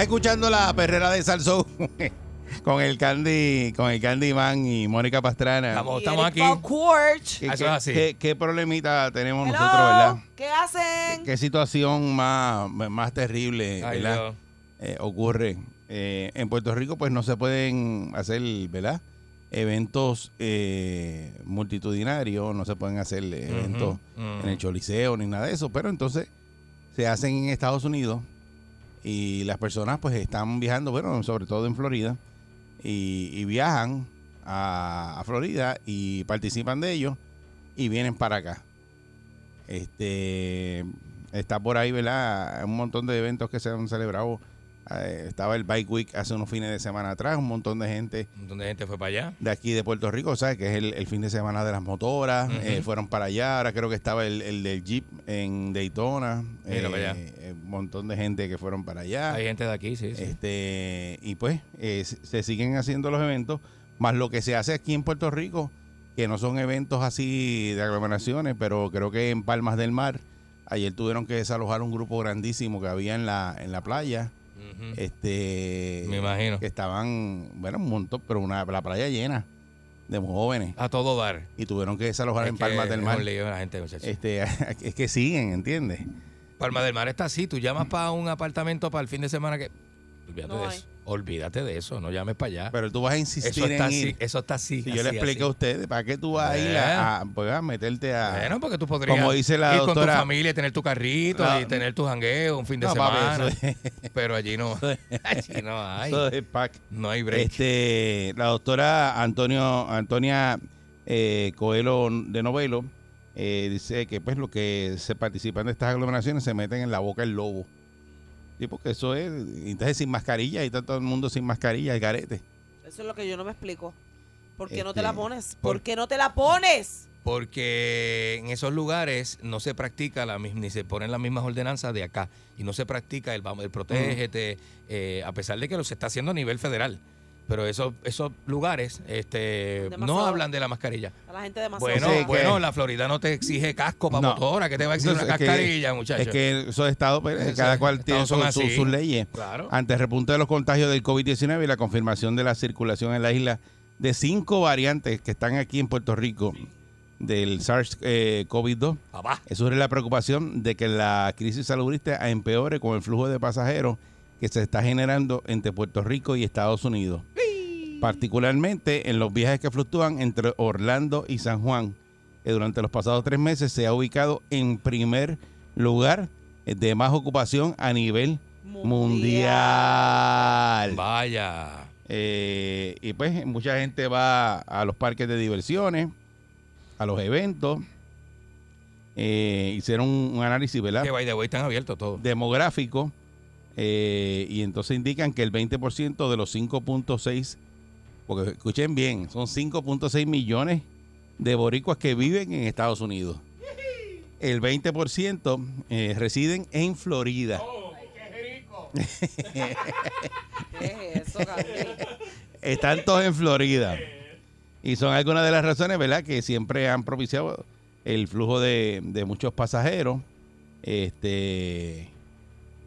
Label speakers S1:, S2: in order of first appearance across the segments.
S1: escuchando la perrera de Salso con el Candy, con el Candyman y Mónica Pastrana.
S2: Estamos, estamos aquí.
S1: ¿Qué,
S2: Eso es
S1: qué-
S2: así.
S1: qué- qué problemita tenemos
S3: Hello,
S1: nosotros, verdad?
S3: ¿Qué hacen?
S1: ¿Qué situación más, más terrible,
S2: Ay,
S1: verdad?
S2: Dios.
S1: eh, ocurre. Eh, en Puerto Rico, pues no se pueden hacer, ¿verdad? Eventos eh, multitudinarios, no se pueden hacer eh, eventos
S2: ujú.
S1: en el Choliseo ni nada de eso, pero entonces se hacen en Estados Unidos y las personas pues están viajando, bueno, sobre todo en Florida, y, y viajan a, a Florida y participan de ellos y vienen para acá. Este está por ahí, ¿verdad? Un montón de eventos que se han celebrado. Eh, estaba el Bike Week hace unos fines de semana atrás, un montón de gente
S2: Un montón de gente fue para allá.
S1: de aquí de Puerto Rico, ¿sabes? Que es el, el fin de semana de las motoras,
S2: Ujú.
S1: eh, fueron para allá, ahora creo que estaba el, el del Jeep en Daytona,
S2: Mira
S1: Eh,
S2: para allá.
S1: eh, un montón de gente que fueron para allá.
S2: Hay gente de aquí, sí. sí.
S1: Ah. Este, y pues eh, se se siguen haciendo los eventos, más lo que se hace aquí en Puerto Rico, que no son eventos así de aglomeraciones, pero creo que en Palmas del Mar, ayer tuvieron que desalojar un grupo grandísimo que había en la, en la playa.
S2: Ujú.
S1: Este,
S2: Me imagino.
S1: Que estaban, bueno, un montón, pero una, la playa llena de jóvenes.
S2: A todo dar.
S1: Y tuvieron que desalojar
S2: Es
S1: en
S2: que
S1: Palmas del
S2: es
S1: Mar.
S2: un lío la gente, muchachos.
S1: Este, es que siguen, ¿entiendes?
S2: Palma del Mar está así. Tú llamas para un apartamento para el fin de semana que. Olvídate
S3: No
S2: de
S3: hay.
S2: eso. Olvídate de eso. No llames para allá.
S1: Pero tú vas a insistir
S2: eso está
S1: en ir.
S2: así. Eso está así.
S1: Si yo le
S2: así,
S1: expliqué a
S2: así.
S1: ustedes, ¿para qué tú vas a ir a, a- pues, a meterte a...
S2: Bueno, porque tú podrías
S1: Como dice la
S2: ir con
S1: doctora-
S2: tu familia, y tener tu carrito
S1: La-
S2: y tener tu jangueo un fin de
S1: No,
S2: semana.
S1: papi, eso es-
S2: Pero allí no, allí no hay.
S1: eso es pack.
S2: No hay break.
S1: Este, la doctora Antonio, Antonia eh, Coelho de Novelo eh, dice que pues los que se participan de estas aglomeraciones se meten en la boca el lobo. Sí, porque eso es, entonces sin mascarilla, ahí está todo el mundo sin mascarilla, el carete.
S3: Eso es lo que yo no me explico. ¿Por qué no
S1: Este,
S3: te la pones?
S2: por-
S3: ¿Por, qué no te la pones?
S2: Porque en esos lugares no se practica la misma, ni se ponen las mismas ordenanzas de acá. Y no se practica el, vamos- el protégete, eh, a pesar de que lo se está haciendo a nivel federal. Pero esos, esos lugares este, no
S3: Demasiado.
S2: hablan de la mascarilla.
S3: A la gente demasiado.
S2: Bueno,
S1: Sí, que-
S2: bueno, la Florida no te exige casco para
S1: No.
S2: motora, que te va a exigir
S1: Entonces,
S2: una
S1: es que-
S2: cascarilla, muchachos.
S1: Es que esos estados, pues,
S2: Esos
S1: cada cual tiene
S2: estados son
S1: sus- sus-
S2: así.
S1: sus leyes.
S2: Claro.
S1: Ante el repunte de los contagios del COVID-19 y la confirmación de la circulación en la isla de cinco variantes que están aquí en Puerto Rico del eh, SARS-CoV-2,
S2: Papá.
S1: surge la preocupación de que la crisis salubrista empeore con el flujo de pasajeros que se está generando entre Puerto Rico y Estados Unidos, particularmente en los viajes que fluctúan entre Orlando y San Juan, que durante los pasados tres meses se ha ubicado en primer lugar eh, de más ocupación a nivel
S2: pues,
S1: mundial.
S2: Vaya.
S1: Eh, y pues mucha gente va a los parques de diversiones, a los eventos. Eh, hicieron un, un análisis ¿verdad?
S2: Que by the way están abiertos todos.
S1: demográfico eh, y entonces indican que el 20% de los 5.6, porque escuchen bien, son 5.6 millones de boricuas que viven en Estados Unidos. El 20% eh, residen en Florida.
S3: ¿Qué es eso, Gaby?
S1: están todos en Florida. Y son algunas de las razones, ¿verdad?, que siempre han propiciado el flujo de, de muchos pasajeros. Este.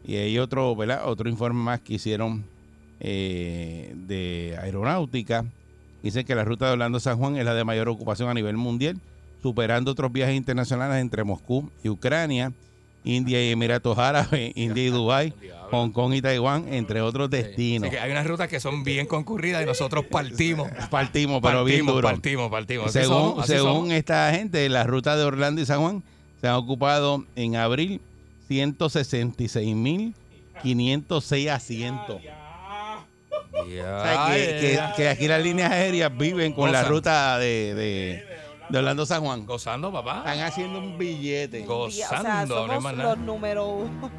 S1: Y hay otro, ¿verdad? Otro informe más que hicieron eh, de aeronáutica. Dicen que la ruta de Orlando a San Juan es la de mayor ocupación a nivel mundial, superando otros viajes internacionales entre Moscú y Ucrania India y Emiratos Árabes, India y Dubái, Hong Kong y Taiwán, entre otros destinos.
S2: Así que hay unas rutas que son bien concurridas y nosotros partimos.
S1: Partimos, pero bien
S2: Partimos,
S1: duro.
S2: partimos, partimos. Así
S1: Según,
S2: somos, así
S1: según
S2: somos.
S1: esta gente, la ruta de Orlando y San Juan se han ocupado en abril 166.506 asientos. O sea, que, que-
S2: Ya,
S1: que aquí las líneas aéreas viven con la
S2: Gozan.
S1: ruta de, de, de Orlando a San Juan.
S2: Gozando, papá.
S1: Están haciendo un billete.
S2: Go-
S3: Y, o sea,
S2: Gozando, no es
S3: somos
S2: más nada.
S3: los número uno.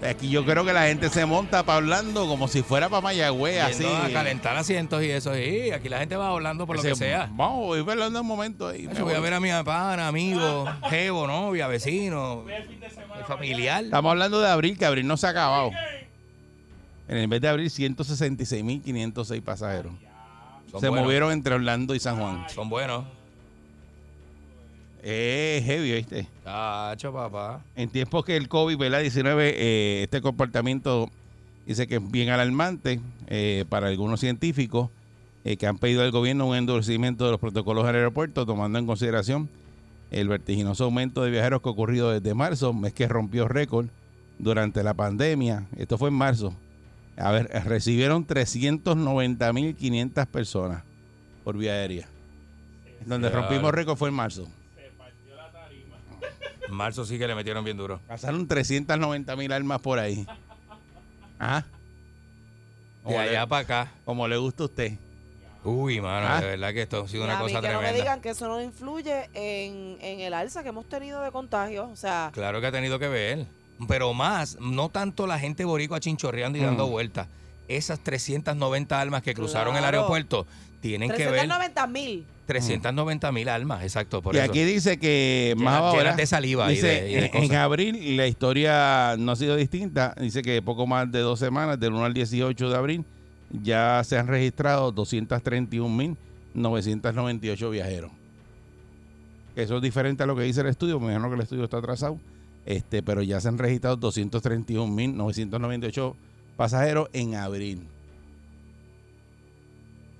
S1: Aquí yo creo que la gente se monta para Orlando como si fuera para Mayagüez, así.
S2: Yendo a calentar asientos y eso. Y aquí la gente va hablando por lo
S1: Ese-
S2: que sea.
S1: Vamos, voy a Orlando un momento. ahí.
S2: Yo voy a ver a mi pana, amigo, jevo, novia, vecino, el familiar.
S1: Estamos hablando de abril, que abril no se ha acabado. En vez de abril, 166.506 pasajeros.
S2: Son
S1: se
S2: buenos,
S1: movieron entre Orlando y San Juan.
S2: Son buenos.
S1: Es Eh, heavy, ¿viste?
S2: Tacho, papá.
S1: En tiempos que el COVID-19, eh, este comportamiento dice que es bien alarmante eh, para algunos científicos eh, que han pedido al gobierno un endurecimiento de los protocolos del aeropuerto, tomando en consideración el vertiginoso aumento de viajeros que ha ocurrido desde marzo, mes que rompió récord durante la pandemia. Esto fue en marzo. A ver, recibieron 390.500 personas por vía aérea. Donde
S2: Claro.
S1: rompimos récord fue en marzo.
S2: En marzo sí que le metieron bien duro.
S1: Pasaron 390 mil almas por ahí. Ah.
S2: De
S1: Como,
S2: allá
S1: le,
S2: para acá.
S1: como le gusta a usted.
S2: Uy, mano,
S1: Ah.
S2: de verdad que esto ha sido
S3: Y
S2: una
S3: a mí
S2: cosa
S3: que no me
S2: tremenda.
S3: digan que eso no influye en, en el alza que hemos tenido de contagios. O sea,
S2: Claro que ha tenido que ver. Pero más, no tanto la gente boricua chinchorreando y dando
S1: Mm.
S2: vueltas. Esas 390 almas que cruzaron el
S3: Claro.
S2: aeropuerto tienen que ver
S3: 390 mil.
S2: 390 mil almas, exacto. Por
S1: y
S2: eso.
S1: aquí dice que
S2: Llenas-
S1: más abajo,
S2: llenas
S1: ¿verdad?
S2: de saliva y
S1: Dice,
S2: de- y de
S1: en- en
S2: cosas.
S1: abril la historia no ha sido distinta. Dice que poco más de dos semanas, del 1 al 18 de abril, ya se han registrado 231.998 viajeros. Eso es diferente a lo que dice el estudio. Me imagino que el estudio está atrasado. Este, pero ya se han registrado 231.998 pasajeros en abril.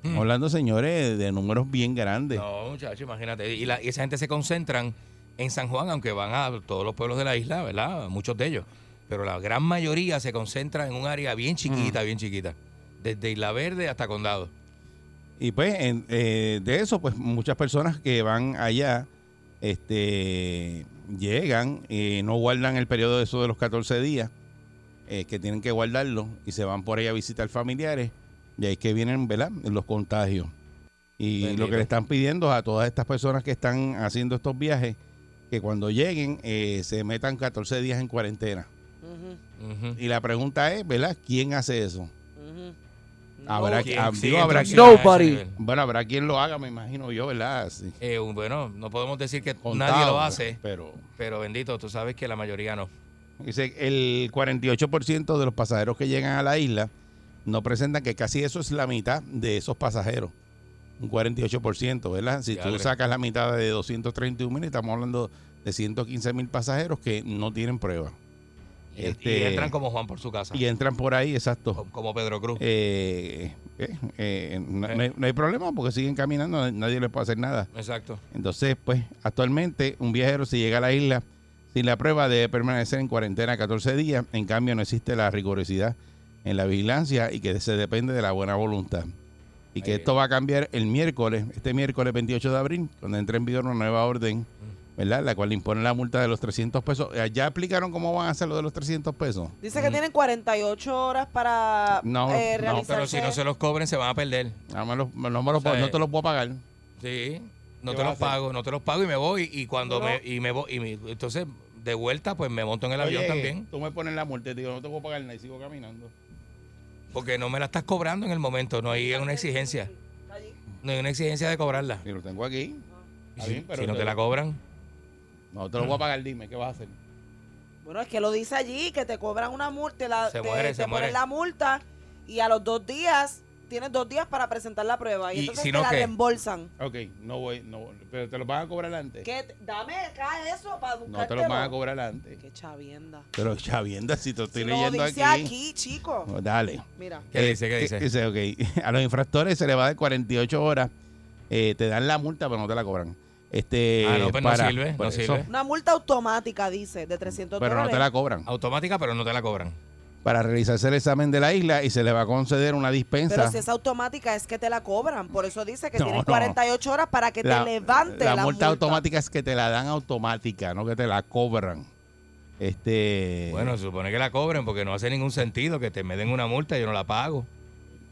S2: Mm.
S1: Hablando, señores, de números bien grandes.
S2: No, muchachos, imagínate. Y, la- y esa gente se concentran en San Juan, aunque van a todos los pueblos de la isla, ¿verdad? Muchos de ellos. Pero la gran mayoría se concentra en un área
S1: Mm.
S2: bien chiquita, bien chiquita. Desde Isla Verde hasta Condado.
S1: Y pues en- eh, de eso, pues muchas personas que van allá, este, llegan, eh, no guardan el periodo de eso de los 14 días, eh, que tienen que guardarlo, y se van por ahí a visitar familiares, y ahí es que vienen, ¿verdad? Los contagios. Y
S2: Bendito.
S1: lo que le están pidiendo a todas estas personas que están haciendo estos viajes, que cuando lleguen eh, se metan 14 días en cuarentena.
S3: Ujú,
S2: Ujú.
S1: Y la pregunta es, ¿verdad? ¿Quién hace eso?
S3: ujú.
S1: Habrá
S2: ¿Quién
S1: que- ah,
S2: sigue
S1: digo, habrá
S2: entonces a ese
S3: Nobody.
S2: nivel?
S1: Bueno, habrá quien lo haga, me imagino yo, ¿verdad? Sí.
S2: Eh, bueno, no podemos decir que
S1: contado,
S2: nadie lo hace,
S1: Pero
S2: pero bendito, tú sabes que la mayoría no.
S1: dice el 48% de los pasajeros que llegan a la isla no presentan que casi eso es la mitad de esos pasajeros. Un 48%, ¿verdad? Si tú
S2: Diadre.
S1: sacas la mitad de 231 mil, estamos hablando de 115 mil pasajeros que no tienen prueba.
S2: Y, y
S1: Este-
S2: entran como Juan por su casa,
S1: Y entran por ahí, exacto.
S2: como- como Pedro Cruz.
S1: Eh, eh, eh, no, no hay, no hay problema porque siguen caminando, nadie les puede hacer nada.
S2: Exacto.
S1: Entonces, pues, actualmente un viajero si llega a la isla sin la prueba debe permanecer en cuarentena 14 días. En cambio, no existe la rigurosidad en la vigilancia y que se depende de la buena voluntad. Y que
S2: Ahí
S1: esto va a cambiar el miércoles, este miércoles 28 de abril, cuando entre en vigor una nueva orden,
S2: Mm.
S1: ¿verdad? La cual impone la multa de los 300 pesos. Eh, ¿Ya aplicaron cómo van a hacer lo de los 300 pesos?
S3: Dice que
S2: Mm.
S3: tienen 48 horas para
S1: No,
S3: eh,
S1: no,
S3: realizarse.
S2: Pero si no se los cobren, se van a perder.
S1: Nada más los- no, me los-
S2: O sea,
S1: no te los voy a pagar.
S2: Sí, no
S1: ¿Qué
S2: te
S1: vas a
S2: los
S1: hacer?
S2: pago, no te los pago y me voy. Y cuando
S3: No.
S2: me, y me voy, y me- entonces de vuelta, pues me monto en el avión
S1: Oye,
S2: también.
S1: Tú me pones la multa y te digo, no te voy a pagar nada y sigo caminando.
S2: Porque no me la estás cobrando en el momento, no hay una exigencia. No hay una exigencia de cobrarla.
S1: Y lo tengo aquí.
S2: Ah.
S1: Está
S2: Si,
S1: bien, pero
S2: si no
S1: te-
S2: te la cobran,
S1: No, te lo voy a pagar, dime, ¿qué vas a hacer?
S3: Bueno, es que lo dice allí, que te cobran una multa, te, la,
S2: Se
S3: te-
S2: muere,
S3: te
S2: se
S3: ponen
S2: muere.
S3: la multa y a los dos días, tienes dos días para presentar la prueba y,
S2: Y
S3: entonces
S2: si
S3: te
S2: no,
S3: la
S2: ¿qué?
S3: reembolsan.
S1: Ok, no voy, no voy, pero te lo van a cobrar antes.
S3: ¿Qué? te- Dame acá eso para buscártelo.
S1: No te lo van a cobrar antes.
S3: Qué chavienda.
S1: Pero Chavienda, si te estoy
S3: Si lo
S1: leyendo
S3: dice
S1: aquí.
S3: aquí, chico.
S1: No, dale.
S3: Mira.
S2: ¿Qué dice? ¿Qué
S1: eh,
S2: dice?
S1: Eh, ok, a los infractores se les va de 48 horas, eh, te dan la multa, pero no te la cobran. Este,
S2: Ah, no, pues no
S1: para-
S2: sirve,
S1: por
S2: no
S1: eso.
S2: sirve.
S3: Una multa automática, dice, de 300
S1: Pero no
S3: dólares.
S1: te la cobran.
S2: Automática, pero no te la cobran.
S1: Para realizarse el examen de la isla y se le va a conceder una dispensa.
S3: Pero si es automática, es que te la cobran. Por eso dice que
S1: No, no.
S3: tienes 48 horas para que te levante la,
S1: multa, automática es que te la dan automática, no que te la cobran. Este.
S2: Bueno, se supone que la cobren porque no hace ningún sentido que te me den una multa y yo no la pago.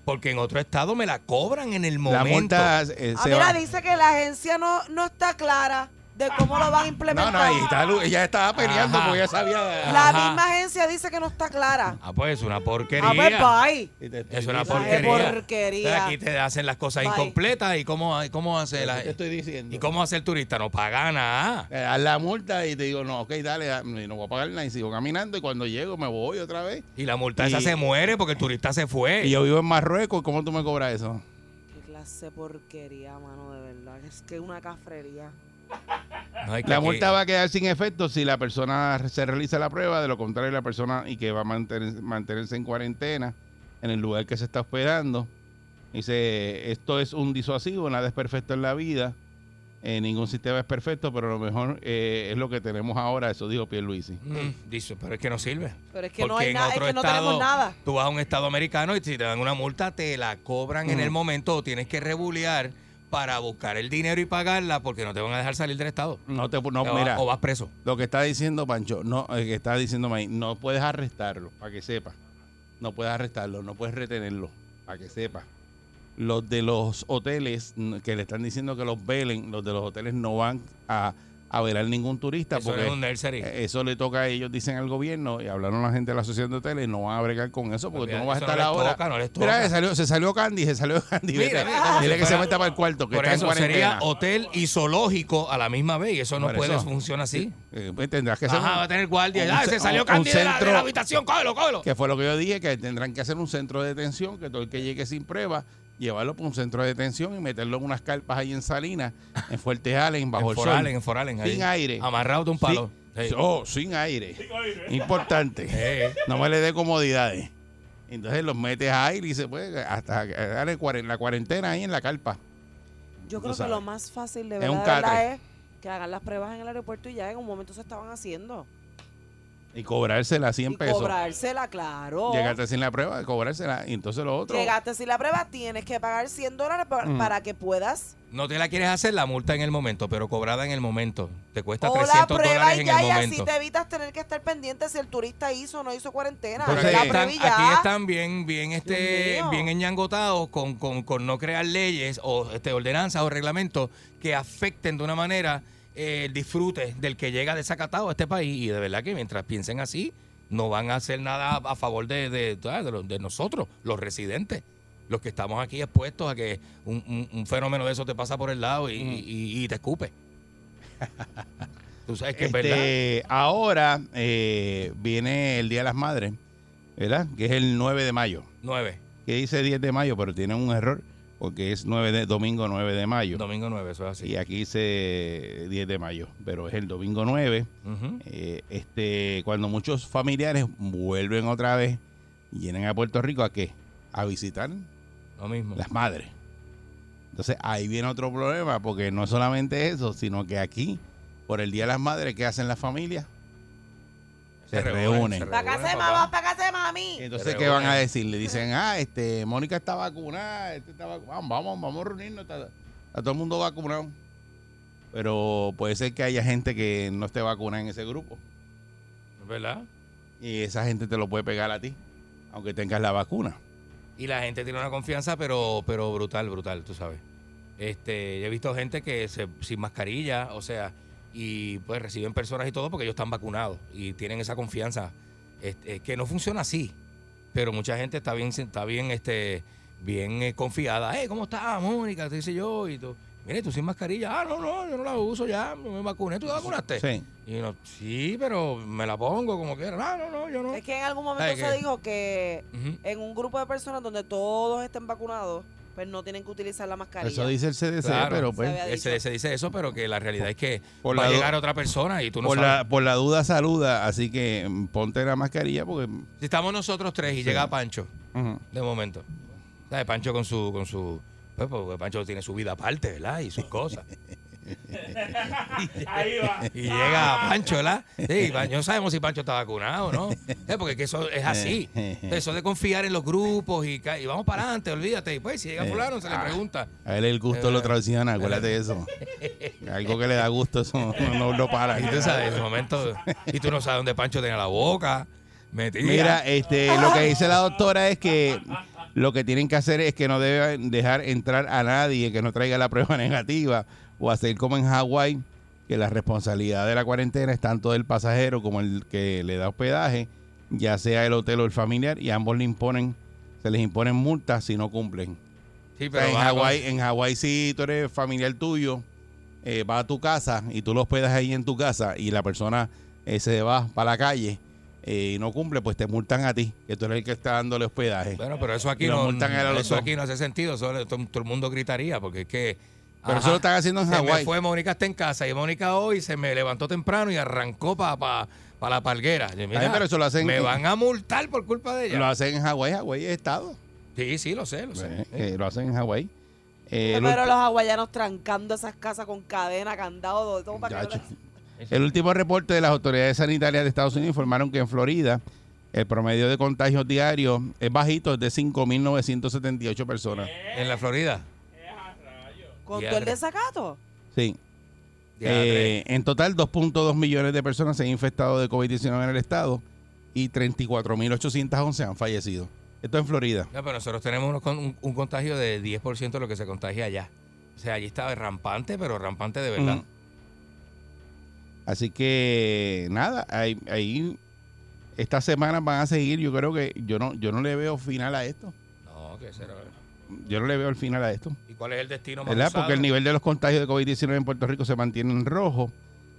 S2: Porque en otro estado me la cobran en el
S1: la
S2: momento.
S1: multa eh,
S3: Ah,
S1: se
S3: mira,
S1: va-
S3: dice que la agencia no, no está clara de cómo lo van a
S1: No,
S3: implementar.
S1: no, ahí está, Lu- ella estaba peleando
S2: Ajá.
S1: porque ella sabía.
S3: La
S2: Ajá.
S3: misma agencia dice que no está clara.
S2: Ah, pues es una porquería.
S3: A ver, bye.
S1: Y te estoy
S2: Es
S1: diciendo-
S2: una
S3: Ay,
S2: porquería.
S3: porquería.
S2: O sea, Aquí te hacen las cosas
S3: Bye.
S2: incompletas y cómo, y cómo hace la,
S1: Te estoy diciendo.
S2: y cómo hace el turista, no paga nada.
S1: Eh, haz la multa y te digo, no, ok, dale, ah, no voy a pagar nada y sigo caminando y cuando llego me voy otra vez.
S2: Y la multa
S1: Y-
S2: esa se muere porque el turista se fue.
S1: Y yo vivo en Marruecos, ¿cómo tú me cobras eso?
S3: Qué clase de porquería, mano, de verdad. Es que es una cafrería.
S2: No, es que
S1: La
S2: aquí-
S1: multa va a quedar sin efecto si la persona se realiza la prueba, de lo contrario la persona y que va a mantener- mantenerse en cuarentena en el lugar que se está hospedando. Dice, esto es un disuasivo, nada es perfecto en la vida, eh, ningún sistema es perfecto, pero lo mejor eh, es lo que tenemos ahora, eso dijo Pierluisi.
S2: Mm, dice, pero es que no sirve.
S3: Pero es que no
S2: Porque
S3: hay
S2: en
S3: nada, es
S2: otro
S3: que no tenemos
S2: estado-
S3: nada.
S2: Tú vas a un estado americano y si te dan una multa, te la cobran
S1: Mm.
S2: en el momento o tienes que rebulear para buscar el dinero y pagarla porque no te van a dejar salir del estado.
S1: No te, no,
S2: Te va-
S1: mira,
S2: O vas preso.
S1: Lo que está diciendo Pancho, no, eh, que está diciendo May, no puedes arrestarlo, para que sepa. No puedes arrestarlo, no puedes retenerlo, para que sepa. Los de los hoteles mm, que le están diciendo que los velen, los de los hoteles no van a, a velar ningún turista
S2: Eso
S1: porque
S2: es un nursery.
S1: eh, eso le toca a ellos, dicen al gobierno, y hablaron la gente de la asociación de hoteles, no van a bregar con eso porque tú
S2: Olvídate,
S1: no vas a
S2: eso
S1: estar
S2: no les
S1: ahora.
S2: toca, no les
S1: Mira,
S2: toca.
S1: se salió, se salió Candy, se salió Candy.
S2: Mira,
S1: vete.
S2: mira, como
S1: Dile
S2: si
S1: que se
S2: fuera-
S1: meta para el cuarto, que
S2: Por
S1: está en
S2: eso sería
S1: cuarentena.
S2: hotel y zoológico a la misma vez y eso no
S1: Por
S2: puede
S1: eso.
S2: funcionar así.
S1: Eh, pues tendrás que ser
S2: Ajá,
S1: un-
S2: va a tener guardia.
S1: un
S2: Ah,
S1: ce-
S2: se salió
S1: un-
S2: Candy
S1: un
S2: de, la, de la
S1: centro-
S2: habitación. Cógelo, cógelo.
S1: Que fue lo que yo dije, que tendrán que hacer un centro de detención, que todo el que llegue sin prueba, llevarlo para un centro de detención y meterlo en unas carpas ahí en Salinas, en Fuerte Allen, bajo
S2: en
S1: el sol.
S2: Foralen, en Foralen. ahí.
S1: Sin aire.
S2: Amarrado de un palo.
S1: Sí.
S2: Sí.
S1: Oh, sin aire. Importante.
S2: Eh,
S1: No me le dé comodidades. Entonces los metes ahí y dice, pues, hasta que- dale cuaren- la cuarentena ahí en la carpa.
S3: Yo
S1: Tú
S3: creo que
S1: sabes.
S3: lo más fácil de
S1: Es
S3: verdad,
S1: un
S3: de verdad,
S1: catre.
S3: es que hagan las pruebas en el aeropuerto y ya en un momento se estaban haciendo.
S1: Y cobrársela 100
S3: y
S1: pesos.
S3: cobrársela, claro.
S1: Llegaste sin la prueba, cobrársela. Y entonces lo otro.
S3: Llegaste sin la prueba, tienes que pagar 100 dólares pa- para,
S1: Mm.
S3: que puedas.
S2: no te la quieres hacer la multa en el momento, pero cobrada en el momento. Te cuesta
S3: o la
S2: 300
S3: prueba
S2: dólares
S3: y
S2: en
S3: ya,
S2: el
S3: y así
S2: momento.
S3: te evitas tener que estar pendiente si el turista hizo o no hizo cuarentena.
S1: Pero
S3: Haz la
S2: aquí,
S1: aquí
S3: prueba
S2: están,
S3: y
S2: aquí
S3: ya.
S2: están bien, bien, este,
S3: Dios mío.
S2: bien enyangotados con, con- con no crear leyes o este, ordenanzas o reglamentos que afecten de una manera eh, el disfrute del que llega desacatado a este país. Y de verdad que mientras piensen así, no van a hacer nada a favor de, de, de los- de nosotros, los residentes. Los que estamos aquí expuestos a que un, un- un fenómeno de eso te pasa por el lado y, y- y te escupe. Tú sabes que es verdad.
S1: Este, ahora eh, viene el Día de las Madres, ¿verdad? Que es el 9 de mayo.
S2: Nueve.
S1: Que dice 10 de mayo, pero tiene un error porque es 9 de, domingo 9 de mayo.
S2: Domingo 9, eso es así.
S1: Y aquí dice 10 de mayo, pero es el domingo 9.
S2: Ujú.
S1: Eh, este, cuando muchos familiares vuelven otra vez, vienen a Puerto Rico a qué? A visitar
S2: Lo mismo.
S1: las madres. Entonces ahí viene otro problema, porque no es solamente eso, sino que aquí, por el Día de las Madres, ¿qué hacen las familias? Se reúnen.
S3: Pa' casa de
S2: papá.
S3: mamá, pa' casa de mami.
S1: Entonces,
S2: Se
S1: ¿qué van a
S2: reúnen.
S1: decir? Le dicen, ah, este, Mónica está vacunada, este está vacu- Vamos, vamos, vamos a reunirnos, está, está todo el mundo vacunado. Pero puede ser que haya gente que no esté vacunada en ese grupo.
S2: ¿Verdad?
S1: Y esa gente te lo puede pegar a ti, aunque tengas la vacuna.
S2: Y la gente tiene una confianza, pero, pero brutal, brutal, tú sabes. Este, yo he visto gente que se, sin mascarilla, o sea, y pues reciben personas y todo porque ellos están vacunados y tienen esa confianza. Este, es que no funciona así, pero mucha gente está bien, está bien, este, bien eh, confiada. Eh, ¿cómo estás, Mónica? Te dice yo y tú. Mire, tú sin mascarilla. Ah, no, no, yo no la uso ya, no me vacuné. ¿Tú te vacunaste?
S1: Sí.
S2: Y uno, sí, pero me la pongo como quiera. "Ah, No, no, no, yo no.
S3: Es que en algún momento
S2: Ay,
S3: se
S2: que-
S3: dijo que
S2: Ujú.
S3: en un grupo de personas donde todos estén vacunados, pues no tienen que utilizar la mascarilla.
S1: Eso dice el CDC,
S2: Claro.
S1: pero pues...
S3: había
S2: Eh, se,
S3: dicho.
S2: se dice eso, pero que la realidad es que
S1: Por
S2: va a
S1: la du-
S2: llegar otra persona y tú no
S1: por
S2: sabes.
S1: la, por la duda saluda, así que mm, ponte la mascarilla porque...
S2: Si estamos nosotros tres y llega Pancho,
S1: ujú.
S2: de momento. ¿Sabes? Pancho con su. con su pues, porque Pancho tiene su vida aparte, ¿verdad? Y sus cosas.
S4: Ahí va. Ah.
S2: Y llega Pancho, ¿verdad? Sí, Pancho, no sabemos si Pancho está vacunado, ¿no? Eh, porque que eso es así. Eso de confiar en los grupos y, ca- y vamos para adelante, olvídate. Y pues, si llega fulano,
S1: Ah.
S2: se le pregunta.
S1: A él el gusto lo traiciona, acuérdate de eso. Algo que le da gusto, eso no, no lo para.
S2: Y tú sabes, de momento, y tú no sabes dónde Pancho tenía la boca. Metida.
S1: Mira, este, lo que dice la doctora es que lo que tienen que hacer es que no deben dejar entrar a nadie que no traiga la prueba negativa o hacer como en Hawái, que la responsabilidad de la cuarentena es tanto del pasajero como el que le da hospedaje, ya sea el hotel o el familiar, y ambos le imponen, se les imponen multas si no cumplen.
S2: Sí,
S1: O sea,
S2: pero
S1: en
S2: vas a-
S1: Hawái, en Hawái si tú eres familiar tuyo, eh, va a tu casa y tú lo hospedas ahí en tu casa y la persona eh, se va para la calle eh, y no cumple, pues te multan a ti, que tú eres el que está dándole hospedaje.
S2: Bueno, pero eso aquí
S1: Lo
S2: no,
S1: multan a los
S2: eso
S1: dos.
S2: aquí no hace sentido. Solo, to- todo, el mundo gritaría porque es que.
S1: Pero eso lo están haciendo en
S2: se me
S1: Hawái.
S2: fue, Mónica está en casa y Mónica hoy se me levantó temprano y arrancó para pa, pa la palguera. Yo, mira,
S1: bien, pero eso lo hacen-
S2: Me van a multar por culpa de ella.
S1: Lo hacen en Hawái, Hawái es estado.
S2: Sí, sí, lo sé, lo sé.
S1: Eh, eh, lo hacen en Hawái. Eh, el
S3: Pues, Pero
S1: ulti-
S3: los hawaianos trancando esas casas con cadena, candado, de todo para que no
S1: Yacho.
S3: las-
S1: El último reporte de las autoridades sanitarias de Estados Unidos informaron que en Florida el promedio de contagios diarios es bajito, es de 5.978 personas.
S2: En la Florida.
S3: Con
S2: Diadre.
S3: todo el desacato.
S1: Sí,
S2: Diadre.
S1: Eh, en total, 2.2 millones de personas se han infectado de COVID-19 en el estado y 34.811 han fallecido. Esto en Florida.
S2: No, pero nosotros tenemos unos con- un, un contagio de 10% de lo que se contagia allá. O sea, allí estaba rampante, pero rampante de verdad.
S1: Mm. Así que nada, ahí, ahí estas semanas van a seguir. Yo creo que yo no, yo no le veo final a esto.
S2: No, que será.
S1: Yo no le veo el final a esto.
S2: ¿Y cuál es el destino más
S1: ¿verdad?
S2: usado?
S1: Porque el nivel de los contagios de COVID-19 en Puerto Rico se mantiene en rojo.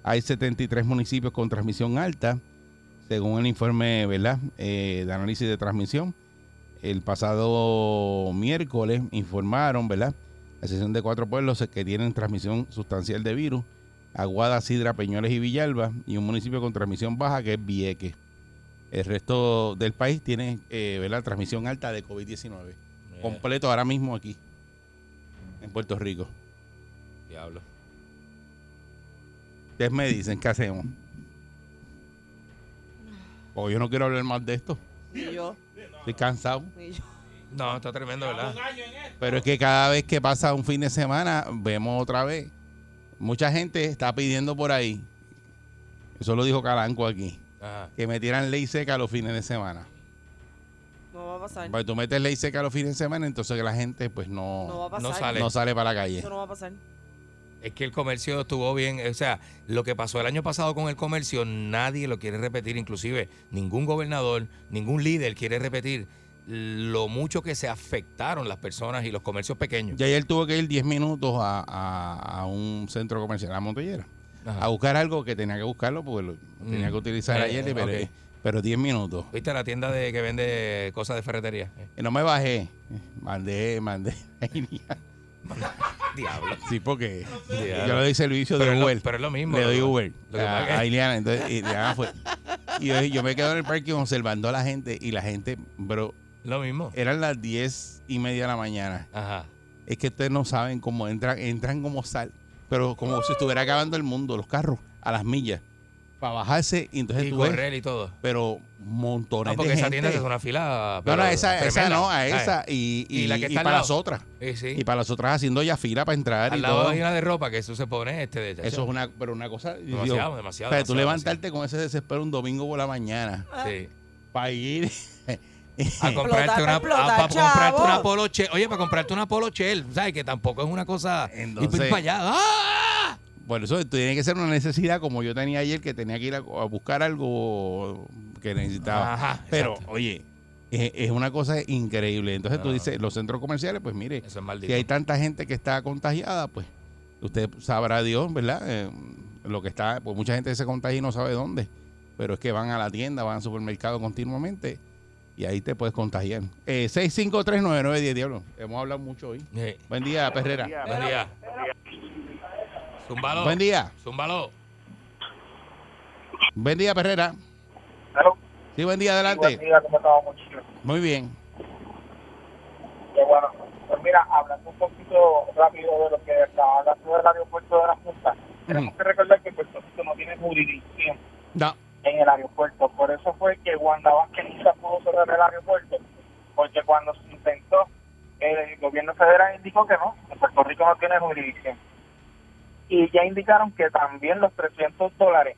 S1: Hay 73 municipios con transmisión alta, según el informe ¿verdad? Eh, de análisis de transmisión. El pasado miércoles informaron, ¿verdad? La sesión de cuatro pueblos que tienen transmisión sustancial de virus. Aguada, Sidra, Peñoles y Villalba. Y un municipio con transmisión baja que es Vieques. El resto del país tiene, eh, ¿verdad? Transmisión alta de COVID-19.
S2: Eh,
S1: Completo ahora mismo aquí, en Puerto Rico.
S2: diablo.
S1: Ustedes me dicen, ¿qué hacemos? Porque yo no quiero hablar más de esto.
S3: Ni yo,
S1: Estoy cansado.
S3: ni yo.
S2: No, está tremendo, ¿verdad?
S4: Un año en esto.
S1: Pero es que cada vez que pasa un fin de semana, vemos otra vez. Mucha gente está pidiendo por ahí. Eso lo dijo Calanco aquí.
S2: Ajá.
S1: Que metieran ley seca los fines de semana.
S3: No va a pasar.
S1: Porque tú metes ley seca los fines de semana, entonces que la gente pues
S3: No va
S1: no,
S3: a pasar.
S2: No sale.
S1: no sale para la calle.
S3: Eso no va a pasar.
S2: Es que el comercio estuvo bien, o sea, lo que pasó el año pasado con el comercio, nadie lo quiere repetir, inclusive ningún gobernador, ningún líder quiere repetir lo mucho que se afectaron las personas y los comercios pequeños.
S1: Y ayer tuvo que ir 10 minutos a, a- a un centro comercial, a Montellera,
S2: Ajá.
S1: a buscar algo que tenía que buscarlo porque lo
S2: Mm.
S1: tenía que utilizar
S2: Eh,
S1: ayer,
S2: eh,
S1: pero,
S2: ok.
S1: pero 10 minutos.
S2: ¿Viste la tienda de que vende cosas de ferretería? Eh,
S1: Y no me bajé. Mandé, mandé.
S2: Diablo.
S1: sí, porque
S2: Diablo.
S1: yo le doy servicio
S2: Pero es
S1: de
S2: lo-
S1: Uber.
S2: pero es lo mismo,
S1: Le doy
S2: lo-
S1: Uber
S2: lo que
S1: a,
S2: pasa es-
S1: a Ileana. Entonces, y Ileana fue. Y yo, yo me quedo en el parque observando a la gente y la gente, bro,
S2: Lo mismo.
S1: eran las 10 y media de la mañana.
S2: Ajá.
S1: Es que ustedes no saben cómo entran, entran como sal, pero como si estuviera acabando el mundo, los carros a las millas, para bajarse y entonces
S2: Y
S1: tú ves,
S2: correr y todo.
S1: pero montones
S2: Ah, porque
S1: de
S2: esa
S1: gente.
S2: tienda es una fila.
S1: no,
S2: pero
S1: no, esa, esa
S2: tremenda.
S1: no, a
S2: Ah,
S1: esa y, y,
S2: Y la que
S1: y
S2: está al
S1: para
S2: lado.
S1: las otras.
S2: Sí, sí.
S1: Y para las otras haciendo ya fila para entrar
S2: Al
S1: y
S2: lado
S1: todo.
S2: hay una de ropa que eso se pone este de
S1: Eso es una, pero una cosa.
S2: Demasiado,
S1: Dios.
S2: demasiado,
S1: O sea, tú
S2: demasiado,
S1: levantarte con ese desespero un domingo por la mañana
S2: Sí.
S1: para ir.
S2: a comprarte
S3: Explotar,
S2: una,
S3: explotar,
S2: a- para comprarte
S3: chavo.
S2: una polo Shell. Oye, para comprarte una polo Shell, ¿sabes? Que tampoco es una cosa
S1: Entonces-
S2: ir para allá. ¡Ah!
S1: Por eso tiene que ser una necesidad como yo tenía ayer que tenía que ir a, a buscar algo que necesitaba.
S2: Ajá,
S1: pero,
S2: exacto.
S1: oye, es, es una cosa increíble. Entonces tú
S2: No.
S1: dices, los centros comerciales, pues mire,
S2: Eso es maldito.
S1: si hay tanta gente que está contagiada, pues usted sabrá Dios, ¿verdad? Eh, lo que está, pues mucha gente se contagia y no sabe dónde, pero es que van a la tienda, van al supermercado continuamente y ahí te puedes contagiar. Eh, 6539910, diablo. Hemos hablado mucho hoy.
S2: Sí.
S1: Buen día, Perrera.
S2: Buen día. Zúmbalo.
S1: Buen día.
S2: Zúmbalo.
S1: Buen día, Perrera.
S5: Claro,
S1: Sí, buen día,
S5: buen
S1: adelante.
S5: día, ¿cómo estamos, muchachos?
S1: Muy bien.
S5: Qué bueno. Pues mira, hablando un poquito rápido de lo que está hablando del aeropuerto de la Junta, tenemos que recordar que Puerto Rico no tiene jurisdicción
S1: Mm. No.
S5: en el aeropuerto. Por eso fue que Wanda Vázquez nunca pudo cerrar el aeropuerto, porque cuando se intentó, el gobierno federal indicó que no, que Puerto Rico no tiene jurisdicción. Y ya indicaron que también los 300 dólares,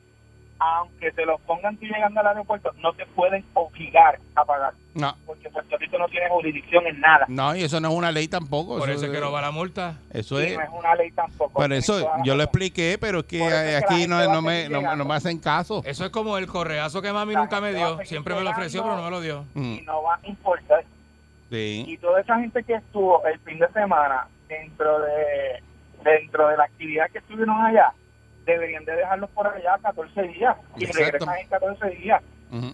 S5: aunque te los pongan tú llegando al aeropuerto, no te pueden obligar a pagar,
S1: No,
S5: porque Puerto Rico no tiene jurisdicción en nada.
S1: no, y Pues eso no es una ley tampoco.
S6: Por eso es que no va la multa.
S1: Eso
S5: Y
S1: es.
S5: no es una ley tampoco.
S1: Por
S5: Tienes
S1: eso
S5: toda la
S1: yo lo
S5: razón.
S1: expliqué, pero es que
S5: Por eso es que la
S1: aquí
S5: gente
S1: no,
S5: va a
S1: no me,
S5: seguir
S1: no- no
S5: llegando.
S1: me hacen caso.
S6: Eso es como el correazo que mami
S5: La
S6: nunca me
S5: gente va a
S6: dio.
S5: seguir
S6: Siempre me lo ofreció, pero
S5: llegando.
S6: no me lo dio.
S1: Mm,
S5: Y no va a importar.
S1: Sí.
S5: Y toda esa gente que estuvo el fin de semana dentro de dentro de la actividad que estuvieron allá, deberían de dejarlos por allá 14 días. Y
S1: Exacto.
S5: regresan en 14 días.
S1: ujú.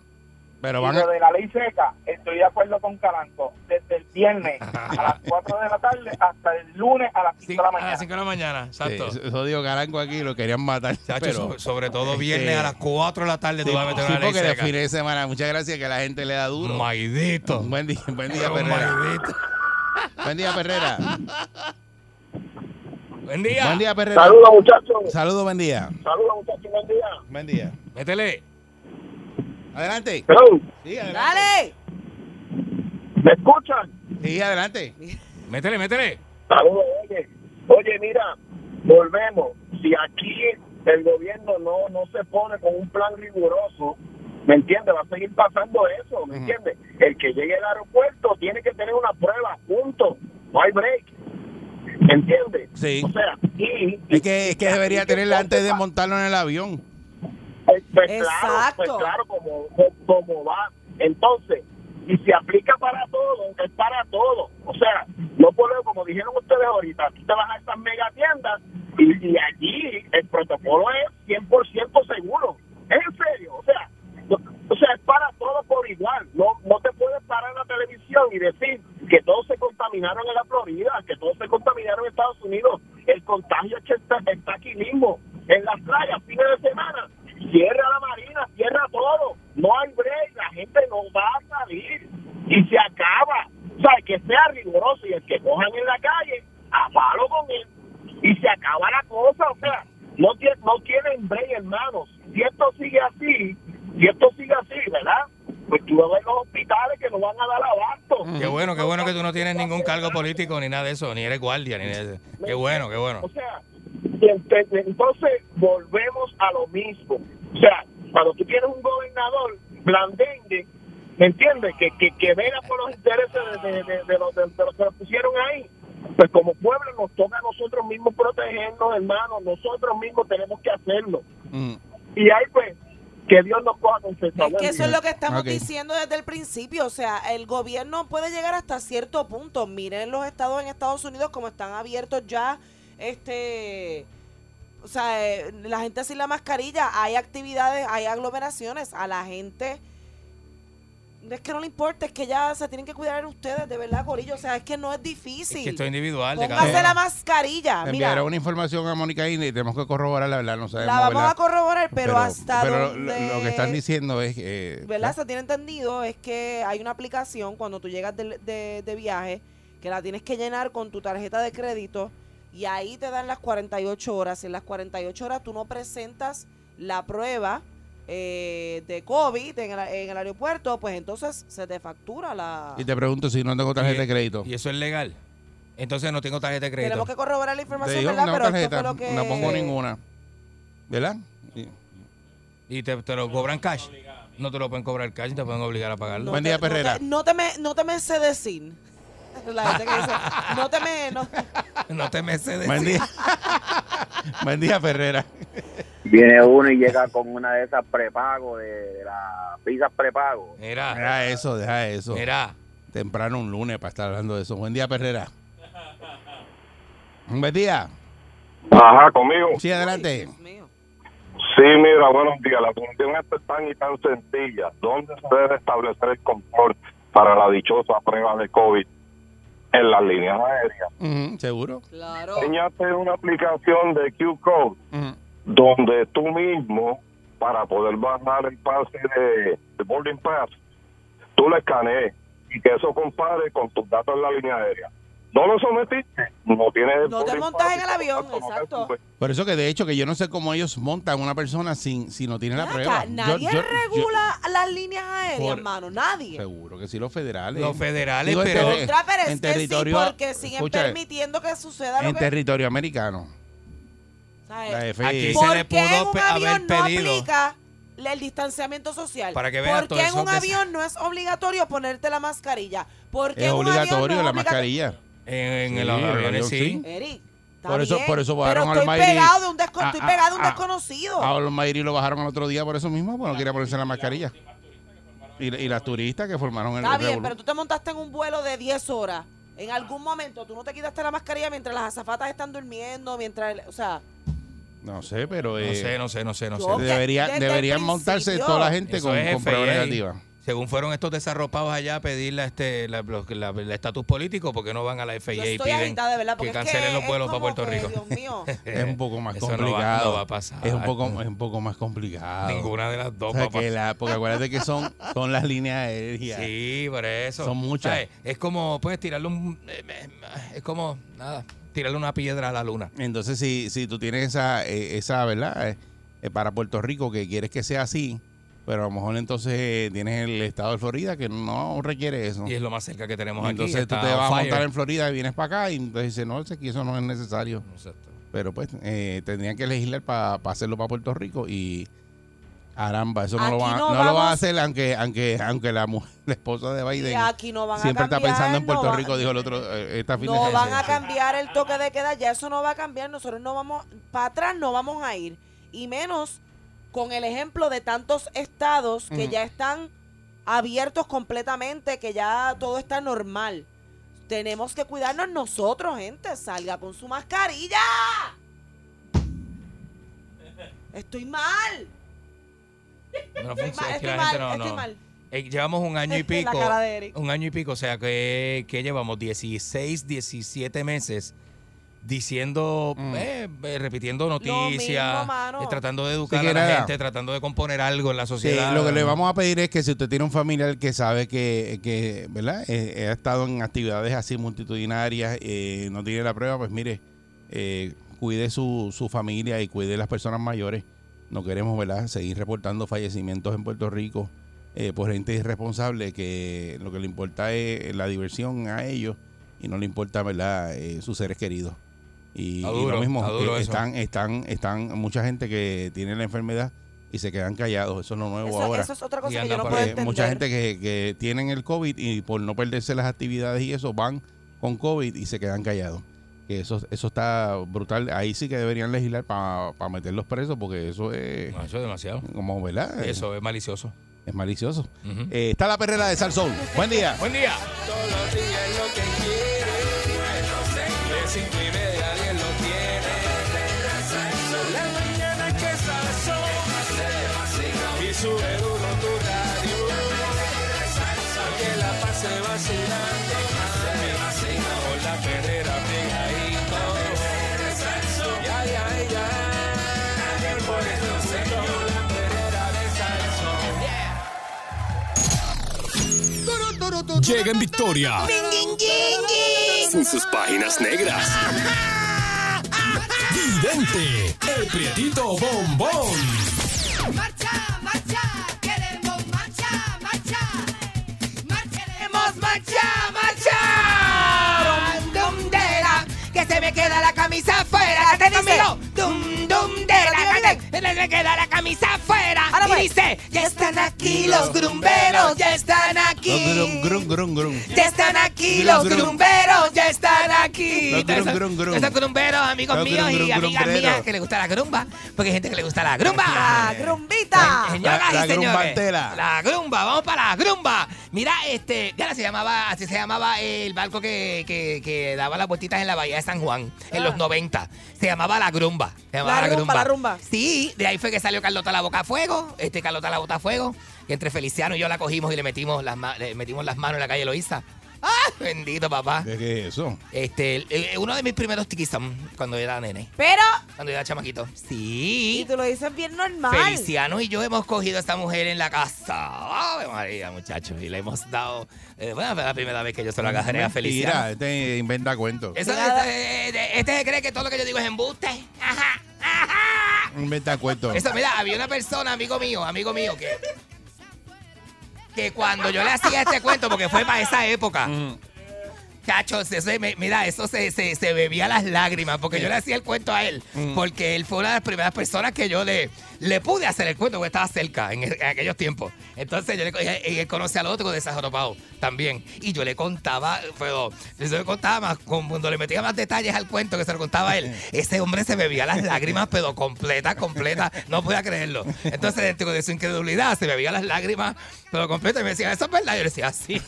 S1: Pero
S5: Y
S1: van a...
S5: lo de la ley seca, estoy de acuerdo con Calanco. Desde el viernes a las 4 de la tarde hasta el lunes a las 5
S6: Cin-
S5: de la
S6: a las
S5: mañana.
S6: 5 de la mañana,
S1: ah, Sí,
S6: exacto.
S1: eso- eso digo Caranco aquí, lo querían matar.
S6: Chacho,
S1: pero-
S6: sobre, sobre todo viernes
S1: este,
S6: a las 4 de la tarde
S1: Sí,
S6: tú vas a meter
S1: sí,
S6: una ley
S1: porque de
S6: seca.
S1: fin de semana. Muchas gracias que la gente le da duro. Mm,
S6: Maidito.
S1: Buen día, buen día,
S6: Pero
S1: Perrera.
S6: maidito.
S1: Buen día, Perrera.
S6: Buen día.
S1: Buen día, Perrera.
S7: Saludos muchachos,
S1: Saludos, buen día.
S7: saludos muchachos, buen día.
S1: Buen día.
S6: Métele.
S1: Adelante.
S7: Hello,
S1: Sí, adelante.
S3: Dale.
S7: ¿me escuchan?
S1: Sí, adelante.
S6: Métele, métele.
S7: Saludos, oye, oye mira, volvemos, si aquí el gobierno no, no se pone con un plan riguroso, ¿me entiendes? Va a seguir pasando eso,
S1: Ujú.
S7: ¿me entiendes? El que llegue al aeropuerto tiene que tener una prueba, punto, no hay break, ¿me entiendes?
S1: Sí.
S7: O sea, y...
S1: Es que, es que debería
S7: aquí se
S1: tenerla antes de
S7: pone-
S1: montarlo en el avión.
S7: Pues, pues claro,
S3: Exacto.
S7: pues claro, como, co- como va. Entonces, y se aplica para todo, es para todo. O sea, no podemos, como dijeron ustedes ahorita, tú te vas a estas mega tiendas y, y allí el protocolo es 100% seguro. Es en serio, o sea, no- o sea, es para todo por igual. No, no te puedes parar en la televisión y decir que todos se contaminaron en la Florida, que todos se contaminaron en Estados Unidos. El contagio es que está, está aquí mismo, en las playas, fines de semana. Cierra la marina, cierra todo. No hay break, la gente no va a salir y se acaba. O sea, que sea riguroso y el que cojan en la calle, a palo con él y se acaba la cosa. O sea, no, tie- no tienen break, hermanos. Si esto sigue así, si esto sigue así, ¿verdad? Pues tú vas a ver los hospitales que nos van a dar abasto.
S6: Qué bueno, qué bueno que tú no tienes ningún cargo político ni nada de eso, ni eres guardia, ni nada de eso. Qué bueno, qué bueno.
S7: O sea, y ente- entonces volvemos a lo mismo. O sea, cuando tú tienes un gobernador blandengue, ¿me entiendes? Que, que, que vela por los intereses de, de- de- de los, de- de los que lo pusieron ahí. Pues como pueblo nos toca a nosotros mismos protegernos, hermanos. Nosotros mismos tenemos que hacerlo.
S1: Mm.
S5: Ah,
S7: Y ahí pues, que Dios nos coja con su
S3: Es que eso es lo que estamos
S1: Ok.
S3: diciendo desde el principio. O sea, el gobierno puede llegar hasta cierto punto. Miren los estados en Estados Unidos como están abiertos ya, este... O sea, eh, la gente sin la mascarilla, hay actividades, hay aglomeraciones. A la gente no es que no le importa, es que ya se tienen que cuidar ustedes, de verdad, Corillo. O sea, es que no es
S6: Es
S3: difícil.
S6: que esto es individual de cada
S3: Póngase la
S6: uno.
S3: mascarilla.
S1: Le
S3: Mira,
S1: enviaron una información a Mónica Inés y tenemos que corroborar la verdad, no sabemos.
S3: la vamos
S1: ¿verdad?
S3: a corroborar, pero, hasta
S1: pero lo-
S3: donde-
S1: lo, que están diciendo es que... eh,
S3: ¿Verdad? Se tiene entendido es que hay una aplicación cuando tú llegas del- de, de viaje que la tienes que llenar con tu tarjeta de crédito y ahí te dan las 48 horas. Si en las 48 horas tú no presentas la prueba eh, de COVID en el, en el aeropuerto, pues entonces se te factura la...
S1: Y te pregunto si no tengo tarjeta de crédito.
S6: Y eso es legal. Entonces no tengo tarjeta de crédito.
S3: Tenemos que corroborar
S1: Te
S3: la información,
S1: digo que
S3: ¿verdad?
S1: tengo
S3: Pero esto
S1: tarjeta,
S3: fue lo que...
S1: no pongo ninguna. ¿Verdad? Sí.
S6: Y te, te lo cobran cash. No te lo pueden cobrar cash, te pueden obligar a pagarlo.
S3: No
S1: Buen
S3: te-
S1: día,
S3: no te-
S1: Perrera.
S3: No te, me, no te me sé decir. La gente que dice, no te me... no-
S6: No te me cedes.
S1: Buen día. Buen día, Ferrera.
S8: Viene uno y llega con una de esas prepago, de, de las pizzas prepago.
S6: Mira,
S1: Deja eso, deja eso.
S6: mira.
S1: Temprano un lunes para estar hablando de eso. Buen día, Ferrera. Buen día.
S9: Ajá, conmigo.
S1: Sí,
S3: Ay,
S1: adelante.
S3: Dios mío.
S9: Sí, mira, buenos días. La cuestión es tan y tan sencilla. ¿Dónde se debe establecer el control para la dichosa prueba de COVID? En las líneas aéreas.
S1: Ujú, Seguro.
S3: Claro.
S9: Enseñate una aplicación de Q-Code
S1: Ujú.
S9: donde tú mismo, para poder bajar el pase de, de boarding pass, tú lo escanees y que eso compare con tus datos en la línea aérea. No lo sometiste, no tienes...
S3: No te montas en el avión, exacto.
S1: Por eso que de hecho que yo no sé cómo ellos montan una persona sin, si no tienen la
S3: Ven
S1: prueba.
S3: acá,
S1: Yo-
S3: nadie
S1: yo- yo-
S3: regula las líneas aéreas,
S1: Por-
S3: hermano, nadie.
S1: seguro que sí, los federales.
S6: Los federales,
S1: en
S6: pero-
S1: terri-
S3: Contra, pero es
S1: en
S3: que
S1: territorio-
S3: sí, porque siguen
S1: escucha,
S3: permitiendo que suceda lo
S1: En
S3: que... Eh,
S1: territorio americano.
S3: ¿sabes?
S1: La FI.
S6: Aquí se
S3: ¿Por
S6: le
S3: qué en
S6: pudo
S3: un
S6: pe-
S3: avión
S6: haber
S3: no
S6: pedido?
S3: aplica la- el distanciamiento social?
S6: Para que veas
S3: ¿Por
S6: todo
S3: qué en
S6: eso
S3: un
S6: que-
S3: avión no es obligatorio ponerte la mascarilla? ¿Por
S1: Es
S3: qué en un avión no
S1: obligatorio la
S3: obligato-
S1: mascarilla.
S6: En, en
S1: Sí,
S6: los
S1: en el avión
S6: aviones sí.
S1: sí.
S3: Eric, está
S1: Por eso-
S3: bien,
S1: por eso
S3: pero
S1: bajaron al
S3: estoy
S1: Mayri Ah,
S3: pegado de un desco-
S1: a-
S3: estoy
S1: a-
S3: pagado de un
S1: a-
S3: desconocido.
S1: A los Mayri lo bajaron el otro día por eso mismo, porque no quería ponerse la mascarilla. Y, y las turistas que formaron el
S3: Está bien,
S1: revolú.
S3: pero tú te montaste en un vuelo de 10 horas. En algún momento tú no te quitaste la mascarilla mientras las azafatas están durmiendo, mientras, el- o sea,
S1: No sé, pero
S6: No
S1: eh,
S6: sé, no sé, no sé, no
S3: yo-
S6: sé.
S1: debería-
S3: Desde el
S1: deberían montarse
S3: principio.
S1: toda la gente
S6: Eso
S1: con,
S6: es E.
S1: con prueba
S6: FIA.
S1: negativa.
S6: Según fueron estos desarropados allá a pedir la, este, la- los- la- el estatus político, porque no van a la
S3: yo
S6: FIA y
S3: estoy
S6: piden Eh,
S3: agitada de verdad porque
S6: que
S3: es
S6: cancelen los
S3: es
S6: vuelos para
S3: como
S6: Puerto
S3: que,
S6: Rico?
S3: Dios mío.
S1: Es un poco más
S6: Eso no va-
S1: complicado.
S6: no va a pasar.
S1: Es un poco, es un poco más complicado.
S6: Ninguna de las
S1: O
S6: dos,
S1: sea,
S6: papá.
S1: que la- porque acuérdate que son, son las líneas aéreas.
S6: Sí, por eso.
S1: Son muchas.
S6: ¿Sabes? Es como, pues, tirarle un. eh, eh, Es como, nada, tirarle una piedra a la luna.
S1: Entonces, si, si tú tienes esa, eh, esa ¿verdad? Eh, eh, para Puerto Rico, que quieres que sea así, pero a lo mejor entonces eh, tienes el estado de Florida que no requiere eso.
S6: Y es lo más cerca que tenemos
S1: Y
S6: aquí.
S1: entonces tú
S6: está
S1: te vas
S6: on
S1: a montar
S6: fire.
S1: en Florida y vienes para acá y entonces dices, no, es que eso no es necesario.
S6: Exacto.
S1: Pero pues eh, tendrían que legislar para hacerlo para Puerto Rico y caramba, eso no lo
S3: Aquí
S1: van, a-
S3: no
S1: no lo van a
S3: vamos-
S1: hacer aunque aunque aunque la, mu- la esposa de
S3: Y
S1: Biden
S3: aquí no van
S1: siempre
S3: a cambiar,
S1: está pensando en
S3: no
S1: Puerto
S3: va-
S1: Rico, dijo el otro eh, esta fin de
S3: No van
S1: semana.
S3: a cambiar el toque de queda, ya eso no va a cambiar, nosotros no vamos, para atrás no vamos a ir. Y menos con el ejemplo de tantos estados que ya están abiertos completamente, que ya todo está normal. Tenemos que cuidarnos nosotros, gente. Salga con su mascarilla. Estoy mal.
S6: No
S3: Estoy mal,
S6: funciona, es que
S3: estoy
S6: la gente
S3: mal,
S6: no-
S3: estoy
S6: no.
S3: mal.
S6: Eh, llevamos un año y
S3: La
S6: pico.
S3: cara de Eric.
S6: Un año y pico, o sea que, que llevamos 16, 17 meses diciendo,
S1: Mm.
S6: eh, eh, repitiendo noticias,
S3: mano.
S6: eh, tratando de educar
S1: que
S6: a la
S1: nada.
S6: gente, tratando de componer algo en la
S1: Sí,
S6: sociedad.
S1: lo que le vamos a pedir es que si usted tiene un familiar que sabe que, que ¿verdad? Eh, ha estado en actividades así multitudinarias, eh, no tiene la prueba, pues mire, eh, cuide su, su familia y cuide las personas mayores. No queremos, ¿verdad?, seguir reportando fallecimientos en Puerto Rico eh, por gente irresponsable que lo que le importa es la diversión a ellos y no le importa, ¿verdad?, eh, sus seres queridos. Y,
S6: Está
S1: y
S6: duro,
S1: lo mismo,
S6: está duro
S1: eh,
S6: eso.
S1: están, están, están mucha gente que tiene la enfermedad y se quedan callados. Eso es lo nuevo
S3: Eso,
S1: ahora.
S3: eso es otra cosa
S6: Y
S3: que yo
S6: anda
S3: no
S6: por
S3: puedo
S1: Porque
S3: entender.
S1: mucha gente que, que tienen el COVID y por no perderse las actividades y eso van con COVID y se quedan callados. Que eso, eso está brutal. Ahí sí que deberían legislar para meterlos presos porque eso es
S6: No, eso es demasiado.
S1: como, ¿verdad?
S6: Eso es malicioso.
S1: Es malicioso.
S6: Ujú.
S1: Eh, está la perrera de Salsón. Buen día.
S6: Buen día.
S4: Llega en victoria. Con sus páginas negras. Vidente, el prietito bombón.
S2: Marcha, marcha, queremos marcha, marcha. Marcharemos marcha, marcha. Dum, dum, de la, que se me queda la camisa afuera. ¿Qué dice? Dum, dum, de la, que se me queda la camisa afuera.
S3: Ahora
S2: Y
S3: pues.
S2: dice, ya están aquí los grumberos, ya están
S1: Grum,
S2: aquí.
S1: grum, grum, grum.
S2: Ya están aquí
S1: Grum,
S2: los
S1: grum.
S2: grumberos, ya están aquí.
S1: Los grum,
S2: Esos-
S1: grum, grum.
S2: Esos grumberos, amigos
S1: Los
S2: míos
S1: grum,
S2: y
S1: grum,
S2: amigas
S1: grumberos.
S2: mías que les gusta la grumba, porque hay gente que le gusta la grumba.
S3: ¡Ah, grumbita!
S2: Señoras
S1: La- la
S2: y señores,
S1: grumbantera.
S2: La grumba, vamos para la grumba. Mira, este, ya se llamaba, así se llamaba el barco que, que- que daba las vueltitas en la bahía de San Juan en los 90. Se llamaba la grumba. Se llamaba
S3: Ah. La rumba, la rumba.
S2: Sí, de ahí fue que salió Carlota la boca a fuego, este Carlota la bota a fuego, que entre Feliciano y yo la cogimos y le metimos las, ma- le metimos las manos en la calle Loíza. ¡Ah! Bendito papá.
S1: ¿De qué es eso?
S2: Este, el- el- uno de mis primeros tiquisam cuando era nene,
S3: Pero,
S2: cuando era chamaquito.
S3: y
S2: Sí.
S3: tú lo dices bien normal.
S2: Feliciano y yo hemos cogido a esta mujer en la casa. Ave María, muchachos. Y le hemos dado. eh, bueno, fue la primera vez que yo se lo agarré
S1: Mentira,
S2: a Felicidad.
S1: este inventa cuentos.
S2: Eso- eh, eh, este se cree que todo lo que yo digo es embuste. Ajá.
S1: Inventa cuentos.
S2: Eso, mira, había una persona, amigo mío, amigo mío, que, que cuando yo le hacía este cuento, porque fue para esa época, cachos, eso, me- mira, eso se, se, se bebía las lágrimas, porque yo le hacía el cuento a él, porque él fue una de las primeras personas que yo le, le pude hacer el cuento, porque estaba cerca en, en aquellos tiempos. Entonces, yo le, co- y- y él conoce al otro de Desajoropado también, y yo le contaba, pero yo se lo contaba más, con- cuando le metía más detalles al cuento que se lo contaba a él, ese hombre se bebía las lágrimas, pero completa, completa, no podía creerlo. Entonces, dentro de su incredulidad, se bebía las lágrimas, pero completa, y me decía, ¿eso es verdad? Yo le decía, sí.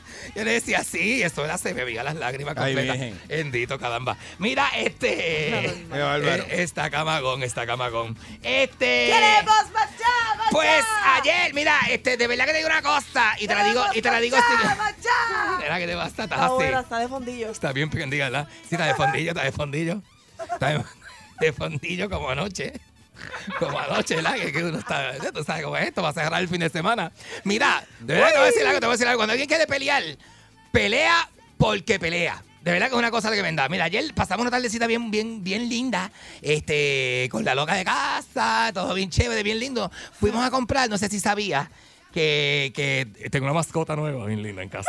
S2: Yo le decía, sí, eso era, se me veía las lágrimas
S1: Ay,
S2: completas.
S1: virgen.
S2: Bendito, caramba. Mira, este.
S1: Qué bárbaro.
S2: eh, Está camagón, está camagón. Este.
S3: ¡Queremos marchar, marchar!
S2: Pues ayer, mira, este, de verdad que te digo una cosa. Y te la digo, y te la digo Ah,
S3: ¡Marchar,
S2: sin.
S3: marchar!
S2: Era que te basta, estás
S3: Está buena,
S2: así.
S3: está de fondillo.
S2: Está bien prendida, ¿verdad? Sí, está de fondillo, está de fondillo. Está de, de fondillo como anoche. Como anoche, ¿verdad? Que, que uno está. ya Tú sabes cómo es esto, va a cerrar el fin de semana. Mira, de verdad te voy a decir algo, te voy a decir algo. Cuando alguien quiere pelear, pelea porque pelea. De verdad que es una cosa tremenda. Mira, ayer pasamos una tardecita bien, bien, bien linda, este, con la loca de casa, todo bien chévere, bien lindo. Fuimos a comprar, no sé si sabías, que, que tengo una mascota nueva bien linda en casa.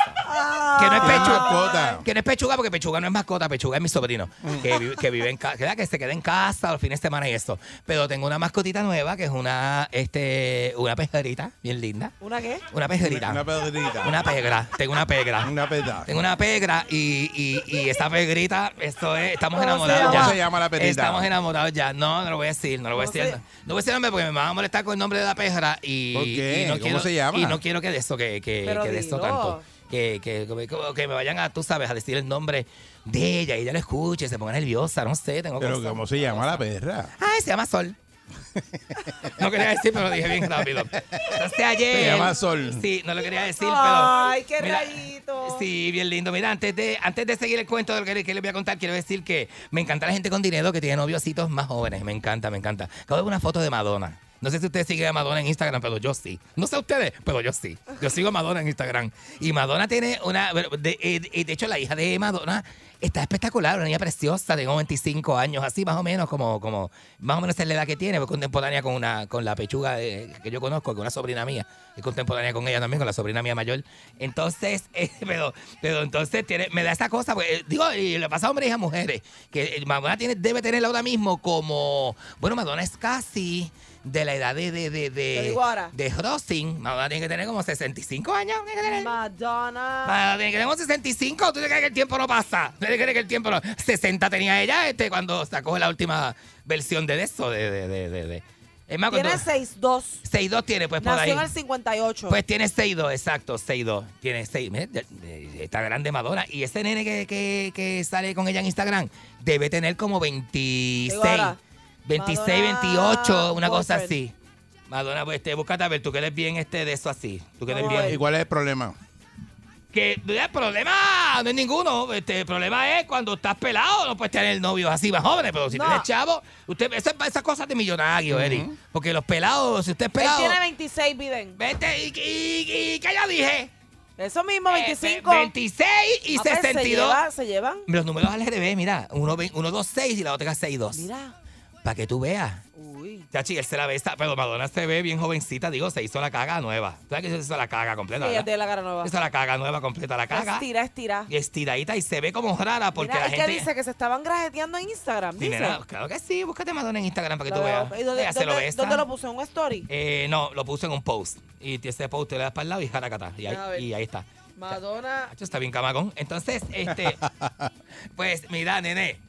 S2: Que no es
S1: Tiene
S2: pechuga.
S1: mascota.
S2: Que no es pechuga, porque pechuga no es mascota, pechuga es mi sobrino. Que vive, que vive en casa, que se queda en casa los fines de semana y esto. Pero tengo una mascotita nueva, que es una, este, una pejerita, bien linda.
S3: ¿Una qué?
S2: Una pejerita.
S1: Una pedrita.
S2: Una pegra. Tengo una pegra.
S1: Una peda.
S2: Tengo una pegra y, y, y esta pegrita, esto es, estamos
S3: ¿Cómo se
S2: enamorados ya.
S3: llama?
S1: ¿Cómo se llama la perrita?
S2: Estamos enamorados ya. No, no lo voy a decir, no lo voy a
S3: ¿Cómo
S2: decir.
S3: se-
S2: No, no voy a decir el nombre porque me van a molestar con el nombre de la perra y,
S1: ¿Por qué?
S2: y no
S1: ¿Cómo
S2: quiero,
S1: se llama?
S2: Y no quiero que de esto, que, que,
S3: Pero
S2: que de esto
S3: dilo.
S2: tanto. Que, que, que, que me vayan a, tú sabes, a decir el nombre de ella y ella lo escuche, se ponga nerviosa, no sé, tengo
S1: Pero
S2: cosas.
S1: ¿cómo se llama la perra?
S2: Ay, Ah, se llama Sol. No quería decir, pero lo dije bien rápido. Entonces ayer.
S1: Se llama Sol.
S2: Sí, no lo quería decir, pero.
S3: Ay, qué
S2: mira,
S3: rayito.
S2: Sí, bien lindo. Mira, antes de, antes de seguir el cuento de lo que, que les voy a contar, quiero decir que me encanta la gente con dinero que tiene noviositos más jóvenes. Me encanta, me encanta. Acabo de ver una foto de Madonna. No sé si ustedes siguen a Madonna en Instagram, pero yo sí. No sé ustedes, pero yo sí. Yo sigo a Madonna en Instagram. Y Madonna tiene una... bueno, De, eh, de- de hecho, la hija de Madonna está espectacular, una niña preciosa, tengo 25 años, así más o menos, como, como más o menos es la edad que tiene, pues, contemporánea con una con la pechuga de- que yo conozco, con una sobrina mía, es contemporánea con ella también, con la sobrina mía mayor. Entonces, eh, pero, pero entonces tiene, me da esa cosa, porque, eh, digo, y le pasa a hombres y a mujeres, que eh, Madonna tiene, debe tenerla ahora mismo como, bueno, Madonna es casi de la edad de, de, de,
S3: Te
S2: de,
S3: digo ahora.
S2: de Rosin, Madonna tiene que tener como 65 años, tiene que tener.
S3: Madonna.
S2: Para que tenemos 65, ¿tú te crees que el tiempo no pasa? ¿Tú te crees que el tiempo no? 60 tenía ella este cuando sacó la última versión de eso. De, de, de, de, de. Es más,
S3: Tiene
S2: cuando
S3: 6'2".
S2: 6'2 tiene, pues por
S3: Nació
S2: ahí.
S3: en el 58.
S2: Pues tiene 6'2, exacto, 6'2. Tiene 6. mira, ya- eh, Está grande Madonna. Y ese nene que, que, que sale con ella en Instagram debe tener como 26.
S3: Digo ahora,
S2: 26,
S3: Madonna
S2: 28, una cosa
S3: boyfriend.
S2: así. Madonna, pues este, búscate a ver, tú que eres bien este de eso así. Tú que eres
S3: Vamos a
S2: bien.
S3: ver.
S1: ¿Y cuál es el problema?
S2: Que no hay problema no es ninguno. Este, el problema es cuando estás pelado, no puedes tener novios así más jóvenes. Pero si
S3: No.
S2: tienes chavo, usted, esas esa cosas de millonario, Eri. Porque los pelados, si usted es
S3: Él
S2: pelado.
S3: tiene 26, Biden.
S2: Vete, y, y, y- ¿qué yo dije?
S3: Eso mismo,
S2: Eh,
S3: 25.
S2: 26 y
S3: Ah, pues,
S2: 62.
S3: Se llevan, se llevan.
S2: Los números al revés, mira. Uno, ve- uno, dos, seis y la otra seis, dos.
S3: Mira.
S2: Para que tú veas.
S3: Uy.
S2: Chachi, él se la ve, esta- pero Madonna se ve bien jovencita, digo, se hizo la caga nueva. ¿Sabes que se hizo la caga completa?
S3: Ella
S2: ¿verdad?
S3: tiene la cara nueva.
S2: Se hizo la caga nueva completa, la caga.
S3: Estira, estira.
S2: y estiradita y se ve como rara porque
S3: Mira,
S2: la
S3: es
S2: gente
S3: que dice que se estaban grajeteando en Instagram. Dice.
S2: Dinero, claro que sí, búscate Madonna en Instagram para que
S3: Lo
S2: tú
S3: veo.
S2: veas.
S3: ¿Y dónde,
S2: Ella se lo
S3: dónde-
S2: besa.
S3: dónde lo puso? ¿En una story?
S2: Eh, no, lo puso en un post. Y ese post te le das para el lado y jaracata. Y
S3: A ver.
S2: ahí, y ahí está.
S3: Madonna.
S2: Hacho, está Ah, bien camagón. Entonces, este, pues mira, nene.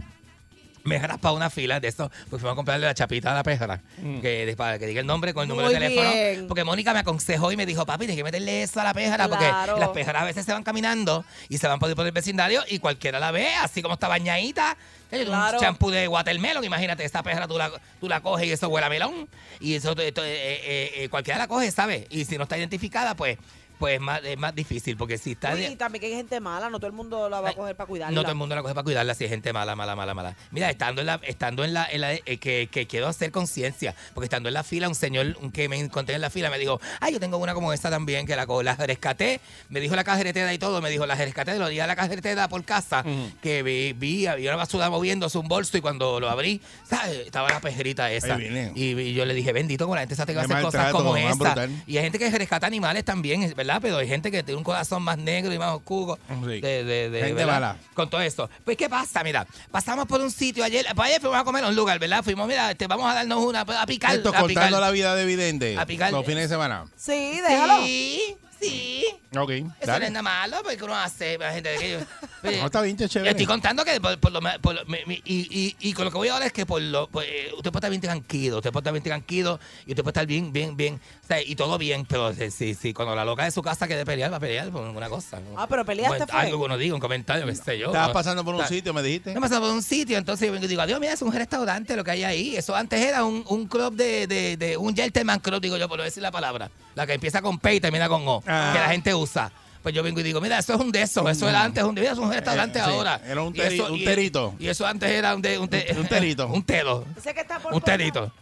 S2: Me raspa una fila de eso, pues fuimos a comprarle la chapita a la perra, que, de- para que diga el nombre con el número de
S3: Mm. Muy
S2: teléfono.
S3: bien.
S2: Porque Mónica me aconsejó y me dijo, papi, tienes que meterle eso a la perra,
S3: Claro.
S2: porque las perras a veces se van caminando y se van por, por el vecindario y cualquiera la ve, así como está bañadita. Eh,
S3: Claro.
S2: Un champú de watermelon, imagínate, esa perra tú la, tú la coges y eh, eso huele a melón. Y eso, esto, eh, eh, eh, cualquiera la coge, ¿sabes? Y si no está identificada, pues pues más, es más difícil, porque si está...
S3: Uy, y también que hay gente mala, no todo el mundo la va a coger para cuidarla.
S2: No todo el mundo la coge para cuidarla si hay gente mala, mala, mala, mala. Mira, estando en la, estando en la, en la- eh, que, que quiero hacer conciencia, porque estando en la fila, un señor un que me encontré en la fila me dijo, ay, yo tengo una como esta también, que la, co- la rescaté, me dijo la cajeretera y todo, me dijo, la rescaté, lo di a la cajeretera por casa, que vi, vi, había una basura moviéndose un bolso y cuando lo abrí, ¿sabes? estaba la pejerita esa.
S1: Ahí viene.
S2: Y, y yo le dije, bendito, como la gente sabe que va a
S1: Qué
S2: hacer cosas
S1: maltrato,
S2: como
S1: más
S2: esta.
S1: brutal.
S2: Y hay gente que rescata animales también, es ¿verdad? Pero hay gente que tiene un corazón más negro y más oscuro.
S1: Sí.
S2: De, de- de-
S1: Gente
S2: este, ¿verdad?
S1: mala.
S2: Con todo esto. Pues, ¿qué pasa? Mira, pasamos por un sitio ayer. Para ayer fuimos a comer a un lugar, ¿verdad? Fuimos, mira, te vamos a darnos una. pues, A picar.
S1: Esto
S2: a picar.
S1: contando la vida de Vidente.
S2: A picar.
S1: Los fines de semana.
S3: Sí, déjalo.
S2: Sí, sí.
S1: Ok.
S2: Eso no
S1: dale.
S2: es nada malo, porque uno hace. la gente de que yo- Pues,
S1: No, está bien, che,
S2: Yo
S1: chévere.
S2: estoy contando que por, por lo, me- por lo- me- me- y, y, y con lo que voy ahora es que por lo, por, eh, usted puede estar bien tranquilo, usted puede estar bien tranquilo y usted puede estar bien, bien, bien, o sea, y todo bien, pero sí, sí, sí, cuando la loca de su casa quiere pelear, va a pelear por alguna cosa. ¿no?
S3: Ah, pero peleaste,
S2: Bueno,
S3: fue.
S2: Algo que uno diga, un comentario, qué sé yo.
S1: Estabas
S2: ¿no?
S1: pasando por un
S2: Está-
S1: sitio, me dijiste.
S2: yo pasaba por un sitio, entonces yo vengo y digo, adiós, mira, es un restaurante lo que hay ahí. Eso antes era un, un club de, de, de- un gentleman club, digo yo, por no decir la palabra. La que empieza con P y termina con O,
S1: Ah.
S2: que la gente usa. Pues yo vengo y digo, mira, eso es un de esos, eso era antes, un, mira, eso es un restaurante
S1: Eh, sí,
S2: ahora.
S1: era un
S2: Y
S1: teri-
S2: eso-
S1: un
S2: y-
S1: terito.
S2: Y, eso antes era un, de, un, te-
S1: Un terito.
S2: un telo.
S3: Ese que está por
S2: Un
S3: fuera.
S2: terito.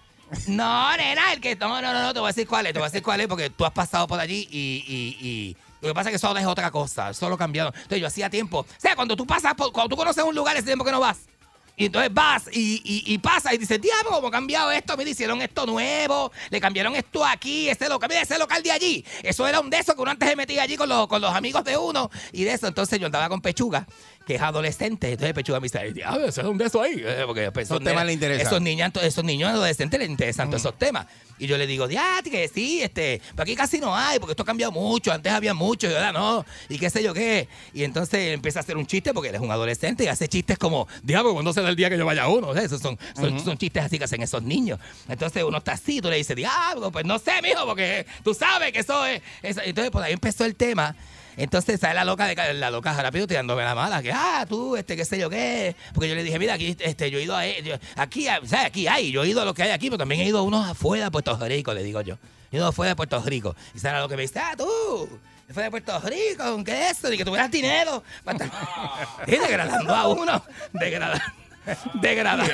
S2: No, nena, el que. No, no, no, no, te voy a decir cuál es, te voy a decir cuál es, porque tú has pasado por allí y. y- y- lo que pasa es que eso ahora es otra cosa, eso lo cambiaron. Entonces yo hacía tiempo. O sea, cuando tú pasas por, cuando tú conoces un lugar, es tiempo que no vas. Y entonces vas y, y, y pasas y dices, diablo, ¿cómo ha cambiado esto? Mira, hicieron esto nuevo, le cambiaron esto aquí, ese local, mira, ese local de allí. Eso era un de esos que uno antes se metía allí con los, con los amigos de uno y de eso. Entonces yo andaba con Pechuga, que es adolescente. Entonces Pechuga me dice, "Ay, diablo, ese es un de esos ahí. eh, Porque pues,
S1: Esos
S2: son
S1: temas
S2: nenas-
S1: le interesan.
S2: Esos niños, esos niños adolescentes les interesan todos esos temas. Y yo le digo, ya, que sí, este, pero aquí casi no hay, porque esto ha cambiado mucho, antes había mucho, y ahora no, y qué sé yo qué. Y entonces empieza a hacer un chiste porque eres un adolescente y hace chistes como, diablo, cuando será el día que yo vaya a uno? ¿sabes? Esos son, son, son chistes así que hacen esos niños. Entonces uno está así, tú le dices, diablo, pues no sé, mijo, porque tú sabes que eso es. eso". Entonces por ahí empezó el tema. Entonces sale la loca de la loca rápido tirándome la mala, que ah, tú, este, qué sé yo qué. Porque yo le dije, mira, aquí, este, yo he ido a yo- aquí, a- ¿sabes? Aquí hay, yo he ido a lo que hay aquí, pero también he ido a unos afuera de Puerto Rico, le digo yo. He ido afuera de Puerto Rico. Y sale la loca y me dice, ah, tú, fue de Puerto Rico, ¿con qué es eso? Ni que tuvieras dinero. para estar-". Y degradando a uno, degradando, degradando.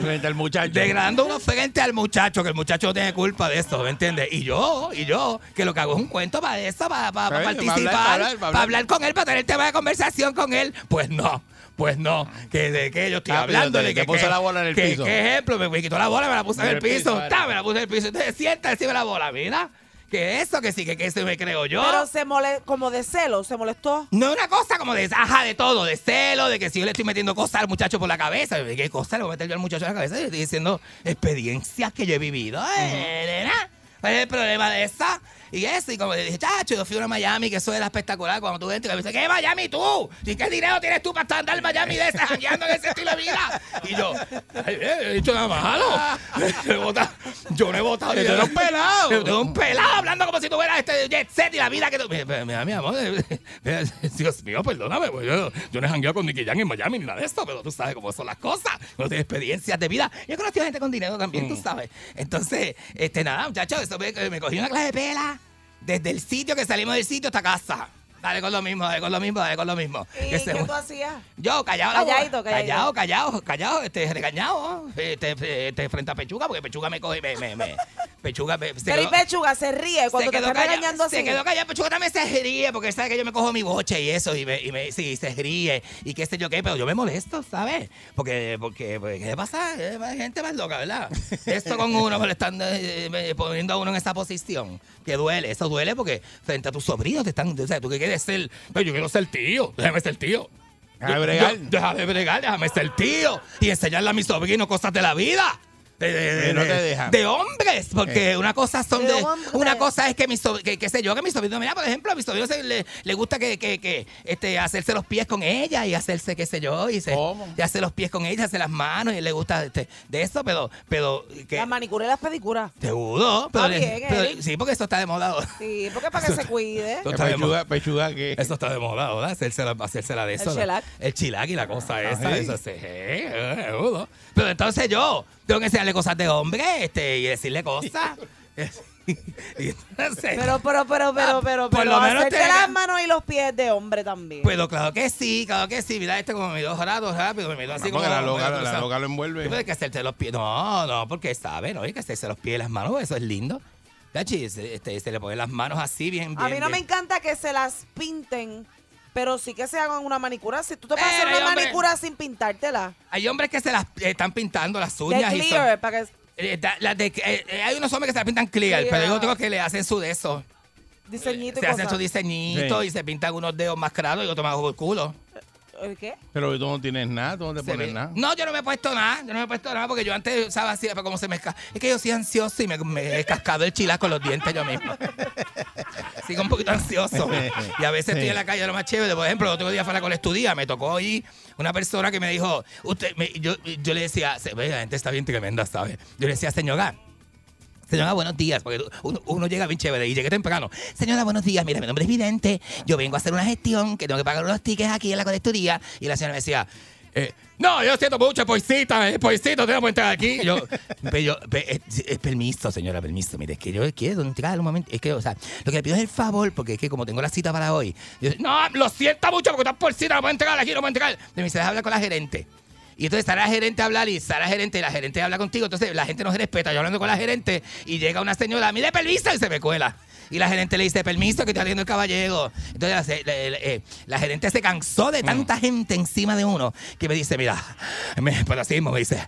S1: Frente al muchacho.
S2: Degradando uno frente al muchacho, que el muchacho no tiene culpa de esto, ¿me entiendes? Y yo, y yo, que lo que hago es un cuento para eso, para, para- para
S1: Sí, para
S2: participar,
S1: hablar,
S2: para
S1: para hablar,
S2: hablar,
S1: para hablar.
S2: con él, para tener tema de conversación con él. Pues no, pues no, que de qué yo estoy
S1: Rápido,
S2: hablando
S1: te-
S2: de que.
S1: te puso
S2: que-
S1: la bola en el
S2: que-
S1: piso.
S2: que ejemplo, me, me quitó la bola, me la puse en
S1: En
S2: el
S1: el piso,
S2: piso,
S1: vale.
S2: ta, me la puse en el piso. Entonces sienta encima de la bola, mira. Que eso, que sí, que, que eso me creo yo.
S3: Pero se mole como de celo, se molestó.
S2: No una cosa como de ajá de todo, de celo, de que si yo le estoy metiendo cosas al muchacho por la cabeza, ¿de ¿qué cosa le voy a meter yo al muchacho en la cabeza? Le estoy diciendo experiencias que yo he vivido, ¿eh, nena? ¿Cuál es el problema de esa? Y eso, y como le dije, chacho, yo fui a una Miami, que eso era espectacular. Cuando tú entras, y me dice, ¿qué Miami tú? ¿Y qué dinero tienes tú para estar andando en Miami de ese, jangueando en ese estilo de vida? Y yo, "Ay, eh, he dicho nada malo. Yo no he votado. Yo no he votado. Yo era un pelado. Yo era un pelado hablando como si tú fueras este jet set y la vida que tú. Mira, mira, mira, mi amor. eh, mira, Dios mío, perdóname, pues yo, yo no he jangueado con Nicky Jam en Miami ni nada de esto, pero tú sabes cómo son las cosas. Uno tiene experiencias de vida. Yo he conocido gente con dinero también, tú sabes. Entonces, este, nada, muchachos, eso me, eh, me cogí una clase de pela desde el sitio que salimos del sitio hasta casa. Dale con lo mismo, dale con lo mismo, dale con lo mismo.
S3: ¿Y
S2: Que
S3: qué
S2: se-
S3: tú hacías?
S2: yo, callado. la boca.
S3: Calladito, calladito.
S2: Callado, callado, callado, este, regañado. Este, este, frente a Pechuga, porque Pechuga me coge, me, me, me. Pechuga me, se
S3: Pero y
S2: quedó-
S3: Pechuga se ríe
S2: se
S3: cuando te
S2: quedó
S3: está
S2: calla-
S3: regañando así.
S2: Se quedó callado, Pechuga también se ríe, porque sabe que yo me cojo mi boche y eso, y me, y me sí, se ríe, y qué sé yo qué, pero yo me molesto, ¿sabes? Porque, porque, pues, ¿qué pasa? Eh, Hay gente más loca, ¿verdad? Esto con uno molestando, eh, eh, poniendo a uno en esa posición, que duele, eso duele porque frente a tus sobrinos te están, o sea, tú que quieres ser, "Ay, yo quiero ser tío, déjame ser tío.
S1: Deja de
S2: Yo-
S1: bregar.
S2: yo- déjame bregar, déjame ser tío y enseñarle a mis sobrinos cosas de la vida. De, de- de-
S1: Y no te Eh.
S2: de-
S1: dejan.
S2: de hombres, porque una cosa son
S3: De
S2: de-
S3: hombres.
S2: una cosa es que mi sobrino, que, que sé yo, que mi sobrino, mira, por ejemplo, a mi sobrino se- le, le gusta que, que, que, este, hacerse los pies con ella y hacerse, qué sé yo, y se
S1: ¿Cómo?
S2: y hace los pies con ella, hace las manos y le gusta este, de eso, pero, pero que
S3: La manicura y las pedicuras.
S2: seguro, pero,
S3: Está bien,
S2: pero-
S3: Eric.
S2: sí, porque eso está de moda. ahora.
S3: Sí, porque para que se cuide.
S2: Eso
S1: Que
S2: está de moda.
S1: Pechuga, pechuga que.
S2: Eso está de moda ahora, hacerse la, hacerse la de eso. la-
S3: chilac.
S2: El chilac y la cosa esa.
S1: sí.
S2: Eso, sí, eh, seguro. Pero entonces yo tengo que enseñarle cosas de hombre este, y decirle cosas. Y entonces,
S3: Pero, pero, pero, pero, pero,
S2: ah, por
S3: pero
S2: lo menos Pues,
S3: hacerte
S2: te
S3: las
S2: hagan-
S3: manos y los pies de hombre también.
S2: pero claro que sí, claro que sí. Mira, este como me miró jorado rápido, me miró así
S1: porque
S2: como.
S1: la
S2: como
S1: loca, la
S2: cruzado.
S1: loca lo envuelve.
S2: Pero hay que hacerte los pies. No, no, porque sabe, no hay que hacerse los pies y las manos, eso es lindo. Tachi, se- este, se le ponen las manos así, bien, bien.
S3: a mí no me
S2: bien.
S3: encanta que se las pinten, pero sí que se hagan una manicura. Si tú te puedes
S2: Pero,
S3: hacer una
S2: hombre.
S3: manicura sin pintártela,
S2: Hay hombres que se las eh, están pintando las
S3: de
S2: uñas y son-
S3: clear, para que
S2: Eh, da- las de- eh, eh, hay unos hombres que se las pintan clear,
S3: Sí,
S2: pero hay
S3: ah.
S2: otros que le hacen su de eso.
S3: diseñito
S2: se
S3: y
S2: hacen su
S3: cosas.
S2: diseñito
S1: Sí.
S2: y se pintan unos dedos más claros y otros más por culo.
S3: ¿Eh, ¿Qué?
S1: Pero tú no tienes nada, tú no te
S2: Se
S1: pones
S2: ve-
S1: nada.
S2: No, yo no me he puesto nada, yo no me he puesto nada porque yo antes usaba así, pero como se me esca- Es que yo soy ansioso y me, me he cascado el chilaco con los dientes yo mismo. Sigo un poquito ansioso. Y a veces estoy en la calle lo más chévere. Por ejemplo, el otro día fue a la colestudía, me tocó ahí una persona que me dijo, usted, me- yo, yo le decía, se- ve, la gente está bien tremenda, ¿sabes? Yo le decía, señora. Señora, buenos días, porque uno, uno llega bien chévere y llegué temprano. Señora, buenos días, mira, mi nombre es Vidente, yo vengo a hacer una gestión, que tengo que pagar unos tickets aquí en la colecturía. Y la señora me decía, eh, no, yo siento mucho, poisita, eh, poisita, tengo que entrar aquí. Yo, pe- yo, pe- eh, eh, permiso, señora, permiso, mire, es que yo quiero entrar un momento, es que, o sea, lo que le pido es el favor, porque es que como tengo la cita para hoy, yo, no, lo siento mucho, porque estás poisita, no puedo entrar aquí, no puedo entrar. Y me dice, "Deja hablar con la gerente. Y entonces está la gerente a hablar y está la gerente y la gerente habla contigo. Entonces la gente no se respeta. Yo hablando con la gerente y llega una señora, mire permiso y se me cuela. Y la gerente le dice, permiso, que está viendo el caballero. Entonces la, se- le- le- eh, la gerente se cansó
S1: Mm.
S2: de tanta gente encima de uno que me dice, mira, me, pero así mismo me dice,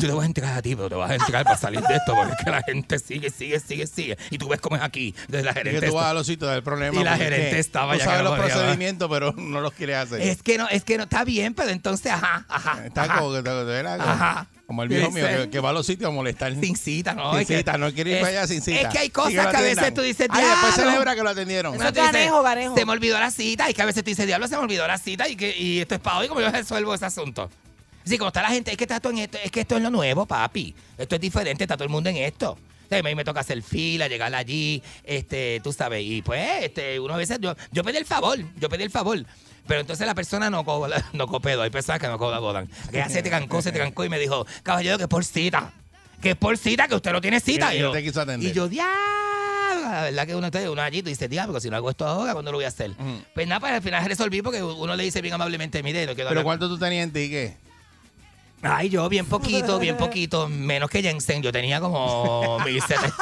S2: yo te voy a entrar a ti, pero te vas a entrar para salir de esto, porque es que la gente sigue, sigue, sigue, sigue. Y tú ves cómo es aquí. Entonces la
S1: Es
S2: gerente...
S1: que tú
S2: está-
S1: vas a los sitios del problema.
S2: Y la
S1: porque es
S2: gerente
S1: que
S2: estaba
S1: tú
S2: ya que
S1: sabes
S2: no
S1: los
S2: podía, ¿verdad?
S1: procedimientos, pero no los quieres hacer.
S2: Es que no, es que no, está bien, pero entonces, ajá, ajá.
S1: Está
S2: ajá.
S1: como, que- era como-
S2: Ajá.
S1: como el viejo
S2: Sí,
S1: mío
S2: sí.
S1: que, que va a los sitios a molestar.
S2: Sin cita, ¿no?
S1: Sin
S2: Es que-
S1: cita, no quiere ir para
S2: es-
S1: allá sin cita.
S2: Es que hay
S1: Y lo
S2: cosas que a veces
S1: atiendan.
S2: tú dices,
S1: Ay, después
S2: "Diablo".
S1: celebra que lo atendieron.
S3: Eso es
S2: Tú dices,
S3: ganejo, ganejo.
S2: Se me olvidó la cita. Y que a veces tú dices, diablo, se me olvidó la cita y, que, y esto es para hoy. ¿Cómo yo resuelvo ese asunto? Sí, como está la gente, es que, está todo en esto, es que esto es lo nuevo, papi. Esto es diferente, está todo el mundo en esto. O sea, A mí me toca hacer fila, llegar allí, este, tú sabes. Y pues, este, uno a veces, yo, yo pedí el favor, yo pedí el favor. Pero entonces la persona no cobra, no copedo. Hay personas que no cobran. Que ya se te cancó, se te cancó y me dijo, caballero, que es por cita. Que es por cita, que usted no tiene cita.
S1: Y- y no Eh, te quiso atender.
S2: y yo, diablo, la verdad que uno está uno allí y dice, diablo, si no hago esto ahora, ¿cuándo lo voy a hacer? Pues nada, pues al final resolví porque uno le dice bien amablemente, mire, no quiero
S1: Pero
S2: hablar-
S1: ¿cuánto tú tenías en ti? ¿Qué?
S2: Ay, yo bien poquito, bien poquito, menos que Jensen, yo tenía como 1700,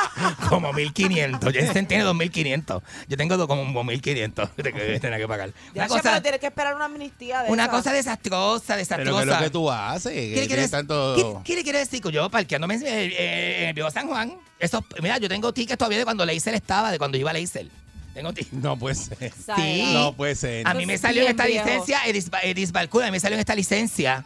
S2: como 1500, Jensen tiene 2500, yo tengo do- como 1500 que tenía que pagar.
S3: Ya,
S2: Una
S3: che, pero
S2: cosa,
S3: tienes que esperar una amnistía de
S2: una
S3: esas.
S2: cosa desastrosa,
S1: Pero ¿qué es lo
S2: desastrosa.
S1: que tú haces? Que
S2: ¿Qué le quiere,
S1: tienes tanto...
S2: qué- qué le quiere decir? Que yo parqueándome en, eh, eh, en el viejo San Juan. Eso, mira, yo tengo tickets todavía de cuando Leisel estaba, de cuando iba a Leisel. Tengo tickets.
S1: No puede ser.
S3: Esa
S2: Sí. Ah,
S3: edad.
S1: No puede ser.
S2: A mí me
S3: Eso es
S2: salió en
S3: bien
S2: esta
S3: viejo.
S2: licencia, eh, Edis, Edis Balcuna, a mí me salió en esta licencia,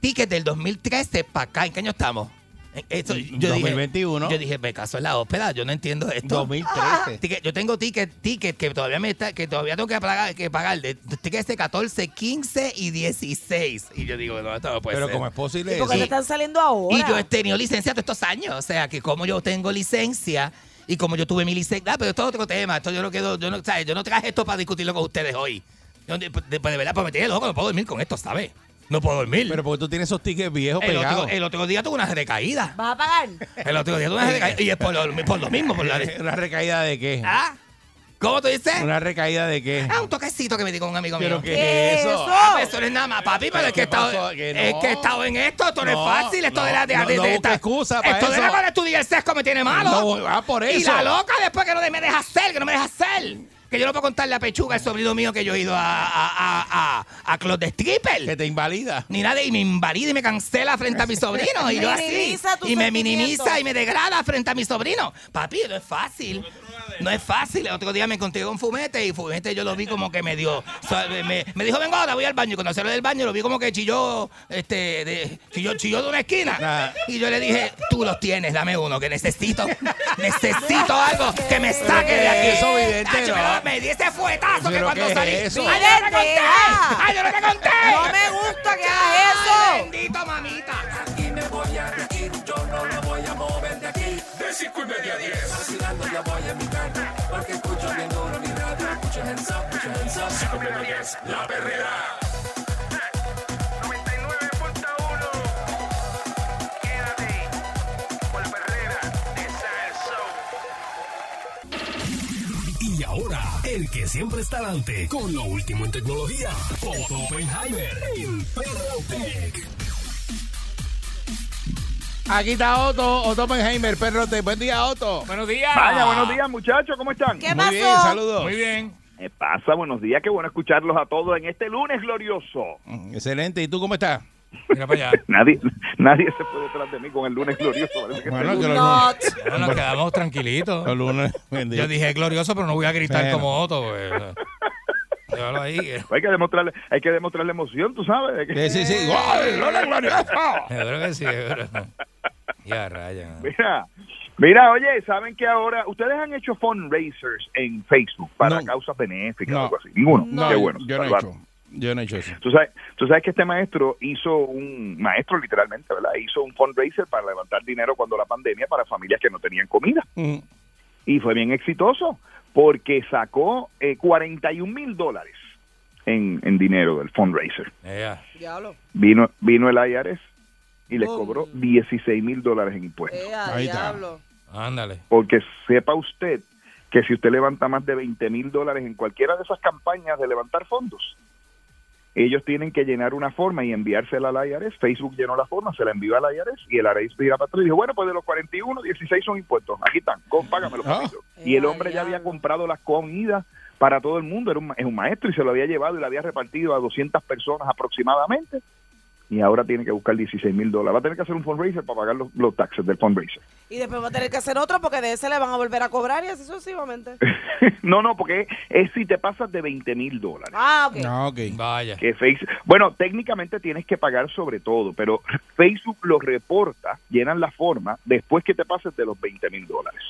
S2: ticket del 2013 para acá. ¿En qué año estamos? En- esto, yo dije-
S1: 2021.
S2: yo dije, me caso en la ópera, yo no entiendo esto.
S1: 2013.
S2: Ticket- yo tengo ticket, ticket que todavía me está, que todavía tengo que pagar, que pagar de tickets de 14, 15 y 16. Y yo digo, no, esto no puede
S1: Pero
S2: ser.
S1: ¿cómo es posible
S3: Porque
S1: eso?
S3: te están saliendo ahora.
S2: Y yo he tenido licencia todos estos años. O sea, que como yo tengo licencia y como yo tuve mi licencia. Ah, pero esto es otro tema. Esto yo no quedo. Yo no, ¿sabes? yo no traje esto para discutirlo con ustedes hoy. Yo, de, de- de verdad, pues me tiene loco. No puedo dormir con esto, ¿sabes? No puedo dormir.
S1: Pero porque tú tienes esos tickets viejos
S2: el,
S1: pegados.
S2: otro, el otro día tuve una recaída.
S3: ¿Vas a pagar?
S2: El otro día tuve una recaída. Y es por lo, por lo mismo. Por la,
S1: ¿Una recaída de qué?
S2: ¿Ah? ¿Cómo tú dices?
S1: ¿Una recaída de qué?
S2: Ah, un toquecito que me dijo un amigo mío.
S1: ¿Pero qué,
S3: ¿Qué
S1: es
S3: es
S1: eso?
S3: eso?
S2: Ah, pues eso no es nada más, papi, pero
S1: Pero
S2: es que,
S1: ¿qué
S2: he estado,
S1: pasó? Que
S2: es
S1: no.
S2: que he estado en esto, esto no,
S1: No,
S2: es fácil, esto
S1: no,
S2: de la de,
S1: no,
S2: de-
S1: no
S2: de-
S1: busque
S2: esta-
S1: excusa para
S2: Esto de la
S1: eso.
S2: con estudiar el sesco me tiene malo.
S1: No, ah, por
S2: Y
S1: eso.
S2: la loca después que no me deja hacer, que no me deja hacer. Que yo no puedo contarle a Pechuga, el sobrino mío, que yo he ido a, a, a, a, a Club de Stripper.
S1: Que te invalida.
S2: Ni nada, y me invalida y me cancela frente a mis sobrinos. Y yo así.
S3: Minimiza tus
S2: Y me
S3: sentimientos.
S2: minimiza y me degrada frente a mis sobrinos. Papi, no es fácil. No es fácil. El otro día me encontré con Fumete y Fumete yo lo vi como que me dio. so- me, me dijo, venga ahora, voy al baño. Y cuando salió del baño lo vi como que chilló, este, de, chilló, chilló de una esquina.
S1: Ah.
S2: Y yo le dije, tú los tienes, dame uno, que necesito. necesito algo que me saque de aquí.
S1: Eso, evidente,
S2: Tacho,
S1: no.
S2: Me, me di ese fuetazo que
S1: Pero
S2: cuando
S1: ¿qué es
S2: salí.
S1: eso?
S2: ¡Ay, yo no te conté!
S3: Deja.
S2: ¡Ay, yo no te conté!
S3: No me gusta que hagas
S2: Ay,
S3: eso.
S2: bendito, mamita.
S4: Quédate con la perrera de Salsón. Ahora, el que siempre está adelante con lo último en tecnología, Otto Oppenheimer en Perro Tech.
S1: Aquí está Otto, Otto Oppenheimer, perro. Tech. Buen día, Otto.
S2: Buenos días.
S10: Vaya, buenos días, muchachos, ¿cómo están?
S3: ¿Qué
S1: Muy
S3: pasó?
S1: bien, saludos.
S2: Muy bien.
S10: ¿Qué pasa? Buenos días, qué bueno escucharlos a todos en este lunes glorioso.
S1: Mm, Excelente. ¿Y tú cómo estás?
S2: Mira para allá.
S10: Nadie nadie se fue detrás de mí con el lunes glorioso. parece que
S1: Bueno,
S10: estoy-
S1: que los,
S3: Not.
S2: Ya nos quedamos tranquilitos.
S1: los lunes.
S2: Yo dije glorioso, pero no voy a gritar
S1: Bueno.
S2: como Otto. pues. Llévalo ahí. eh.
S10: hay, que demostrarle, hay que demostrarle emoción, tú sabes. de que-
S1: Sí, sí, sí. ¡Guau! ¡El lunes glorioso!
S2: Yo creo que sí. yo creo. Ya, raya.
S10: Mira, mira, oye, saben que ahora ustedes han hecho fundraisers en Facebook para
S1: No.
S10: causas benéficas
S1: No.
S10: o algo así. Ninguno.
S1: No,
S10: Qué bueno.
S1: yo no he
S10: salvar.
S1: hecho. Yo no he hecho eso.
S10: Tú sabes, tú sabes que este maestro hizo un maestro literalmente, ¿verdad? Hizo un fundraiser para levantar dinero cuando la pandemia para familias que no tenían comida
S1: Mm.
S10: y fue bien exitoso porque sacó eh, 41 mil dólares en, en dinero del fundraiser.
S2: Ya.
S3: Diablo.
S10: Vino vino el IRS y les
S3: Oh.
S10: cobró 16 mil dólares en impuestos.
S3: Ea,
S1: Ahí está.
S3: diablo.
S2: Ándale.
S10: Porque sepa usted que si usted levanta más de 20 mil dólares en cualquiera de esas campañas de levantar fondos, ellos tienen que llenar una forma y enviársela al IRS. Facebook llenó la forma, se la envió al IRS y el IRS dirá para atrás y dijo, bueno, pues de los 41, 16 son impuestos. Aquí están, con, págamelo.
S1: Ah.
S10: papito". Y el hombre ya había comprado las comidas para todo el mundo, era un, ma- es un maestro y se lo había llevado y lo había repartido a 200 personas aproximadamente. Y ahora tiene que buscar 16 mil dólares. Va a tener que hacer un fundraiser para pagar los, los taxes del fundraiser.
S3: Y después va a tener que hacer otro porque de ese le van a volver a cobrar y así sucesivamente.
S10: No, no, porque es, es si te pasas de 20 mil dólares.
S3: Ah, ok.
S1: Ah, ok.
S2: Vaya.
S10: Que Facebook- bueno, técnicamente tienes que pagar sobre todo, pero Facebook lo reporta, llenan la forma, después que te pases de los 20 mil dólares.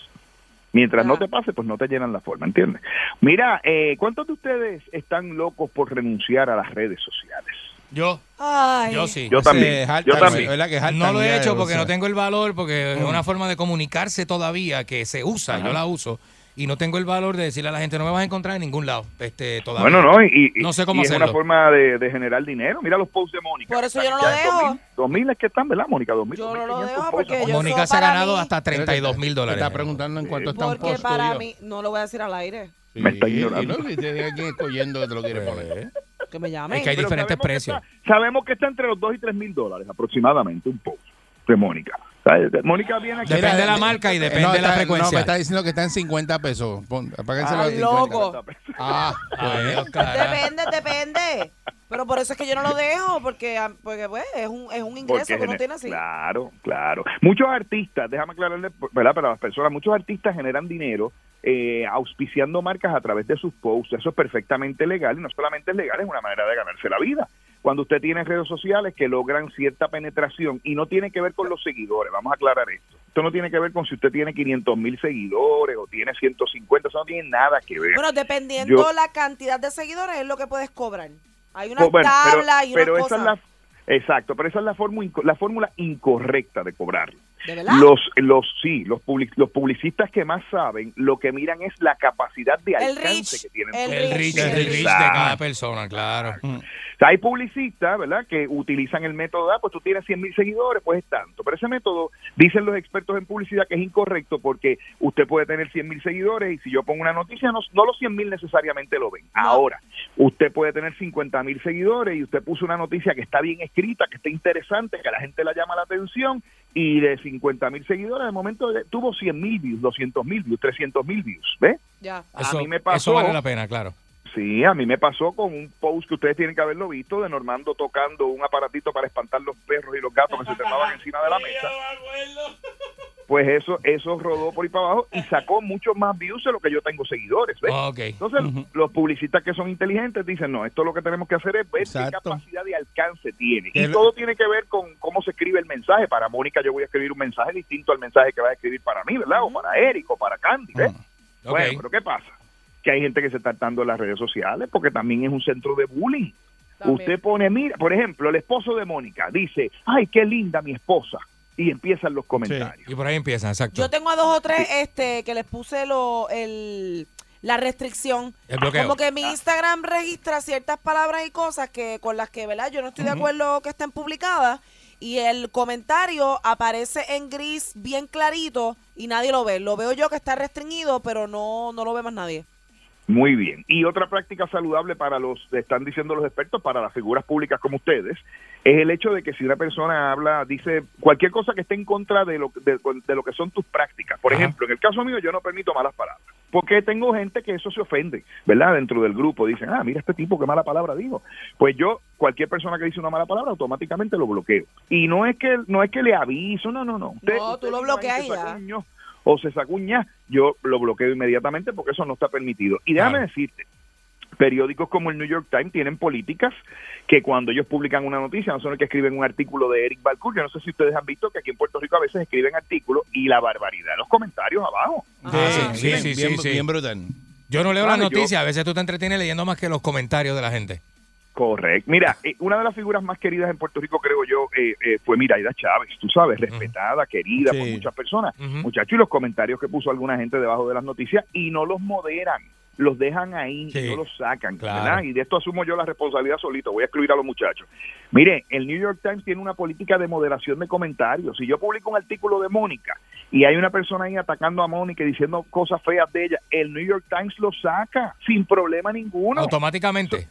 S10: Mientras no
S3: Ah.
S10: te pases, pues no te llenan la forma, ¿entiendes? Mira, eh, ¿cuántos de ustedes están locos por renunciar a las redes sociales?
S2: Yo,
S3: Ay.
S2: yo sí.
S10: Yo
S1: Se
S10: también,
S1: jaltan,
S10: yo también.
S1: ¿verdad que jaltan
S2: No lo
S1: ya
S2: he
S1: de
S2: hecho porque
S1: usar?
S2: no tengo el valor, porque es una forma de comunicarse todavía que se usa, yo la uso, y no tengo el valor de decirle a la gente, no me vas a encontrar en ningún lado, este, todavía.
S10: Bueno, no, y, y-
S2: No sé cómo
S10: y es
S2: hacerlo.
S10: una forma de, de generar dinero. Mira los posts de Mónica.
S3: Por eso yo no lo
S10: Ya hay
S3: dejo.
S10: 2000, 2000 es que están, ¿verdad, Mónica? 2000,
S3: Yo no lo
S10: 2500
S3: dejo
S10: posts.
S3: porque yo
S2: Mónica
S3: eso
S2: se ha
S3: para
S2: ganado
S3: mí-
S2: hasta 32 mil dólares.
S1: Te está preguntando en cuánto está un
S3: Porque
S1: post
S3: para
S1: tuyo.
S3: mí, no lo voy a decir al aire.
S1: Sí,
S10: Me está ignorando.
S1: Y no, si te alguien escogiendo te lo quiere
S2: Pues, eh.
S1: poner.
S3: Que me llamen.
S2: Es que hay
S10: Pero
S2: diferentes
S10: sabemos que
S2: precios.
S10: está- sabemos que está entre los 2 y 3 mil dólares aproximadamente, un poco, de Mónica. O sea, de-
S3: Ah,
S10: Mónica viene aquí.
S2: Depende
S1: Mira,
S2: de la
S1: eh,
S2: marca y
S1: eh,
S2: depende
S1: no,
S2: de
S1: está-
S2: la
S1: No, me
S2: frecuencia.
S1: está diciendo que está en 50 pesos. Pon, apágenselo
S3: Ah,
S1: de 50.
S3: loco.
S1: Ah,
S2: Ay,
S1: pues.
S2: Dios, carajo.
S3: Depende, depende. Pero por eso es que yo no lo dejo, porque, ah, porque pues, es, un, es un ingreso
S10: Porque
S3: que uno
S10: gener-
S3: tiene así.
S10: Claro, claro. Muchos artistas, déjame aclararle, ¿verdad? Para las personas, muchos artistas generan dinero eh, auspiciando marcas a través de sus posts. Eso es perfectamente legal y no solamente es legal, es una manera de ganarse la vida. Cuando usted tiene redes sociales que logran cierta penetración y no tiene que ver con los seguidores, vamos a aclarar esto. Esto no tiene que ver con si usted tiene 500 mil seguidores o tiene 150, eso no tiene nada que ver.
S3: Bueno, dependiendo
S10: Yo-
S3: la cantidad de seguidores es lo que puedes cobrar. Hay unas
S10: Oh, bueno, pero-
S3: tablas y unas
S10: pero esa
S3: cosas.
S10: es la- exacto, pero esa es la fórmula, inco- la fórmula incorrecta de cobrarlo.
S3: ¿De verdad?
S10: Los, los, sí, los, public- los publicistas que más saben, lo que miran es la capacidad de
S3: el
S10: alcance
S3: rich,
S10: que tienen.
S3: el,
S2: El rich,
S3: rich,
S2: el rich de
S10: Ah,
S2: cada persona, claro.
S10: O sea, hay publicistas, ¿verdad?, que utilizan el método, ah, pues tú tienes 100 mil seguidores, pues es tanto. Pero ese método, dicen los expertos en publicidad, que es incorrecto porque usted puede tener 100 mil seguidores y si yo pongo una noticia, no, no los 100 mil necesariamente lo ven. Ahora, usted puede tener 50 mil seguidores y usted puso una noticia que está bien escrita, que está interesante, que a la gente la llama la atención y de 50 mil seguidores, de momento eh, tuvo 100 mil views, 200 mil views, 300 mil views, ¿ves?
S3: Ya.
S10: A
S2: Eso,
S10: mí me
S2: eso
S10: pasó-
S2: vale la pena, claro.
S10: Sí, a mí me pasó con un post que ustedes tienen que haberlo visto de Normando tocando un aparatito para espantar los perros y los gatos que se trepaban encima de la mesa. Pues eso, eso rodó por ahí para abajo y sacó muchos más views de lo que yo tengo seguidores. ¿ves?
S2: Ok.
S10: Entonces, los publicistas que son inteligentes dicen, no, esto lo que tenemos que hacer es ver
S1: Exacto.
S10: qué capacidad de alcance tiene.
S1: Que
S10: Y
S1: lo-
S10: todo tiene que ver con cómo se escribe el mensaje. Para Mónica yo voy a escribir un mensaje distinto al mensaje que va a escribir para mí, ¿verdad? O para Eric o para Candy, ¿ves?
S2: Mm, Ok.
S10: Bueno, pero ¿qué pasa? Que hay gente que se está hartando en las redes sociales porque también es un centro de bullying.
S3: También.
S10: Usted pone, mira, por ejemplo, el esposo de Mónica dice, ay, qué linda mi esposa. Y empiezan los comentarios.
S2: Y por ahí empiezan, exacto.
S3: Yo tengo a dos o tres este, que les puse lo, el, la restricción.
S2: El bloqueo.
S3: Como que mi
S6: Ah.
S3: Instagram registra ciertas palabras y cosas que con las que ¿verdad? yo no estoy de acuerdo que estén publicadas y el comentario aparece en gris bien clarito y nadie lo ve. Lo veo yo que está restringido, pero no, no lo ve más nadie.
S10: Muy bien. Y otra práctica saludable para los, están diciendo los expertos, para las figuras públicas como ustedes, es el hecho de que si una persona habla, dice cualquier cosa que esté en contra de lo, de, de lo que son tus prácticas. Por
S2: Ajá.
S10: ejemplo, en el caso mío yo no permito malas palabras, porque tengo gente que eso se ofende, ¿verdad? Dentro del grupo dicen, ah, mira este tipo, qué mala palabra dijo. Pues yo, cualquier persona que dice una mala palabra, automáticamente lo bloqueo. Y no es que, no es que le aviso, no, no, no.
S3: No, tú
S10: dijo
S3: lo
S10: ahí,
S3: bloqueas
S10: te
S3: y ya.
S10: sacó un ño- o se sacó un ña, yo lo bloqueo inmediatamente porque eso no está permitido. Y déjame
S2: Claro.
S10: decirte, periódicos como el New York Times tienen políticas que cuando ellos publican una noticia, no son los que escriben un artículo de Eric Balcour, yo no sé si ustedes han visto que aquí en Puerto Rico a veces escriben artículos y la barbaridad, los comentarios abajo.
S6: Ah, sí,
S1: bien,
S6: sí,
S1: bien,
S6: sí, sí.
S1: bien brutal.
S6: Yo no leo las
S10: Claro, yo-
S6: noticias, a veces tú te entretienes leyendo más que los comentarios de la gente.
S10: Correcto. Mira, eh, una de las figuras más queridas en Puerto Rico, creo yo, eh, eh, fue Miraida Chávez, tú sabes, respetada, querida por
S1: Sí.
S10: muchas personas.
S6: Ujú.
S10: Muchachos, y los comentarios que puso alguna gente debajo de las noticias y no los moderan, los dejan ahí,
S6: Sí.
S10: no los sacan.
S6: Claro.
S10: ¿verdad? Y de esto asumo yo la responsabilidad solito, voy a excluir a los muchachos. Mire, el New York Times tiene una política de moderación de comentarios. Si yo publico un artículo de Mónica y hay una persona ahí atacando a Mónica y diciendo cosas feas de ella, el New York Times lo saca sin problema ninguno.
S6: Automáticamente.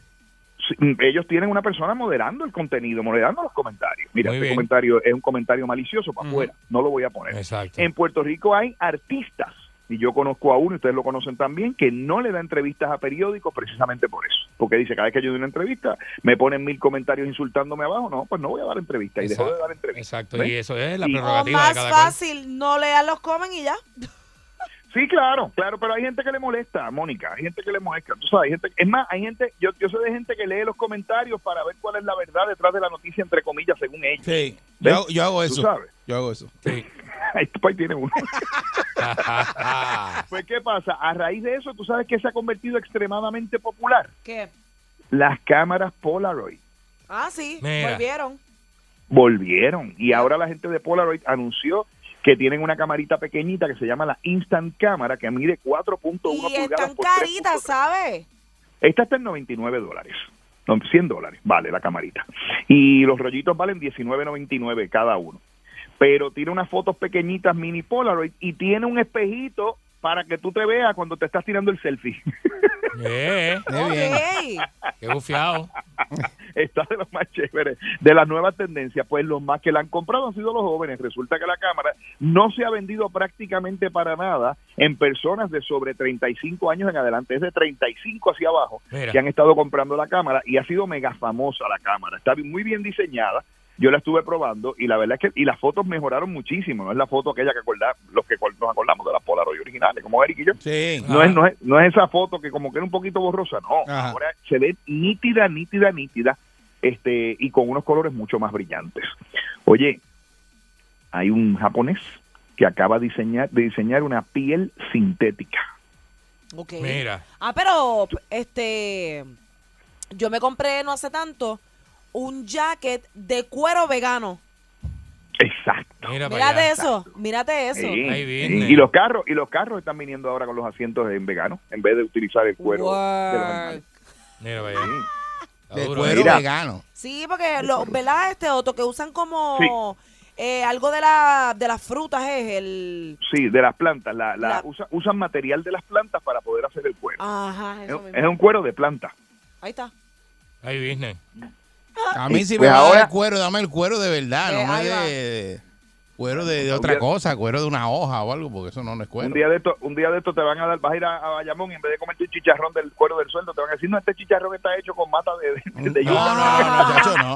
S10: Sí, mm, ellos tienen una persona moderando el contenido, moderando los comentarios. Mira,
S6: Muy
S10: este
S6: bien.
S10: comentario es un comentario malicioso para afuera, no lo voy a poner.
S6: Exacto.
S10: En Puerto Rico hay artistas, y yo conozco a uno, y ustedes lo conocen también, que no le da entrevistas a periódicos precisamente por eso. Porque dice, cada vez que yo doy una entrevista, me ponen mil comentarios insultándome abajo. No, pues no voy a dar entrevista, y dejo de dar entrevistas.
S6: Exacto,
S10: ¿Ves?
S6: y eso es la
S10: Y-
S3: O
S6: prerrogativa de
S3: más
S6: cada cual.
S3: fácil, no lean los comen y ya.
S10: Sí, claro, claro, pero hay gente que le molesta, Mónica, hay gente que le molesta, tú sabes, hay gente, es más, hay gente, yo, yo sé de gente que lee los comentarios para ver cuál es la verdad detrás de la noticia, entre comillas, según ellos.
S1: Sí. Yo,
S10: ¿Ves?
S1: hago- yo hago
S10: Tú
S1: eso.
S10: sabes.
S1: Yo hago eso.
S10: Ahí tú, ahí tiene uno. pues, ¿qué pasa? A raíz de eso, tú sabes que se ha convertido extremadamente popular.
S3: ¿Qué?
S10: Las cámaras Polaroid
S3: Ah, sí,
S6: Mira.
S3: volvieron.
S10: volvieron y ahora la gente de Polaroid anunció que tienen una camarita pequeñita que se llama la Instant Cámara que mide 4.1
S3: Y
S10: pulgadas
S3: están
S10: por
S3: caritas,
S10: 3.3.
S3: ¿sabes?
S10: Esta está en 99 dólares. No, 100 dólares vale la camarita. Y los rollitos valen 19.99 cada uno. Pero tiene unas fotos pequeñitas mini Polaroid y tiene un espejito para que tú te veas cuando te estás tirando el selfie.
S6: Eh,
S1: Muy bien.
S3: Ok.
S6: qué bufiado.
S10: Está de los más chéveres, de las nuevas tendencias. Pues los más que la han comprado han sido los jóvenes. Resulta que la cámara no se ha vendido prácticamente para nada en personas de sobre 35 años en adelante. Es de 35 hacia abajo
S6: Mira.
S10: que han estado comprando la cámara y ha sido mega famosa la cámara. Está bi- muy bien diseñada. Yo la estuve probando y la verdad es que y las fotos mejoraron muchísimo. No es la foto aquella que acordá- los que col- nos acordamos de las Polaroid originales, como Eric y yo.
S1: Sí.
S10: No es, no, es, no es esa foto que como que era un poquito borrosa, no.
S1: Ajá.
S10: Ahora se ve nítida, nítida, nítida, este, y con unos colores mucho más brillantes. Oye, hay un japonés que acaba de diseñar, de diseñar una piel sintética.
S3: Ok.
S6: Mira.
S3: Ah, pero este yo me compré no hace tanto un jacket de cuero vegano.
S10: Exacto.
S6: Mira, para
S3: Mírate
S6: allá.
S3: eso, mírate eso.
S10: Sí,
S6: Ahí
S10: sí.
S6: viene.
S10: Y los carros, y los carros están viniendo ahora con los asientos en vegano, en vez de utilizar el cuero de los animales.
S3: Work.
S6: Mira, para
S10: Sí.
S6: allá. Está
S1: De
S6: duro.
S1: cuero
S10: Mira.
S1: vegano.
S3: Sí, porque los, ¿verdad? Este otro que usan como eh, algo de la de las frutas es el
S10: Sí, de las plantas, la, la-
S3: La-
S10: usa- usan material de las plantas para poder hacer el cuero.
S3: ajá,
S10: es,
S3: eso
S10: es
S3: mismo.
S10: un cuero de planta.
S3: Ahí está.
S6: eh. Ahí business.
S1: A mí si
S8: Pues
S1: me va a dar
S8: ahora-
S1: el cuero, dame el cuero de verdad,
S3: Eh,
S1: no me
S3: ahí va.
S1: de cuero de, de otra
S10: Un día-
S1: cosa, cuero de una hoja o algo, porque eso no, no es cuero.
S10: Un día de esto, un día de esto te van a dar, vas a ir a, a Bayamón y en vez de comerte un chicharrón del cuero del sueldo, te van a decir, no, este chicharrón está hecho con mata de,
S6: Mm,
S10: de, de
S1: No,
S10: yuca".
S1: no, no, no, chacho, no.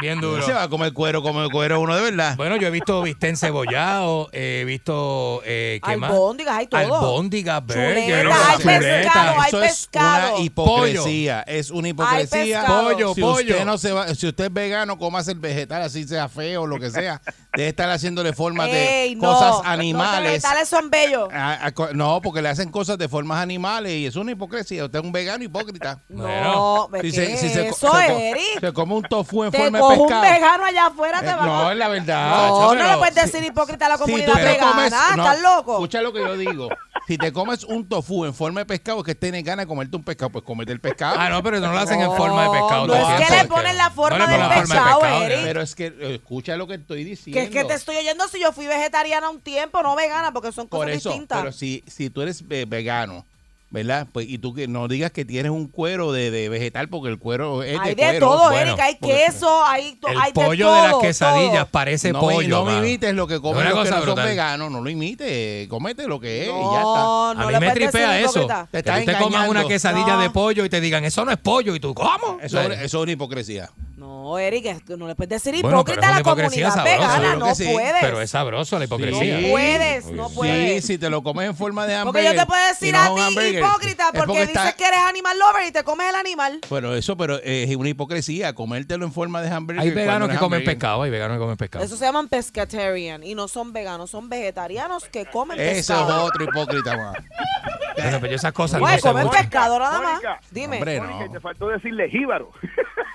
S6: Bien
S1: No
S6: duro.
S1: Se va a comer cuero, come cuero uno de verdad.
S6: Bueno, yo he visto bistec cebollado, he visto eh, ¿qué más?
S3: Albóndigas, hay todo.
S6: Albóndigas, burger,
S3: Chuleta,
S6: no,
S3: hay
S6: chuleta.
S3: pescado, hay
S1: Eso es
S3: pescado.
S1: una hipocresía, es una hipocresía.
S3: pescado. Pollo,
S1: si
S6: pollo.
S1: Usted no se va, si usted es vegano, comas el vegetal, así sea feo, lo que sea. Debe estar haciéndole formas
S3: Ey,
S1: de
S3: no,
S1: cosas
S3: Los
S1: animales.
S3: vegetales son bellos.
S1: A- a co- no, porque le hacen cosas de formas animales y es una hipocresía. Usted es un vegano hipócrita.
S3: No, ¿qué
S1: se-
S3: es
S1: se co-
S3: eso,
S1: se co-
S3: Eric?
S1: se come un tofu en
S3: Te
S1: forma
S3: cojo
S1: de
S3: un
S1: pescado.
S3: vegano allá afuera, te
S1: Eh,
S3: va
S1: no,
S3: a...
S1: es la verdad.
S3: No,
S1: chacho,
S3: no pues
S1: pero-
S3: le puedes decir hipócrita a la
S1: si
S3: comunidad
S1: tú te
S3: vegana,
S1: comes- no,
S3: ¿estás loco?
S1: Escucha lo que yo digo. Si te comes un tofu en forma de pescado, es que tienes ganas de comerte un pescado, pues comete el pescado.
S6: Ah, no, pero no lo hacen en forma de pescado.
S3: No,
S6: también,
S3: es que le
S6: porque-
S3: ponen la forma
S6: le
S3: del
S6: ponen la forma de
S3: pescado,
S6: pescado,
S3: Eric.
S1: Pero es que eh, escucha lo que estoy diciendo.
S3: Que es que te estoy oyendo si yo fui vegetariana un tiempo, no vegana, porque son
S1: Por
S3: cosas
S1: eso,
S3: distintas.
S1: pero si, si tú eres eh, vegano ¿Verdad? Pues, y tú que no digas que tienes un cuero de, de vegetal, porque el cuero es
S3: Hay
S1: de,
S3: de
S1: cuero.
S3: todo,
S1: Bueno,
S3: Erika. Hay
S1: porque-
S3: queso, hay, to-
S6: El
S3: hay de
S6: pollo
S3: todo.
S6: de las quesadillas
S3: todo.
S6: parece
S1: no,
S6: pollo.
S1: no me
S6: mano.
S1: imites lo que comen
S6: Una
S1: los que
S6: cosa
S1: no son
S6: brutal.
S1: veganos, no lo imites, comete lo
S6: eh,
S1: que es y ya está.
S3: No, no
S6: a
S3: le
S6: mí me
S3: puedes decir
S6: tripea eso.
S3: hipócrita.
S1: Te
S6: Te
S1: estás
S6: que tú te comas
S1: engañando.
S6: una quesadilla
S3: No.
S6: de pollo y te digan, eso no es pollo. Y tú, ¿cómo?
S1: Eso,
S6: O sea,
S1: eso es una hipocresía.
S3: No, Erika, tú no le puedes decir
S6: Bueno, pero
S3: hipócrita
S6: es
S3: a la
S6: una hipocresía
S3: comunidad
S6: sabrosa,
S3: vegana.
S1: claro
S3: No
S1: que sí,
S3: puedes.
S6: pero es sabroso la hipocresía.
S3: No puedes, no
S6: Sí.
S1: Sí,
S3: puedes.
S1: si te lo comes en forma de
S3: Pues, Porque
S1: hamburguesa.
S3: yo te puedo decir a ti hipócrita porque, dices que eres animal lover y te comes el animal.
S1: Bueno, eso, pero eh, es una hipocresía, comértelo en forma de hamburguesa.
S6: Hay veganos que comen pescado, hay veganos que comen pescado.
S3: Eso se llaman pescatarian y no son veganos, son vegetarianos que comen
S1: Eso es
S3: pescado.
S1: otro hipócrita más.
S3: Este,
S6: Bueno, pero esas cosas
S3: Bueno,
S6: no se
S3: comen
S6: buscan.
S3: pescado nada más.
S10: Mónica,
S3: Dime.
S1: Hombre,
S10: Mónica, y te
S1: no.
S10: faltó decirle jíbaro.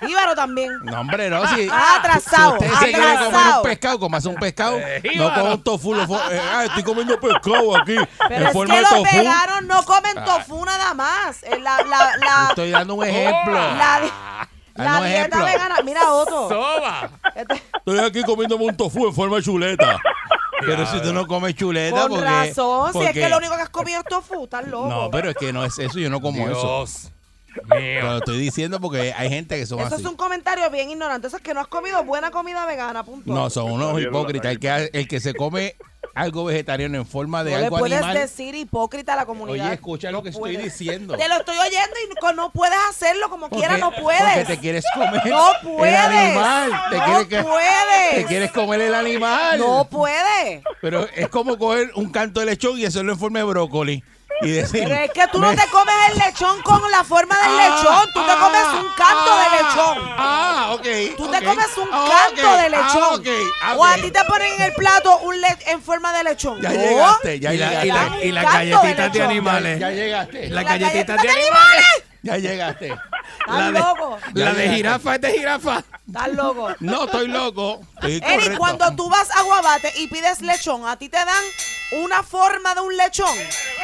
S3: Íbaro también.
S1: No, hombre, no. Si,
S3: Ah, atrasado,
S1: si usted se quiere comer
S3: atrasado.
S1: un pescado, comas un pescado. no
S6: jíbaro.
S1: con un tofu. lo fo- eh, ah, estoy comiendo pescado aquí.
S3: Pero
S1: en
S3: es que
S1: forma de
S3: los
S1: tofu. Ah.
S3: veganos no comen tofu nada más. Eh, La, la, la,
S1: Estoy dando un ejemplo.
S3: la di- la
S1: un
S3: dieta
S1: ejemplo.
S3: vegana. Mira, Otto.
S6: Soba.
S3: Este-
S1: Estoy aquí comiéndome un tofu en forma de chuleta. Pero si tú no comes chuleta,
S3: Con
S1: porque,
S3: razón. Si es
S1: porque-
S3: que lo único que has comido es tofu, estás loco.
S1: No, pero es que no es eso, yo no como eso.
S6: Dios
S1: Pero
S6: mío.
S1: lo estoy diciendo porque hay gente que son
S3: Eso
S1: así.
S3: es un comentario bien ignorante. Eso es que no has comido buena comida vegana, punto.
S1: No, son unos hipócritas. El que, el que se come algo vegetariano en forma de
S3: No le
S1: algo
S3: puedes
S1: animal.
S3: decir hipócrita a la comunidad.
S1: Oye, escucha lo que estoy
S3: puedes.
S1: diciendo.
S3: Te lo estoy oyendo y no- no puedes hacerlo como
S1: Porque-
S3: quiera, no
S1: Porque
S3: puedes.
S1: te quieres comer
S3: No
S1: el
S3: puedes.
S1: animal. Te
S3: No
S1: quieres que-
S3: puedes.
S1: Te quieres comer el animal.
S3: No puede.
S1: Pero es como coger un canto de lechón y hacerlo en forma de brócoli. Y decir,
S3: Pero es que tú no
S1: me-
S3: te comes el lechón con la forma del
S1: Ah,
S3: lechón. Tú te
S1: ah,
S3: comes un canto
S1: ah,
S3: de lechón.
S1: Ah, ok.
S3: Tú
S1: ok.
S3: te comes un
S1: Ah,
S3: canto
S1: ok,
S3: de lechón.
S1: ah, ok, ah,
S3: O a
S1: ok.
S3: ti te ponen en el plato un le- en forma de lechón.
S1: Ya
S3: No.
S1: llegaste, ya
S6: Y, la-
S1: llegaste.
S6: y la- y las
S3: Canto de
S6: galletitas de
S3: lechón.
S6: animales.
S1: Ya llegaste.
S6: Las
S3: Las
S6: galletitas
S3: galletas
S6: de
S3: de
S6: animales.
S1: Ya llegaste.
S3: Estás
S6: de-
S3: loco.
S1: Ya
S6: La de
S1: llegaste.
S6: jirafa es de jirafa.
S3: Estás loco.
S1: No, estoy loco. Estoy
S3: Eric,
S1: correcto.
S3: cuando tú vas a Guabate y pides lechón, ¿a ti te dan una forma de un lechón?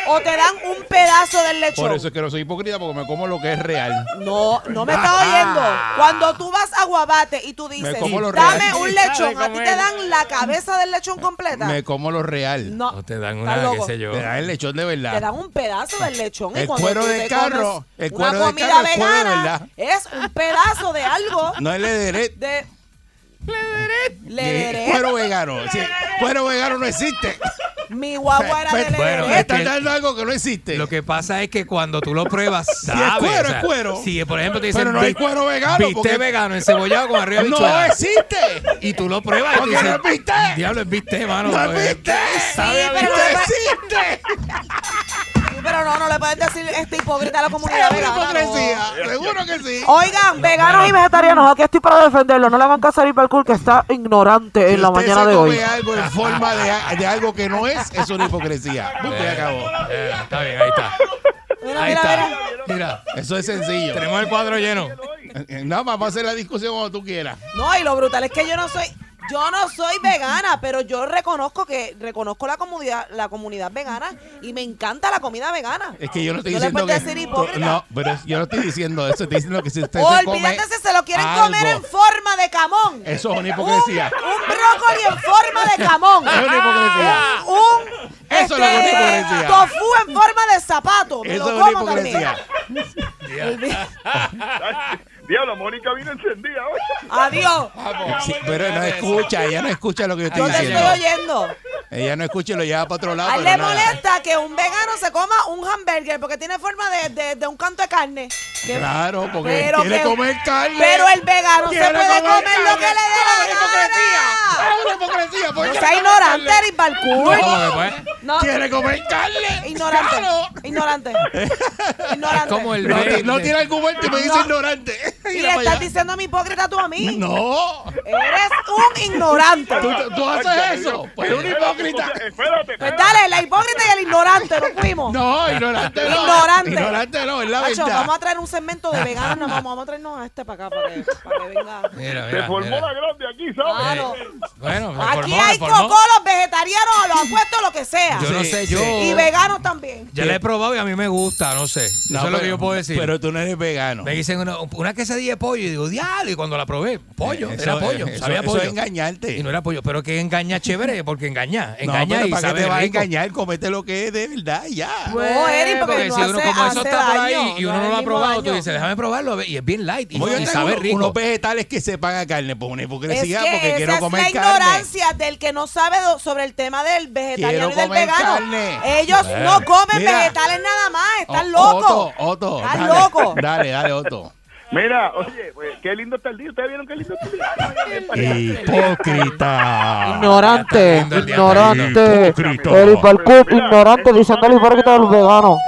S3: ¿O te dan un pedazo del lechón?
S1: Por eso es que no soy hipócrita, porque me como lo que es real.
S3: No, no me estás oyendo. Cuando tú vas a Guabate y tú dices,
S1: Me como los
S3: dame
S1: reales".
S3: un lechón, ¿a ti te dan la cabeza del lechón completa?
S1: Me como lo real.
S3: No,
S6: O te dan una,
S3: estás
S6: qué
S3: loco.
S6: sé yo.
S1: Te da el lechón de verdad.
S3: Te dan un pedazo del lechón. y
S1: El
S3: cuando
S1: cuero
S3: tú
S1: de
S3: te
S1: carro,
S3: comes
S1: el
S3: una
S1: cuero de
S3: comida
S1: carro, el cuero de
S3: vegana es un pedazo de algo
S1: No es lederé.
S3: de... Le
S1: eh,
S3: deré.
S1: Cuero vegano. Sí, cuero vegano no existe.
S3: Mi guagua era de
S1: Me-
S6: bueno,
S1: me
S3: lederé.
S1: estás
S6: que-
S1: dando algo que no existe.
S6: Lo que pasa es que cuando tú lo pruebas,
S1: es
S6: sabes.
S1: cuero,
S6: o sea,
S1: es cuero.
S6: Si, por ejemplo, te dicen.
S1: Pero no hay
S6: "Bist-
S1: cuero vegano,
S6: Viste
S1: porque-
S6: vegano, encebollado con arriba
S1: no existe.
S6: Y tú lo pruebas y tú
S1: Porque no es bistec.
S6: Diablo, es viste, mano.
S1: No
S6: pues,
S1: existe.
S6: sabe a
S3: Sí, pero-
S6: bistec".
S1: No existe.
S3: Pero no, no le pueden decir este hipócrita a la comunidad
S1: Es una
S3: vegana. no.
S1: hipocresía. Seguro que sí.
S3: Oigan, veganos y vegetarianos, aquí estoy para defenderlo. No le hagan caso a Hipercool que está ignorante
S1: Si
S3: en la
S1: usted
S3: mañana
S1: se
S3: de
S1: come
S3: hoy.
S1: algo en forma de, de algo que no es, es una hipocresía. Punto y acabó.
S6: Eh, está bien, ahí está.
S3: Mira,
S6: Ahí
S3: mira,
S6: está.
S3: mira.
S6: Mira,
S1: Eso es sencillo.
S6: tenemos el cuadro lleno.
S1: Eh, No, vamos a hacer la discusión cuando tú quieras.
S3: No, y lo brutal es que yo no soy, yo no soy vegana, pero yo reconozco que reconozco la comunidad, la comunidad vegana y me encanta la comida vegana.
S1: Es que yo no estoy
S3: No le
S1: diciendo
S3: puedes
S1: que.
S3: decir hipócrita.
S1: No, pero yo no estoy diciendo eso. Estoy diciendo que si usted se come.
S3: Olvídate si se lo quieren comer
S1: algo,
S3: en forma de camón.
S1: Eso es una
S3: Un,
S1: hipocresía.
S3: un brócoli en forma de camón.
S1: Es una hipocresía.
S3: Un este,
S1: Eso es lo que es hipocresía.
S3: tofu en forma de zapato. Me
S1: Eso
S3: lo
S1: es una
S3: como también.
S1: hipocresía.
S10: Diablo, Mónica vino encendida hoy.
S3: Adiós.
S1: Sí, pero no escucha, ella no escucha lo que yo estoy
S3: Yo te
S1: diciendo.
S3: estoy oyendo.
S1: Ella no escucha y lo lleva para otro lado.
S3: A él
S1: pero
S3: le
S1: nada.
S3: molesta que un vegano se coma un hamburger porque tiene forma de, de- de un canto de carne. Que-
S1: Claro, porque
S3: Pero
S1: quiere
S3: que-
S1: comer carne.
S3: Pero el vegano se
S1: Quiere
S3: puede comer, lo que
S1: carne.
S3: le dé la gana.
S1: Es una hipocresía. pues, Es una hipocresía. ¿por
S3: No
S1: qué le
S3: sea
S1: come
S3: ignorante,
S1: carne?
S3: Eric Balcour.
S6: ¿Cómo que pues?
S3: No,
S1: Quiere comer carne.
S3: ignorante.
S1: Claro.
S3: Ignorante. Ignorante.
S6: Como el
S1: No, ti- no
S6: verde.
S1: tiene argumento y me dice
S3: No.
S1: ignorante.
S3: Y
S1: Mira
S3: le
S1: para
S3: estás
S1: allá.
S3: diciendo a mi hipócrita tú a mí.
S1: No.
S3: Eres un ignorante.
S1: ¿Tú, tú haces eso. Pues un hipócrita.
S10: Espérate,
S3: Pues dale, la hipócrita y el ignorante, nos fuimos.
S1: No, ignorante no.
S3: Ignorante.
S1: Ignorante no, es la
S3: Nacho,
S1: verdad.
S3: vamos a traer un segmento de veganos, no, vamos, vamos a traernos a este para acá, para que, para que venga.
S1: Eh,
S6: Mira,
S10: Se
S6: mira.
S10: formó
S6: mira.
S10: la grande aquí,
S6: Ah.
S10: ¿sabes?
S3: Claro.
S6: Bueno, se
S3: Aquí
S6: formó, se
S3: hay
S6: formó.
S3: cocolos vegetarianos, los apuesto lo que sea.
S6: Yo no sé, yo.
S3: Y veganos también.
S6: Ya la he probado y a mí me gusta, no sé. Eso
S1: No,
S6: es lo
S1: pero-
S6: que yo puedo decir.
S1: Pero tú no eres vegano.
S6: me dicen una, una quesadilla de pollo y digo, diablo, y cuando la probé, pollo,
S1: Eh, Eso-
S6: era pollo,
S1: eso-
S6: sabía
S1: eso
S6: pollo.
S1: es engañarte.
S6: Y no era pollo, pero que engaña chévere, porque engaña,
S1: No,
S6: engaña
S1: pero
S6: y
S1: ¿para qué
S6: sabe
S1: te vas a
S6: rico.
S1: engañar? Comete lo que es de verdad y ya. nada.
S3: No, Eric, Oh, porque,
S6: Porque
S3: no
S6: si
S3: hace,
S6: uno como eso
S3: hace
S6: está por
S3: daño,
S6: ahí y uno
S3: hace
S6: no lo ha
S3: mismo
S6: probado, tú
S3: daño.
S6: dices, déjame probarlo, a ver", y es bien light y,
S1: Como yo
S6: y
S1: tengo
S6: sabe
S1: unos-
S6: rico.
S1: unos vegetales que se paga carne por una
S3: Es que
S1: hipocresía porque
S3: esa
S1: quiero
S3: es
S1: comer
S3: la
S1: carne.
S3: ignorancia del que no sabe do- sobre el tema del vegetariano
S1: Quiero
S3: y del
S1: comer
S3: vegano.
S1: carne.
S3: Ellos
S1: Bueno,
S3: no comen
S1: mira.
S3: vegetales nada más, están
S1: O-
S3: locos.
S1: Otto, Otto,
S3: Estás
S1: dale,
S3: loco.
S1: Dale, dale, Otto.
S10: Mira, oye, pues, qué lindo está el día. ¿Ustedes vieron qué lindo está el día? Ay, qué pareja.
S1: Hipócrita.
S6: Ignorante, ignorante.
S10: Mira, eso no tiene nada.
S7: veganos.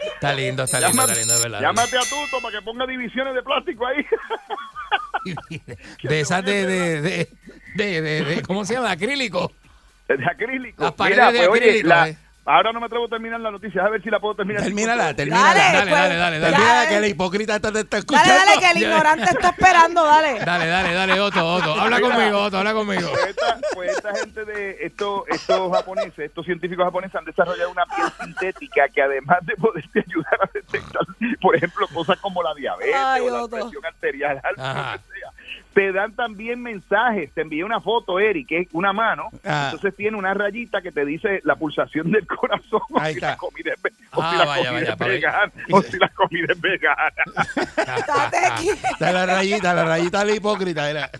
S6: Está lindo, está lindo, está lindo, de verdad.
S10: Llámate a Tuto para que ponga divisiones de plástico ahí.
S6: De esas de, de, de, de, de- de- ¿cómo se llama? Acrílico.
S10: De acrílico. pues,
S6: Las paredes de acrílico,
S10: la-
S6: eh.
S10: ahora no me atrevo a terminar la noticia. A ver si la puedo terminar.
S1: Termínala, termínala.
S3: Dale,
S6: Dale,
S3: pues,
S6: dale, dale, dale.
S3: ya,
S1: Termínala
S3: eh.
S1: que la hipócrita está, te está
S3: Dale,
S1: escuchando.
S3: dale, que el ignorante está esperando, dale.
S6: Dale, dale, dale, Otto, Otto. Habla conmigo, Otto, habla conmigo.
S10: Pues esta, pues esta gente de estos, estos japoneses, estos científicos japoneses han desarrollado una piel sintética que además de poderte ayudar a detectar, por ejemplo, cosas como la diabetes
S3: Ay,
S10: o la
S3: Otto.
S10: presión arterial, alta,
S6: Ajá.
S10: lo que sea, te dan también mensajes. Te envié una foto, Eric, que es una mano.
S1: Ah.
S10: Entonces tiene una rayita que te dice la pulsación del corazón. o
S1: Ahí
S10: si
S1: está.
S10: la comida es ve- o
S6: Ah,
S10: si la
S6: vaya,
S10: comida
S6: vaya,
S10: es
S6: para ver.
S10: vegana, o si la comida es vegana.
S3: Estate aquí.
S1: Dale la rayita, la rayita de la hipócrita. Era.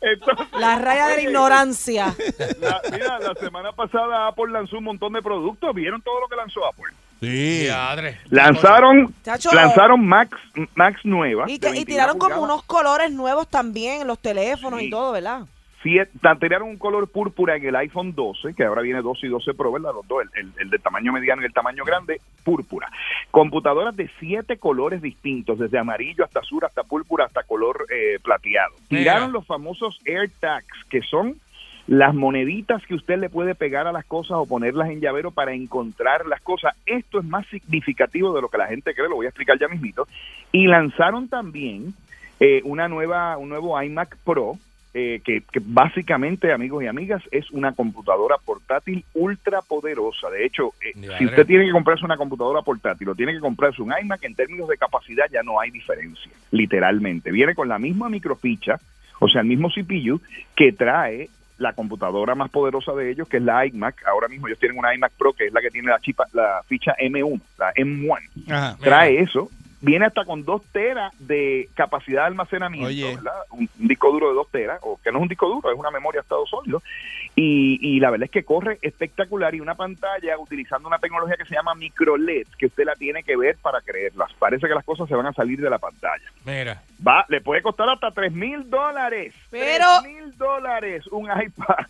S10: Entonces,
S3: La raya de la
S10: oye,
S3: ignorancia.
S10: La, mira, la semana pasada Apple lanzó un montón de productos. ¿Vieron todo lo que lanzó Apple?
S1: Sí.
S6: Diadre.
S10: Lanzaron,
S3: Chacho.
S10: lanzaron Max, Max nueva.
S3: Y,
S10: de
S3: que- y
S10: 21
S3: tiraron como
S10: pulgadas.
S3: unos colores nuevos también en los teléfonos y
S10: Sí.
S3: todo, ¿verdad?
S10: Siete- ta- tiraron un color púrpura en el iPhone 12, que ahora viene 12 y 12 Pro, ¿verdad? Los dos, el, el, el de tamaño mediano y el tamaño grande, púrpura. Computadoras de siete colores distintos, desde amarillo hasta azul, hasta púrpura, hasta color eh, plateado.
S6: Mira.
S10: Tiraron los famosos AirTags, que son las moneditas que usted le puede pegar a las cosas o ponerlas en llavero para encontrar las cosas. Esto es más significativo de lo que la gente cree, lo voy a explicar ya mismito. Y lanzaron también eh, una nueva, un nuevo iMac Pro, eh, que, que básicamente, amigos y amigas, es una computadora portátil ultra poderosa. De hecho, eh,
S6: Diadre.
S10: si usted tiene que comprarse una computadora portátil o tiene que comprarse un iMac, en términos de capacidad ya no hay diferencia, literalmente. Viene con la misma microficha, o sea, el mismo CPU que trae la computadora más poderosa de ellos, que es la iMac. Ahora mismo ellos tienen una iMac Pro, que es la que tiene la, chipa- la ficha M1, la M1
S1: Ajá.
S10: trae eso. Viene hasta con 2 teras de capacidad de almacenamiento,
S1: Oye.
S10: ¿verdad? Un, un disco duro de 2 teras, o que no es un disco duro, es una memoria de estado sólido. Y, y la verdad es que corre espectacular y una pantalla utilizando una tecnología que se llama microLED, que usted la tiene que ver para creerlas. Parece que las cosas se van a salir de la pantalla.
S6: Mira.
S10: Va, le puede costar hasta 3 mil dólares.
S3: Pero-
S10: mil dólares un iPad.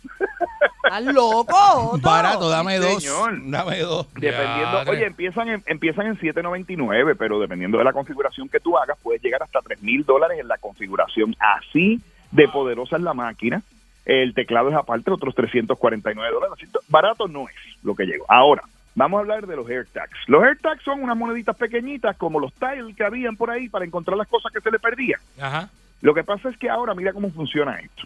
S3: Estás loco, Otto.
S1: Barato, dame
S10: Sí,
S1: dos.
S10: señor.
S1: Dame dos.
S10: Dependiendo,
S6: Diadre.
S10: oye, empiezan en, empiezan en 7.99, pero dependiendo de la configuración que tú hagas, puedes llegar hasta 3.000 mil dólares en la configuración. Así de poderosa es la máquina. El teclado es aparte, otros 349 dólares. Así to- Barato no es lo que llegó. Ahora, vamos a hablar de los AirTags. Los AirTags son unas moneditas pequeñitas, como los tiles que habían por ahí, para encontrar las cosas que se le perdían.
S6: Ajá.
S10: Lo que pasa es que ahora, mira cómo funciona esto.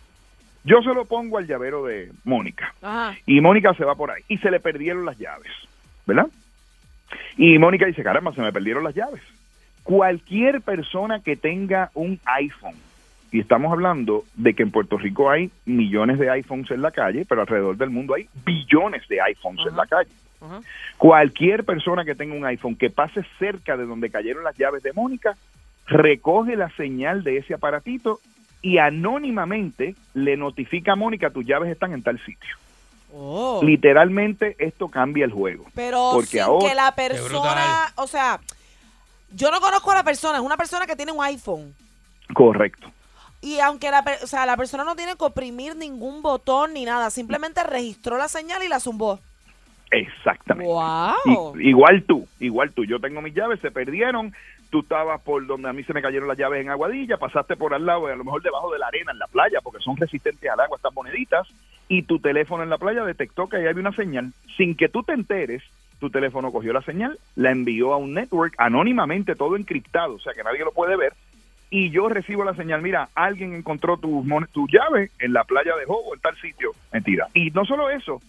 S10: Yo se lo pongo al llavero de Mónica
S3: Ajá.
S10: y Mónica se va por ahí y se le perdieron las llaves, ¿verdad? Y Mónica dice, caramba, se me perdieron las llaves. Cualquier persona que tenga un iPhone, y estamos hablando de que en Puerto Rico hay millones de iPhones en la calle, pero alrededor del mundo hay billones de iPhones en la calle.
S3: Ajá.
S10: Cualquier persona que tenga un iPhone que pase cerca de donde cayeron las llaves de Mónica, recoge la señal de ese aparatito y anónimamente le notifica a Mónica, tus llaves están en tal sitio
S3: Oh.
S10: literalmente esto cambia el juego.
S3: Pero
S10: Porque
S3: sin
S10: ahora-
S3: que la
S6: brutal.
S3: persona, o sea, yo no conozco a la persona, es una persona que tiene un iPhone.
S10: Correcto.
S3: Y aunque la, per- o sea, la persona no tiene que oprimir ningún botón ni nada, simplemente registró la señal y la zumbó.
S10: Exactamente.
S3: ¡Wow!
S10: I- igual tú, igual tú. Yo tengo mis llaves, se perdieron. Tú estabas por donde a mí se me cayeron las llaves en Aguadilla, pasaste por al lado, a lo mejor debajo de la arena en la playa, porque son resistentes al agua estas moneditas, y tu teléfono en la playa detectó que ahí había una señal. Sin que tú te enteres, tu teléfono cogió la señal, la envió a un network anónimamente, todo encriptado, o sea que nadie lo puede ver, y yo recibo la señal, mira, alguien encontró tus mon- tus llaves en la playa de Jobo, en tal sitio. Mentira. Y no solo eso,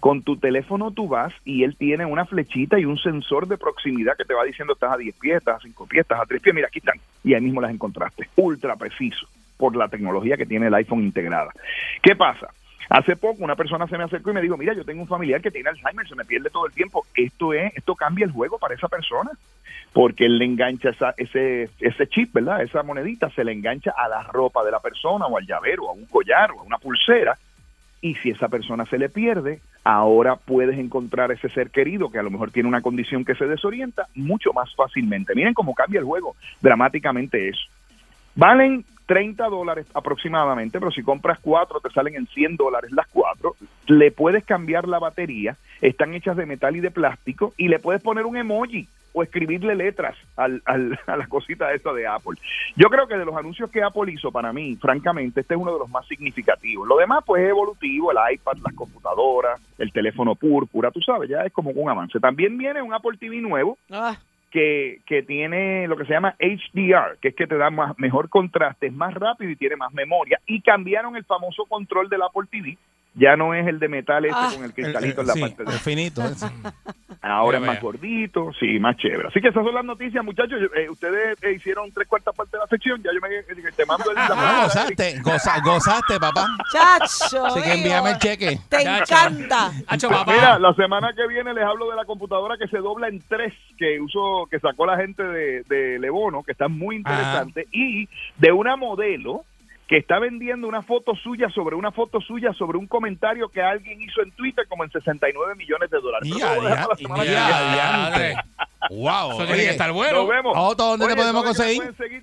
S10: con tu teléfono tú vas y él tiene una flechita y un sensor de proximidad que te va diciendo estás a 10 pies, estás a 5 pies, estás a 3 pies, mira, aquí están. Y ahí mismo las encontraste. Ultra preciso por la tecnología que tiene el iPhone integrada. ¿Qué pasa? Hace poco una persona se me acercó y me dijo, mira, yo tengo un familiar que tiene Alzheimer, se me pierde todo el tiempo. Esto es, esto cambia el juego para esa persona, porque él le engancha esa- ese, ese chip, ¿verdad? Esa monedita se le engancha a la ropa de la persona o al llavero, o a un collar o a una pulsera. Y si esa persona se le pierde, ahora puedes encontrar ese ser querido que a lo mejor tiene una condición que se desorienta mucho más fácilmente. Miren cómo cambia el juego dramáticamente eso. Valen 30 dólares aproximadamente, pero si compras cuatro te salen en 100 dólares las cuatro. Le puedes cambiar la batería, están hechas de metal y de plástico y le puedes poner un emoji o escribirle letras al, al- a la cosita esa de Apple. Yo creo que de los anuncios que Apple hizo para mí, francamente, este es uno de los más significativos. Lo demás pues es evolutivo, el iPad, las computadoras, el teléfono púrpura, tú sabes, ya es como un avance. También viene un Apple TV nuevo
S3: Ah,
S10: que, que tiene lo que se llama HDR, que es que te da más, mejor contraste, es más rápido y tiene más memoria. Y cambiaron el famoso control del Apple TV. Ya no es el de metal ese
S3: Ah.
S10: con el
S1: El, el-
S10: cristalito en la
S1: sí,
S10: parte de
S1: el finito. ese.
S10: Ahora
S6: Mira,
S10: es más
S6: vea.
S10: gordito, sí, más chévere. Así que esas son las noticias, muchachos. Yo- eh, ustedes eh, hicieron tres cuartas partes de la sección. Ya yo me eh, te mando el la
S1: Ah,
S10: mando la-
S1: gozaste, goza- gozaste, papá.
S3: chacho.
S1: Así que
S3: digo,
S1: envíame el cheque.
S3: Te
S6: Chacho.
S3: encanta.
S6: Hacho,
S10: Pues
S6: papá.
S10: Mira, la semana que viene les hablo de la computadora que se dobla en tres, que uso, que sacó la gente de, de Lebono, que está muy interesante, y de una modelo que está vendiendo una foto suya sobre una foto suya sobre un comentario que alguien hizo en Twitter como en 69 millones de dólares.
S1: Y
S10: Pero eso lo dejamos la semana que viene.
S1: a
S6: Madre.
S1: Wow.
S6: Eso tiene que
S1: oye,
S6: estar
S10: Nos
S6: bueno.
S10: vemos.
S1: Otto, ¿dónde te
S10: Oye,
S1: podemos conseguir?
S10: ¿saben que me pueden seguir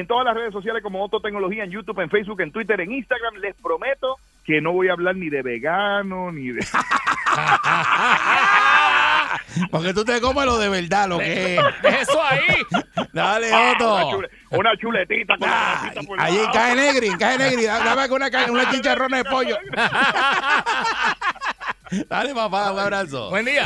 S10: En todas las redes sociales como Otto Tecnología, en YouTube, en Facebook, en Twitter, en Instagram. Les prometo que no voy a hablar ni de vegano, ni de...
S1: Porque tú te comes lo de verdad, lo que es.
S6: Deja Eso ahí.
S1: Dale,
S10: Una,
S1: Otto.
S10: chule- una chuletita con la
S1: Ah,
S10: rosita por
S1: Ahí
S10: lado.
S1: cae negri, cae negri. Dame con una, ca- una chicharrona de pollo. Dale, papá, un abrazo.
S6: Buen día.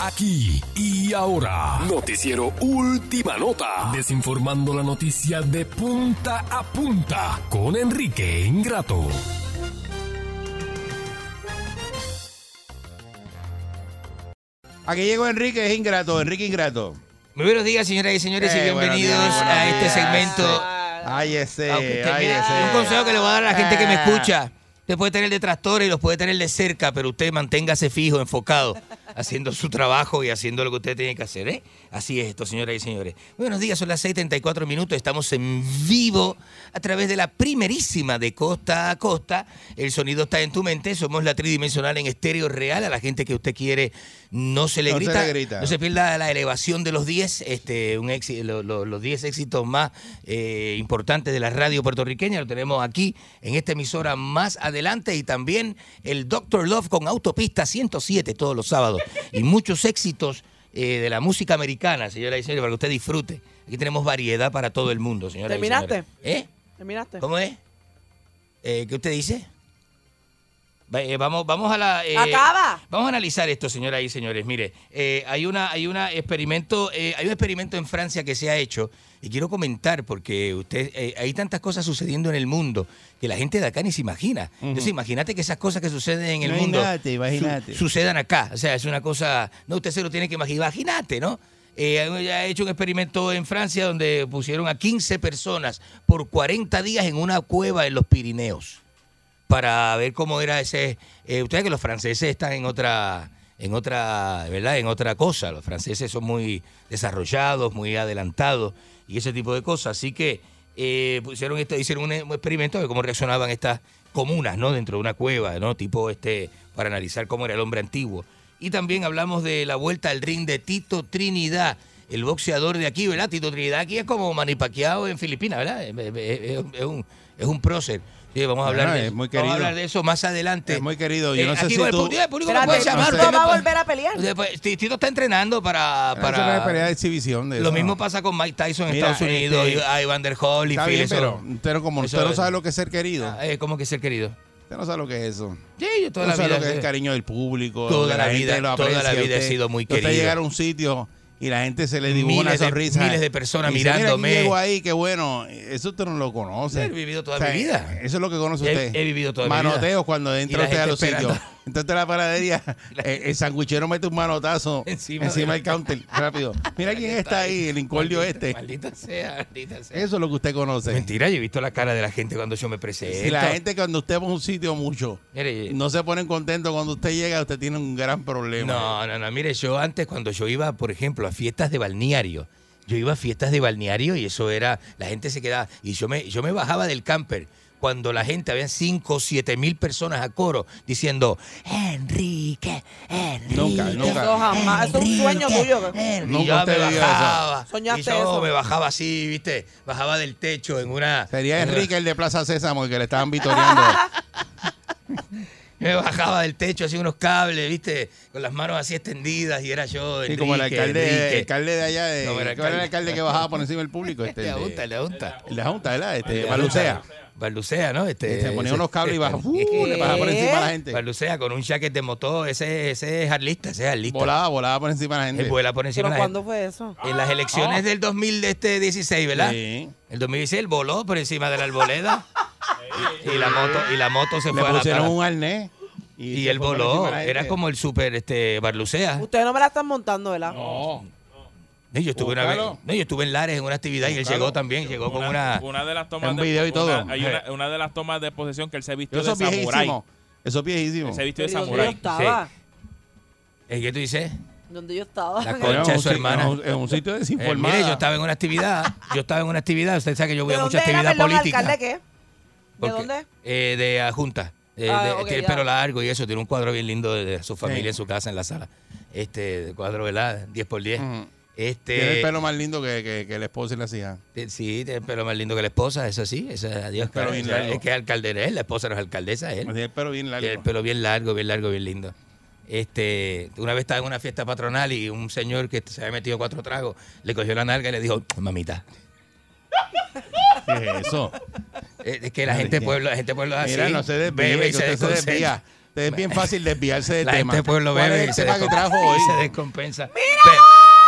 S4: Aquí y ahora. Noticiero Última Nota. Desinformando la noticia de punta a punta con Enrique Ingrato.
S1: Aquí llegó Enrique, es ingrato, Enrique Ingrato.
S2: Muy buenos días, señoras y señores,
S1: Eh,
S2: y bienvenidos
S1: buenos días,
S2: a
S1: buenos
S2: este
S1: días.
S2: segmento.
S1: Ay, ese,
S2: Aunque usted,
S1: ay,
S2: mira,
S1: este ese.
S2: Un consejo que le voy a dar a la gente que me
S1: Ah.
S2: escucha. Usted puede tener detractores y los puede tener de cerca, pero usted manténgase fijo, enfocado, haciendo su trabajo y haciendo lo que usted tiene que hacer. ¿eh? Así es esto, señoras y señores. Buenos días, son las 6.34 minutos. Estamos en vivo a través de la primerísima de Costa a Costa. El sonido está en tu mente. Somos la tridimensional en estéreo real. A la gente que usted quiere no se le
S1: No se
S2: grita.
S1: le grita.
S2: No se pierda la elevación de los 10, este, un éxi- lo- lo- los 10 éxitos más eh, importantes de la radio puertorriqueña. Lo tenemos aquí en esta emisora más adelante y también el Doctor Love con Autopista 107 todos los sábados y muchos éxitos eh, de la música americana, señora y señores, para que usted disfrute. Aquí tenemos variedad para todo el mundo, señora.
S3: ¿Terminaste?
S2: ¿Eh?
S3: ¿Terminaste?
S2: ¿Cómo es? Eh, ¿Qué usted dice? Va- eh, vamos, vamos a la. eh,
S3: Acaba.
S2: Vamos a analizar esto, señoras y señores. Mire, eh, hay una, hay una experimento, eh, hay un experimento en Francia que se ha hecho y quiero comentar porque usted, eh, hay tantas cosas sucediendo en el mundo que la gente de acá ni se imagina. Entonces, imagínate que esas cosas que suceden en el
S1: Imagínate,
S2: mundo su-
S1: imagínate.
S2: sucedan acá. O sea, es una cosa, no, usted se lo tiene que imaginar. Imagínate, ¿no? Eh, ha hecho un experimento en Francia donde pusieron a 15 personas por 40 días en una cueva en los Pirineos para ver cómo era ese. eh, ustedes que los franceses están en otra, en otra, ¿verdad? En otra cosa. Los franceses son muy desarrollados, muy adelantados y ese tipo de cosas. Así que eh, pusieron esto, hicieron un, un experimento de cómo reaccionaban estas comunas, ¿no? Dentro de una cueva, ¿no? Tipo este, para analizar cómo era el hombre antiguo. Y también hablamos de la vuelta al ring de Tito Trinidad. el boxeador de aquí, ¿verdad? Tito Trinidad aquí es como manipaqueado en Filipinas, ¿verdad? Es, es- es un, es un prócer. Sí, vamos a hablar,
S1: Bueno,
S2: de,
S1: es muy
S2: vamos a
S1: querido.
S2: hablar de eso más adelante.
S1: Es muy querido. Yo
S2: Eh,
S1: no sé
S2: aquí
S1: si
S2: con el
S1: tú.
S2: público, el público me
S3: Espérate,
S2: puede
S3: Tito
S2: llamar.
S3: no
S2: usted
S3: va a
S2: me-
S3: volver a pelear.
S2: usted puede- Tito está entrenando para...
S1: Eso no es pelea
S2: para
S1: de exhibición. De
S2: lo
S1: eso,
S2: mismo
S1: no.
S2: pasa con Mike Tyson en
S1: Mira,
S2: Estados Unidos,
S1: este,
S2: y a Evander Holyfield.
S1: Está bien,
S2: eso-
S1: pero, pero como
S2: eso
S1: usted no
S2: es-
S1: sabe lo que es ser querido,
S2: Ah, eh, ¿Cómo que ser querido?
S1: usted no sabe lo que es eso.
S2: Sí, yo
S1: Usted no
S2: toda la
S1: sabe
S2: vida...
S1: lo que es el
S2: sí.
S1: cariño del público.
S2: Toda
S1: lo que
S2: la
S1: gente
S2: vida-
S1: lo
S2: toda la
S1: aprecia.
S2: vida he
S1: Usted-
S2: sido muy
S1: Usted
S2: querido.
S1: llegar a un sitio y la gente se le dibuja
S2: Miles
S1: una
S2: de-
S1: sonrisa.
S2: miles de personas
S1: Y dice, "Mira, aquí
S2: mirándome".
S1: llego ahí, qué bueno. Eso usted no lo conoce.
S2: He vivido toda mi vida.
S1: Eso es lo que conoce
S2: He-
S1: usted.
S2: he vivido toda mi
S1: Manoteos
S2: vida.
S1: cuando
S2: Y la
S1: entra usted a
S2: gente
S1: los
S2: esperando.
S1: sitios. Entonces a la panadería, eh, el sanguichero mete un manotazo
S2: Encima
S1: encima,
S2: de-
S1: del counter, rápido. Mira quién está ahí, el incordio
S2: Maldita-
S1: este.
S2: Maldita sea, maldita sea.
S1: Eso es lo que usted conoce.
S2: Mentira, yo he visto la cara de la gente cuando yo me presento.
S1: Si la gente cuando usted va a un sitio mucho,
S2: Mire,
S1: no se ponen contentos cuando usted llega, usted tiene un gran problema.
S2: No, no, no. Mire, yo antes cuando yo iba, por ejemplo, a fiestas de balneario, yo iba a fiestas de balneario y eso era, la gente se quedaba, y yo me, yo me bajaba del camper cuando la gente, había 5 o 7 mil personas a coro diciendo, Enrique, Enrique.
S1: Nunca, nunca.
S3: Eso jamás, eso es un sueño
S2: Enrique,
S3: tuyo.
S2: Enrique".
S1: Nunca
S2: Y yo me
S1: usted vivió eso.
S2: bajaba.
S3: Soñaste
S2: y yo
S3: eso.
S2: me bajaba así, viste, bajaba del techo en una...
S1: Sería
S2: en una-
S1: Enrique el de Plaza Sésamo, el que le estaban vitoreando.
S2: Me bajaba del techo así unos cables, viste, con las manos así extendidas y era yo.
S1: Sí, como el
S2: Enrique,
S1: alcalde, el
S2: Enrique.
S1: alcalde de allá, de,
S2: No, era
S1: ¿cuál
S2: alcalde.
S1: era el alcalde que bajaba por encima del público? Este,
S2: Le
S1: el de-
S2: apunta, le apunta.
S1: el de la Junta, ¿verdad? Este,
S2: Eh,
S1: Balucea.
S2: Balucea, ¿no? Este,
S1: Se ponía
S2: ese-
S1: unos cables y bajaba, uh, le bajaba por encima a la gente.
S2: Balucea con un jacket de motor. Ese, ese es arlista, ese es arlista.
S1: Volaba, volaba por encima a la
S2: Él
S1: gente.
S2: vuela por encima
S3: ¿Pero
S2: de la gente.
S3: cuándo fue eso?
S2: En las elecciones del 2016, este ¿verdad?
S1: Sí.
S2: El 2016 él voló por encima de la arboleda. y, la moto, y la moto se
S1: Le
S2: fue a la
S1: pusieron
S2: para-
S1: un arnés.
S2: Y
S1: se
S2: él
S1: fue por encima
S2: voló.
S1: a la
S2: Era
S1: gente.
S2: como el super este, Barlucea.
S3: Ustedes no me la están montando, ¿verdad?
S1: No.
S2: No, yo estuve una vez.
S1: Búscalo.
S2: No, yo estuve en Lares en una actividad y él
S1: Búscalo.
S2: llegó también. Llegó con una.
S11: de las tomas
S1: un
S11: de-
S1: video y
S11: una-
S1: todo.
S11: hay una, una de las tomas de posesión que él se vistió
S1: Eso es
S11: de samurái.
S1: viejísimo. Eso es viejísimo.
S11: Él se vistió de
S3: Pero ¿dónde yo
S11: samurái.
S3: estaba?
S2: ¿Eh, ¿Qué tú dices?
S3: ¿Dónde yo estaba?
S2: La
S1: Era
S2: concha de
S1: un
S2: su
S1: si-
S2: hermana.
S1: era un- era un sitio
S2: Eh,
S1: desinformado.
S2: mire, yo estaba en una actividad, yo estaba en una actividad, usted sabe que yo voy
S3: ¿De
S2: a mucha
S3: dónde era,
S2: actividad
S3: perdón,
S2: política.
S3: alcalde qué? ¿De
S2: Porque,
S3: dónde?
S2: eh, de ah, Junta. Eh,
S3: Ah,
S2: de-
S3: ok,
S2: tiene el
S3: ya.
S2: pelo largo y eso, tiene un cuadro bien lindo de, de su familia
S1: Sí.
S2: en su casa, en la sala. Este cuadro, ¿verdad? 10 por 10
S3: Mm.
S1: Ujú.
S2: Este,
S1: Tiene el pelo más lindo que, que, que la esposa y la hija.
S2: eh, Sí, tiene el pelo más lindo que la esposa, eso sí, eso es adiós.
S1: pelo
S2: claro,
S1: bien
S2: o sea,
S1: largo.
S2: es que es alcalde de él, la esposa no es alcaldesa, es él.
S1: Tiene el pelo bien largo.
S2: Tiene el pelo bien largo, bien largo, bien lindo. Este, una vez estaba en una fiesta patronal y un señor que se había metido cuatro tragos le cogió la nalga y le dijo, mamita.
S1: ¿Qué es eso?
S2: Eh, Es que la
S1: Madre
S2: gente de
S1: mía.
S2: pueblo, la gente de pueblo es así.
S1: Ah, Mira, no se desvíe,
S2: bebe
S1: que
S2: y se
S1: usted se
S2: desconcentra.
S1: desvía. Usted es bien fácil desviarse del
S2: La
S1: tema.
S2: gente de pueblo
S1: ¿Cuál
S2: bebe
S1: es
S2: y
S1: el
S2: se,
S1: tema que trajo
S2: descom-
S1: hoy?
S2: y se descompensa. Ve,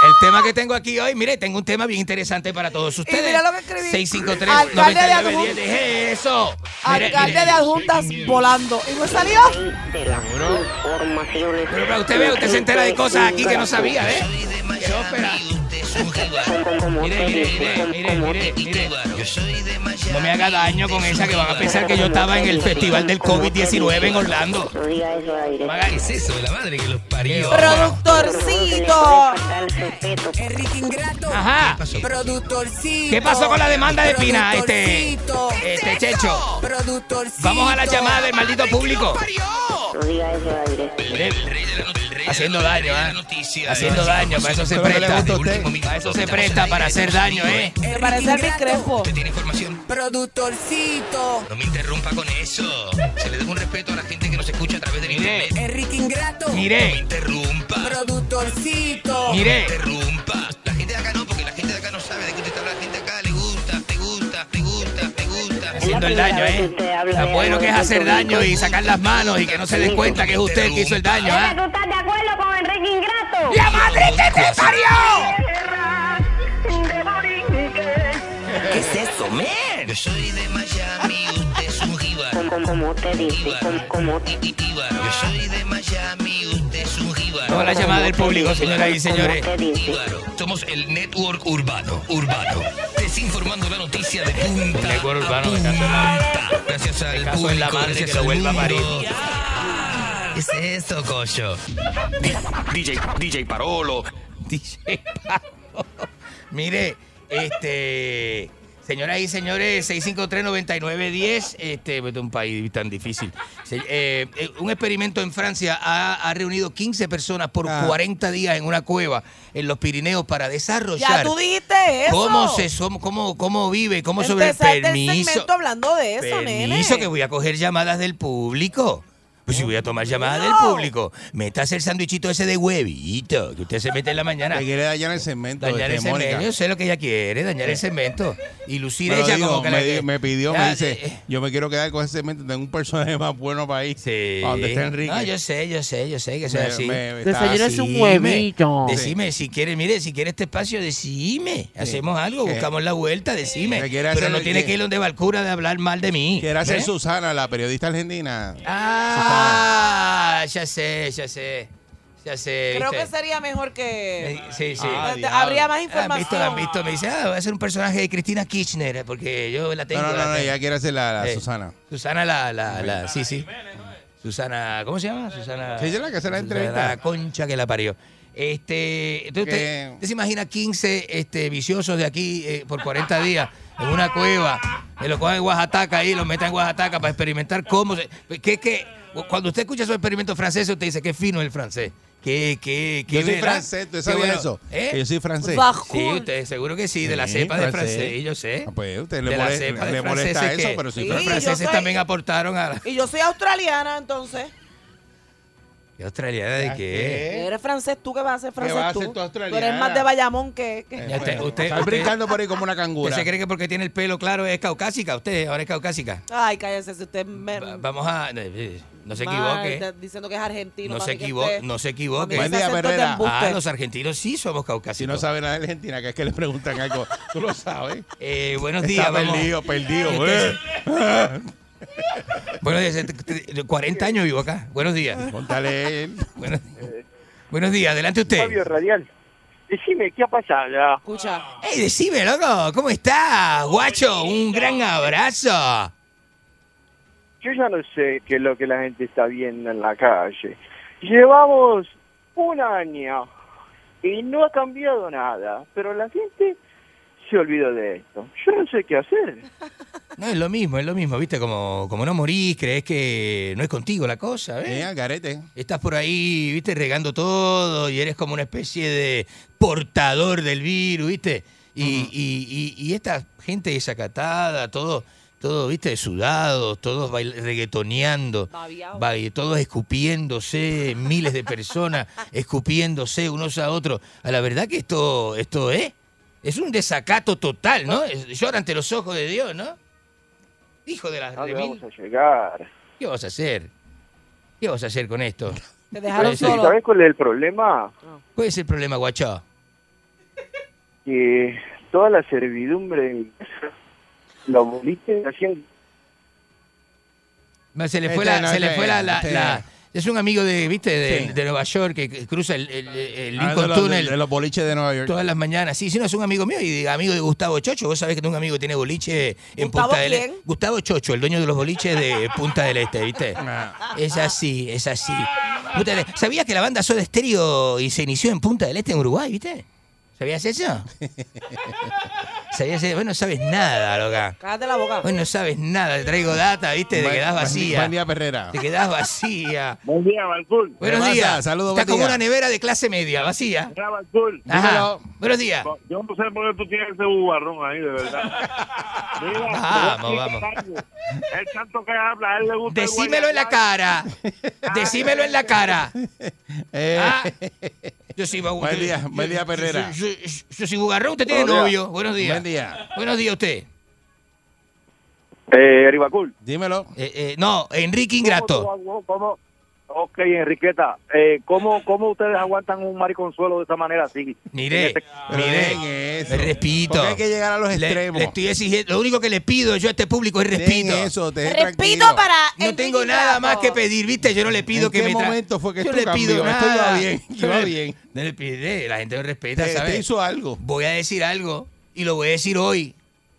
S2: El tema que tengo aquí hoy, mire, tengo un tema bien interesante para todos ustedes.
S3: mira lo que escribí.
S2: 653
S3: Alcalde de
S2: 9910.
S3: Adjun-
S2: Deje eso. Mire,
S3: Alcalde
S2: mire.
S3: de adjuntas volando. ¿Y me salió?
S2: Pero para usted vea, usted se entera de cosas aquí que no sabía, ¿eh? Qué ópera. Mire, mire, mire, mire, mire, mire. No me haga daño con esa que van a pensar que yo estaba en el festival del COVID-19 en Orlando. No haga- ¿Qué es eso de la madre que los parió?
S3: Productorcito.
S12: Enrique Ingrato.
S2: Ajá.
S12: Productorcito.
S2: ¿Qué pasó con la demanda de Pina, este-
S12: Productorcito.
S2: este Checho?
S12: Productorcito.
S2: Vamos a la llamada del maldito público. Mire, Haciendo daño, ¿eh? Haciendo daño, para eso se
S1: Pero no le
S2: presta.
S1: gusta a usted.
S2: Para eso se presta, para hacer daño, ¿eh?
S3: Me parece a mi Crespo.
S2: tiene información?
S12: Productorcito.
S2: No me interrumpa con eso. Se le debe un respeto a la gente que nos escucha a través del internet.
S12: Enrique Ingrato.
S2: Mire,
S12: Interrumpa. Productorcito.
S2: mire.
S12: Interrumpa. La gente de acá no, porque la gente de acá no sabe de qué usted está hablando. La gente de acá le gusta, te gusta, te gusta, te gusta.
S2: Haciendo el daño, ¿eh? Tan bueno que es hacer daño y sacar las manos y que no se den cuenta que es usted el que hizo el daño, ¿ah?
S13: estás de acuerdo con Enrique Ingrato?
S2: ¡La madre que te parió!
S12: ¿Qué es eso, men? Yo soy de Miami, usted es un jíbaro.
S13: Como te dice, como, como te
S12: Yo soy de Miami, usted es un jíbaro.
S2: Toda la llamada del público, señoras y señores.
S13: dice.
S12: Jíbaro. Somos el Network Urbano. Urbano. Desinformando la noticia de punta.
S2: El Network Urbano,
S12: a
S2: me encanta
S12: punta. Gracias al
S2: caso
S12: público.
S2: es la madre
S12: gracias
S2: que lo
S12: al
S2: vuelva a
S12: mundo. Ah,
S2: parir.
S12: ¿Qué es esto, cocho?
S4: DJ, DJ Parolo.
S2: DJ Pablo. Mire, este. Señoras y señores, 653-9910, este, vete a un país tan difícil. Se- eh, eh, un experimento en Francia ha, ha reunido 15 personas por
S6: Ah.
S2: 40 días en una cueva en los Pirineos para
S3: Ya
S2: desarrollar
S3: tú dijiste eso.
S2: cómo se som- cómo, cómo vive, cómo sobre el
S3: Empezaste el
S2: permiso.
S3: segmento hablando de eso, nene.
S2: Permiso que voy a coger llamadas del público. Pues si voy a tomar llamadas del público, metas el sándwichito ese de huevito que usted se mete en la mañana.
S1: Te quiere dañar el cemento.
S2: Dañar el
S1: este,
S2: cemento.
S1: Mónica.
S2: Yo sé lo que ella quiere, dañar el cemento. Y lucir
S1: Eh. Me lo
S2: ella
S1: dijo,
S2: como que la
S1: me,
S2: que- Ah,
S1: di- me pidió,
S2: Ya, eh,
S1: me dice, yo me quiero quedar con ese cemento, tengo un personaje más bueno para ahí.
S2: Sí.
S1: Para donde está Enrique.
S2: No, yo sé, yo sé, yo sé que soy
S1: Me-
S2: así.
S1: me- me está Desayuno es así. un huevito.
S2: Decime, si quiere, mire, si quiere este espacio, decime. Hacemos algo,
S1: ¿Qué?
S2: buscamos la vuelta, decime.
S1: Que quiere
S2: Pero
S1: hacer-
S2: no tiene
S1: que-
S2: que ir donde Valcura de hablar mal de mí.
S1: Quiere hacer
S2: ¿eh?
S1: Susana, la periodista argentina.
S2: Ah, ya sé, ya sé. Ya sé.
S3: Creo
S2: ¿viste? Eh,
S3: que sería mejor que.
S2: Sí, sí.
S3: Ah, Habría más
S2: ¿Han visto?
S3: información.
S2: ¿Han visto? Me dice, ah, voy a ser un personaje de Cristina Kirchner, porque yo la
S1: No,
S2: tengo.
S1: no,
S2: la
S1: no, no,
S2: tengo.
S1: ella quiere hacer la, la
S2: Eh,
S1: Susana.
S2: Susana la, la, la, sí, sí. Susana, ¿cómo se llama? Susana.
S1: Sí, sí, la que hace la
S2: Susana
S1: entrevista.
S2: La concha que la parió. Este, entonces usted,
S1: Que-
S2: usted se imagina 15 este, viciosos de aquí eh, por 40 días en una cueva, en los cogen en Oaxaca ahí, los meten en Oaxaca para experimentar cómo se. pues, Que, que, cuando usted escucha esos experimentos franceses, usted dice, qué fino es el francés. Qué, qué, qué
S1: Yo soy
S2: verá,
S1: francés, ¿tú
S2: qué
S1: sabías
S2: bueno".
S1: eso?
S2: ¿Eh?
S1: Que yo soy francés.
S2: Sí, usted seguro que sí, de la
S1: Sí,
S2: cepa de
S1: francés.
S2: francés, yo sé.
S1: Ah, pues, usted le
S2: de la
S1: mole-
S2: cepa
S1: le
S2: de
S1: molesta
S2: franceses
S1: eso,
S2: que-
S1: pero sí,
S2: los
S1: pero- Sí, yo
S2: franceses
S3: soy-
S1: eh.
S2: también aportaron a la...
S3: Y yo soy australiana, entonces.
S2: ¿Y australiana
S1: Ah,
S2: de qué?
S3: Eres francés tú que vas a ser francés
S1: ¿Eh? vas a
S3: tú.
S1: ser tú
S3: Tú eres
S1: australiana? Eh,
S3: más de Bayamón que. que-
S2: Ya usted- usted-
S1: Está
S2: usted-
S1: brincando por ahí como una
S2: ¿Usted
S1: cangura.
S2: se cree que porque tiene el pelo claro es caucásica? Usted ahora es caucásica.
S1: pues.
S3: Ay, cállese, si usted me.
S2: Vamos a... eh, No se
S3: mal,
S2: equivoque.
S3: está Diciendo que es argentino.
S2: No
S3: para
S2: se,
S3: mí que
S2: equivo
S3: usted-
S2: no se
S3: para mí
S2: equivoque.
S3: que ese acento es de embuste.
S2: Ah, los argentinos sí somos caucásicos.
S1: Si no sabe nada de Argentina, que es que le preguntan algo. Tú lo sabes.
S2: Eh, buenos
S1: Está
S2: días, vamos.
S1: perdido, perdido.
S2: Usted-
S1: eh.
S2: Buenos días, este- este- 40 años vivo acá. Buenos días.
S1: Contale él.
S2: Buenos, buenos días, adelante usted.
S14: Fabio Radial. Decime, ¿qué ha pasado?
S3: Escucha.
S2: Hey, decime, loco, ¿cómo está, guacho? Un gran abrazo.
S14: Yo ya no sé qué es lo que la gente está viendo en la calle. Llevamos un año y no ha cambiado nada, pero la gente se olvidó de esto. Yo no sé qué hacer.
S2: No, es lo mismo, es lo mismo, ¿viste? Como, como no morís, crees que no es contigo la cosa, ¿ves? Estás por ahí, ¿viste? Regando todo y eres como una especie de portador del virus, ¿viste? Y, y- y- y esta gente desacatada, todo, todo ¿viste? Sudados, todos bail- reggaetoneando, bail- todos escupiéndose, miles de personas escupiéndose unos a otros. A la verdad que esto, esto es, es un desacato total, ¿no? Es- Llora ante los ojos de Dios, ¿no? Hijo de las
S14: ¿A dónde
S2: remil.
S14: vamos a llegar?
S2: ¿Qué vas a hacer? ¿Qué vas a hacer con esto?
S3: Te
S14: ¿Y ¿Sabes cuál es el problema?
S2: ¿Cuál es el problema, guacho?
S14: Que toda la servidumbre en la bolita haciendo
S2: No, Se le fue,
S14: Este,
S2: la,
S14: no,
S2: se le
S14: este,
S2: fue la, la-
S14: este.
S2: la- Es un amigo de, ¿viste? De,
S1: Sí.
S2: de Nueva York que que cruza el, el- el
S1: Ah,
S2: Lincoln
S1: de los-
S2: Tunnel.
S1: de- de los boliches de Nueva York.
S2: Todas las mañanas. Sí, sí, no, es un amigo mío y de- amigo de Gustavo Chocho. Vos sabés que tengo un amigo que tiene boliche en
S3: ¿Gustavo
S2: Punta del
S3: quién?
S2: Este. Gustavo Chocho, el dueño de los boliches de Punta del Este, ¿viste? Es así, es así. Punta del- ¿Sabías que la banda Soda Stereo y se inició en Punta del Este, en Uruguay, ¿viste? ¿Sabías eso? ¿Sabías eso? Bueno, no sabes nada, loca.
S3: Cállate la boca.
S2: Hoy no sabes nada, te traigo data, ¿viste? Te
S1: Buen-
S2: quedás
S1: buen-
S2: vacía.
S1: buen día, Perrera.
S2: Te quedás vacía.
S14: Buen día, Balcún.
S2: Buenos
S1: ¿Qué
S2: días.
S1: pasa? Saludos,
S2: Estás
S1: buen día.
S2: como una nevera de clase media, vacía. Ajá.
S15: Dímelo.
S2: Buenos días.
S15: Yo no sé por qué tú tienes ese bubarrón ahí, de verdad. Mira, yo
S2: Vamos, Ah, vamos.
S15: explico algo. El tanto que habla, a él le gusta. el
S2: Decímelo en la
S15: guayabay.
S2: cara. Decímelo en la cara.
S1: Ah. Eh,
S2: Ah, yo soy bu-
S1: Buen
S2: yo-
S1: día,
S2: yo-
S1: buen día,
S2: yo-
S1: Perrera.
S2: Yo, yo- yo soy bugarrón, usted tiene
S1: Buenos días.
S2: novio. Buenos días.
S1: Buen día.
S2: Buenos días a usted.
S14: Eh, Ribacul.
S1: Dímelo.
S2: Eh, no, Enrique Ingrato.
S14: ¿Cómo, cómo? Ok, Enriqueta, eh, ¿cómo, ¿cómo ustedes aguantan un mariconsuelo de esa manera así? este
S2: Mire,
S1: Pero dejen
S2: mire,
S1: eso.
S2: me respito.
S1: Porque hay que llegar a los
S2: Le-
S1: extremos.
S2: Le, estoy exigiendo, lo único que le pido yo a este público es
S1: Dejen
S2: respeto.
S1: eso, dejen
S3: Respito tranquilo. para
S2: No
S3: Enrique
S2: tengo nada
S3: Ingrato.
S2: más que pedir, ¿viste? Yo no le pido
S1: ¿En
S2: que
S1: qué
S2: me tra-
S1: momento fue que
S2: Yo
S1: esto
S2: le pido
S1: cambió? Esto
S2: nada.
S1: iba bien, iba bien.
S2: No le pide, la gente no respeta,
S1: Te- te
S2: ¿sabes?
S1: hizo algo.
S2: Voy a decir algo y lo voy a decir hoy.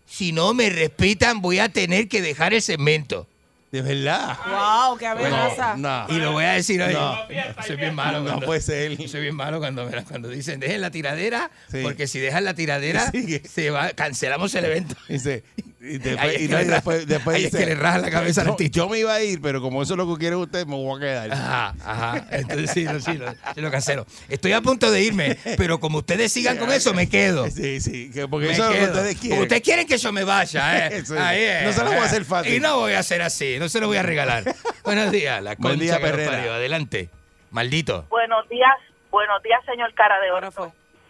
S2: Si no me respetan, voy a tener que dejar el segmento.
S1: De verdad.
S3: Wow, qué amenaza.
S1: No, no.
S2: Y lo voy a decir hoy.
S1: No.
S2: Soy bien malo.
S1: No
S2: cuando-
S1: puede ser.
S2: Soy bien malo cuando, me- cuando dicen, dejen la tiradera,
S1: Sí.
S2: porque si dejan la tiradera, se va, cancelamos el evento.
S1: Dice, y
S2: Ahí
S1: después,
S2: es
S1: y
S2: que
S1: no,
S2: le
S1: y
S2: ra-
S1: después, después
S2: ahí es
S1: dice,
S2: que le raja la cabeza al
S1: yo,
S2: artista".
S1: yo me iba a ir, pero como eso es lo que quieren ustedes, me voy a quedar.
S2: Ajá, ajá. Entonces sí, lo, sí, lo, sí, lo cancelo. Estoy a punto de irme, pero como ustedes sigan con eso, me quedo.
S1: Sí, sí, que porque
S2: Me
S1: eso es lo que
S2: quedo.
S1: ustedes quieren.
S2: Porque ustedes quieren que yo me vaya, ¿eh?
S1: Eso es.
S2: Ahí es.
S1: No se lo voy a hacer fácil.
S2: Y no voy a hacer así, no se lo voy a regalar. Buenos días, la
S1: Buen
S2: concha
S1: día,
S2: que nos
S1: Perrera.
S2: parió. Adelante. Maldito.
S16: Buenos días, buenos días, señor Cara de Oro.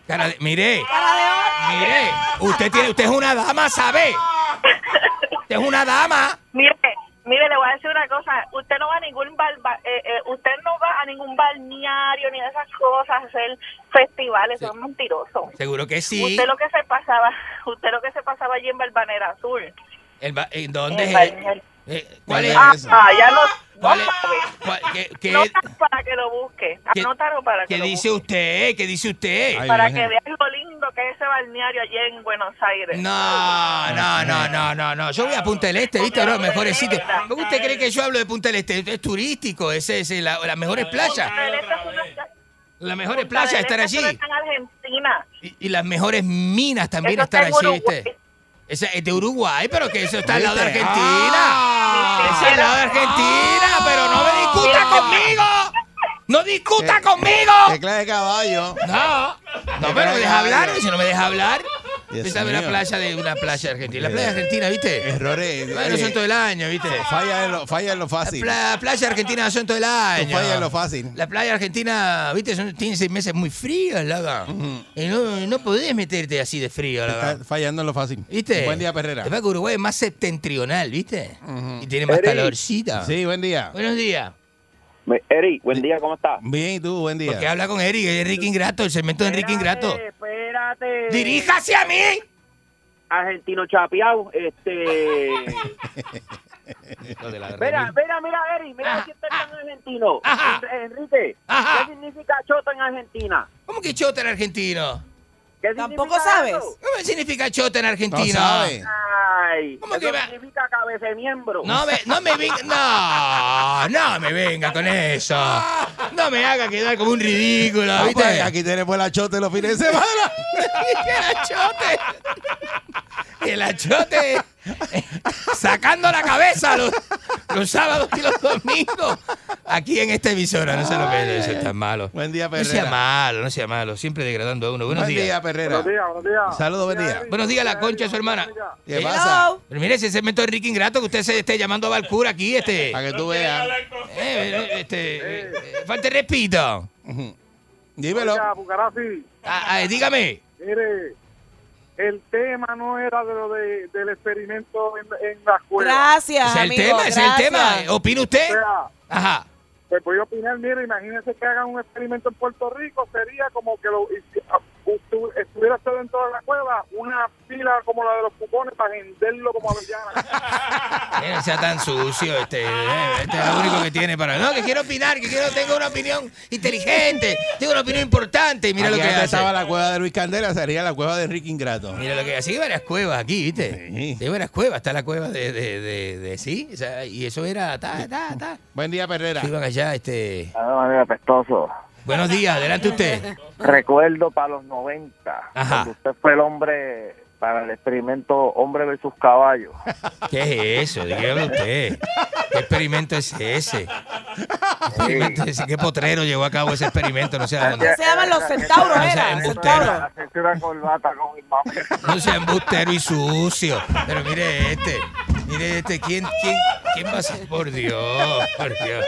S2: Cara de- mire. Mire, usted tiene, usted es una dama, ¿sabe? Usted es una dama.
S16: Mire, mire, le voy a decir una cosa. Usted no va a ningún bar, ba- eh, eh, usted no va a ningún balneario ni de esas cosas, a hacer festivales, son mentirosos.
S2: Seguro que sí.
S16: Usted lo que se pasaba, usted lo que se pasaba allí en Balvanera Azul.
S2: El ba- ¿en ¿Dónde
S16: en
S2: es?
S16: Balneario.
S2: Eh, ¿Cuál es?
S16: Ah, ah, ya no.
S2: ¿Cuál es? cuál- qué- qué-
S16: Anótalo para que lo busque.
S2: ¿Qué-
S16: Anótalo para que
S2: ¿Qué
S16: lo
S2: dice usted? ¿Qué dice usted?
S16: busque. Para que veas lo lindo que es ese balneario allí en Buenos Aires.
S2: No, no, no, no, no, no. Yo voy a Punta del Este, ¿viste? Los mejores sitios.
S16: Este,
S2: ¿Cómo usted cree que yo hablo de Punta del Este? Es turístico, es, es la- las mejores playas.
S16: Punta del Este es una-
S2: Las mejores
S16: Punta
S2: playas
S16: del
S2: están
S16: Este
S2: allí.
S16: solo está en Argentina.
S2: Y, y las mejores minas también
S16: Eso está
S2: están
S16: en
S2: allí,
S16: Uruguay.
S2: ¿viste? Esa es de Uruguay, pero que eso está al lado de
S12: ¿Viste?
S2: Argentina.
S12: Ah.
S2: Esa es al lado de Argentina, pero no me discuta
S12: Ah.
S2: conmigo. ¡No discuta conmigo!
S1: Tecla de caballo.
S2: No, no, pero me deja hablar, si no me deja hablar.
S1: Dios
S2: Usted sabe una
S1: mío. Eh,
S2: playa de una playa argentina. La playa argentina, ¿viste?
S1: Errores. eh,
S2: Bueno, son todo el año, ¿viste?
S1: Falla en lo, falla en lo Ah, fácil.
S2: La playa argentina son todo el
S1: Tú
S2: año.
S1: fallas en lo fácil.
S2: La playa argentina, viste, son, tiene seis meses muy fríos, laga. Y no, no podés meterte así de frío, laga.
S1: Está fallando en lo fácil.
S2: ¿Viste?
S1: Buen día, Perrera.
S2: Además que Uruguay es más septentrional, ¿viste? Y tiene más
S1: Eric.
S2: calorcita.
S1: Sí, buen día.
S2: Buenos días.
S8: Eri, buen día, ¿cómo estás?
S1: Bien, ¿y tú? Buen día.
S2: Porque habla con Eric, Enrique Ingrato, el segmento de Enrique Ingrato.
S17: Espérate.
S2: ¡Diríjase a mí!
S17: Argentino chapeado, este. Mira, mira, mira, Eri, mira si está en argentino. En- Enrique, ¿qué significa chota en Argentina?
S2: ¿Cómo que chota en argentino?
S17: ¿Qué significa eso?
S2: ¿Cómo significa chota en argentino?
S17: No sabe. Ay, ¿Cómo que significa cabeza de miembro?
S2: No me, no me venga, no, no me venga con eso. No me haga quedar como un ridículo,
S1: Ah,
S2: ¿viste?
S1: pues, aquí tenemos el achote los fines de semana.
S2: el achote. El achote. eh, Sacando la cabeza los, los sábados y los domingos. Aquí en esta emisora, no se lo que eso es tan malo.
S1: Buen día,
S2: No sea malo, no sea malo. Siempre degradando a uno. Buenos
S1: Buen
S2: días.
S1: día, Perrera. Buenos días, buenos días. Saludos, buen día.
S2: Buenos días, la concha de su hermana.
S1: ¿Qué
S2: Eh,
S1: pasa?
S2: Pero mire, ese segmento de Enrique Ingrato que usted se esté llamando a Valcura aquí, este.
S1: Para que tú veas.
S2: Eh, eh, este, eh, eh, falta de respeto.
S1: Dímelo.
S15: Oiga, Bucarazzi,
S2: Ah, ah, dígame.
S15: mire, el tema no era de lo de- del experimento en, en la escuela.
S2: Ese
S3: Gracias,
S2: es el Ah, amigo, tema, ese es el gracias. tema. ¿Opina usted?
S15: O sea,
S2: Ajá.
S15: Pues voy a opinar, mire, imagínense que hagan un experimento en Puerto Rico, sería como que lo hici- ah, estu- estuviera usted dentro de la cueva, una pila como la de los cupones para venderlo como avellana.
S2: Eh, no sea tan sucio, este, eh, este es lo único que tiene para. No, que quiero opinar, que quiero tengo una opinión inteligente, tengo una opinión importante y mira lo
S1: Aquí
S2: que
S1: antes
S2: hace.
S1: estaba la cueva de Luis Candela, sería la cueva de Enrique Ingrato.
S2: Mira lo que así hay varias cuevas aquí, ¿viste? Hay varias cuevas, está la cueva de, de, de, de- sí, o sea, y eso era ta, ta, ta.
S1: Buen día, Perrera.
S2: Sí, van allá, este.
S8: apestoso.
S2: Buenos días, adelante usted.
S8: Recuerdo para los 90,
S2: Ajá.
S8: cuando usted fue el hombre para el experimento hombre versus caballo.
S2: ¿Qué es eso? Dígame usted. ¿Qué experimento es ese? ¿Qué experimento es ese? ¿Qué potrero llevó a cabo ese experimento? No sé. no-
S3: Se llaman los centauros,
S2: No sea
S3: era.
S2: embustero,
S3: Centauros.
S8: Hacerse una corbata con el mami.
S2: no sea embustero y sucio. Pero mire este. Mire este. ¿Quién, quién, quién va a ser? Por Dios, por Dios.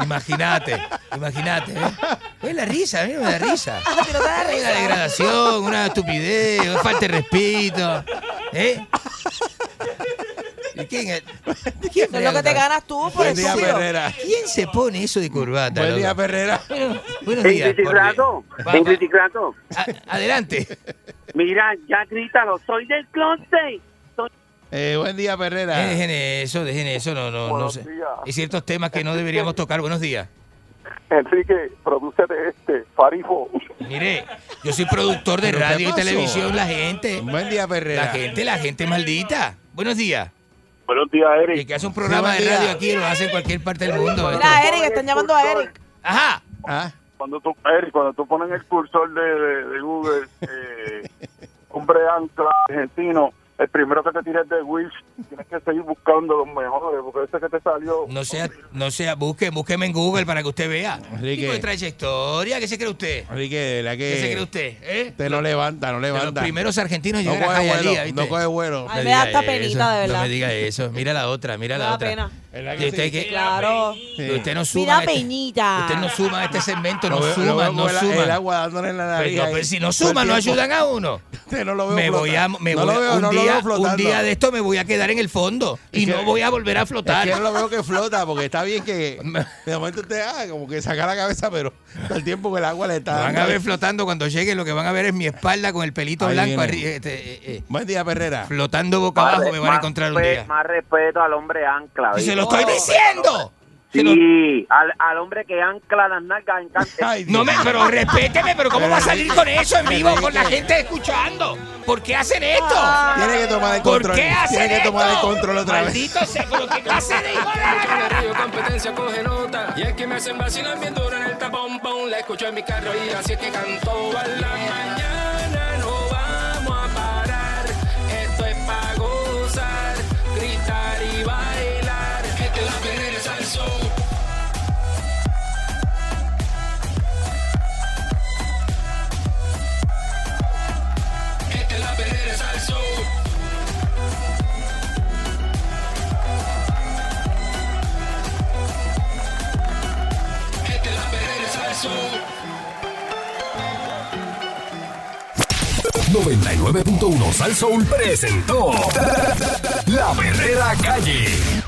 S2: Imagínate, imagínate. ¿eh? Es la risa, a mí no me da risa.
S3: Ah,
S2: Es una degradación, una estupidez, una falta de respeto. ¿Eh? ¿Y quién es? ¿Quién
S3: Eso es lo que te ganas tú por
S2: Buen día,
S3: estúpido.
S2: Perrera. Pues ¿Quién se pone eso de corbata?
S1: Buen día,
S2: loco?
S1: Perrera.
S2: Buenos días. por
S17: Ingrato,
S2: Dios. Va- va-
S17: Ingrato.
S2: Adelante.
S17: Mira, ya grítalo, soy del closet. Soy
S1: Eh, buen día,
S2: Eh,
S1: Perrera.
S2: dejen eso, dejen eso, no, no, no
S1: Buenos
S2: sé. Hay ciertos temas que no deberíamos tocar. Buenos días.
S9: Enrique, produce de este, Farifo.
S2: Mire, yo soy productor de
S1: ¿Pero qué
S2: radio y
S1: pasó?
S2: televisión, la gente.
S1: Buen día, Perrera.
S2: La gente, la gente maldita. Buenos días.
S5: Buenos días, Eric.
S2: El que hace un programa de radio aquí lo hace en cualquier parte del mundo.
S3: Mira, Eric, están llamando a Eric.
S2: Ajá.
S1: Ah,
S5: Cuando tú, Eric, cuando tú pones el cursor de, de- de Google, eh, hombre ancla argentino, el primero que te tires de Wish, tienes que seguir buscando los mejores, porque ese que te salió.
S2: No sea, no sea, busque, búsqueme en Google para que usted vea.
S1: Enrique.
S2: Tipo de trayectoria, ¿qué se cree usted?
S1: Así que, de ¿verdad que
S2: ¿Qué se cree usted? ¿Eh?
S1: Usted no levanta, no levanta.
S2: primeros argentinos
S1: no
S2: llegar a
S1: coge
S2: Hialeah,
S1: vuelo,
S2: ¿viste? Ah,
S1: No coge vuelo.
S3: Ay, me da hasta penita, de verdad.
S2: No me diga eso. Mira la otra, mira
S3: Me
S2: la
S3: da
S2: otra.
S3: pena.
S1: ¿Verdad
S2: Y usted que-
S3: Claro.
S2: que Usted no
S3: Mira,
S2: suma. este,
S3: Peñita.
S2: usted no suma a este segmento,
S1: Lo
S2: no
S1: veo- lo
S2: suma,
S1: veo
S2: no
S1: con el-
S2: suma.
S1: el agua dándole en la nariz
S2: Pero,
S1: ahí. Pues
S2: pero si no
S1: Todo el
S2: suma, no
S1: tiempo.
S2: ayudan a uno.
S1: No lo veo
S2: me voy a,
S1: flotar.
S2: me
S1: No lo
S2: voy a-
S1: veo,
S2: un,
S1: no lo veo
S2: día, un
S1: flotando.
S2: día de esto me voy a quedar en el fondo y no voy a volver a flotar.
S1: Es que no lo veo que flota, porque está bien que de momento usted ah, como que saca la cabeza, pero todo el tiempo que el agua le está.
S2: Van a
S1: dando.
S2: ver flotando cuando llegue, lo que van a ver es mi espalda con el pelito
S1: Ahí
S2: blanco
S1: viene.
S2: arriba, este, eh, eh,
S1: Buen día, Perrera.
S2: flotando boca abajo, me van a encontrar un
S5: respe-
S2: día.
S5: Más respeto al hombre ancla.
S2: Y se lo
S5: ¿viste?
S2: estoy diciendo. Se lo-
S5: Sí, al, al hombre que ancla las nalgas en cante.
S2: No me, pero respéteme, pero ¿cómo va a salir con eso en vivo con la gente escuchando? ¿Por qué hacen esto?
S1: Tiene que tomar el
S2: ¿Por
S1: control.
S2: qué hacen
S1: Tiene que
S2: esto?
S1: tomar el control otra vez.
S2: Maldito sea, pero ¿qué clase de hijo de la
S4: Que me río competencia con genota Y es que me hacen vacilar bien duro en el tapón pon. La escucho en mi carro y así es que canto a la mañana No vamos a parar Esto es pa' gozar Gritar y bailar Esto es la perrera salsón Esta es la perrera salsón Esta es la perrera salsón
S12: 99.1 Sal Soul presentó La Verdadera Calle.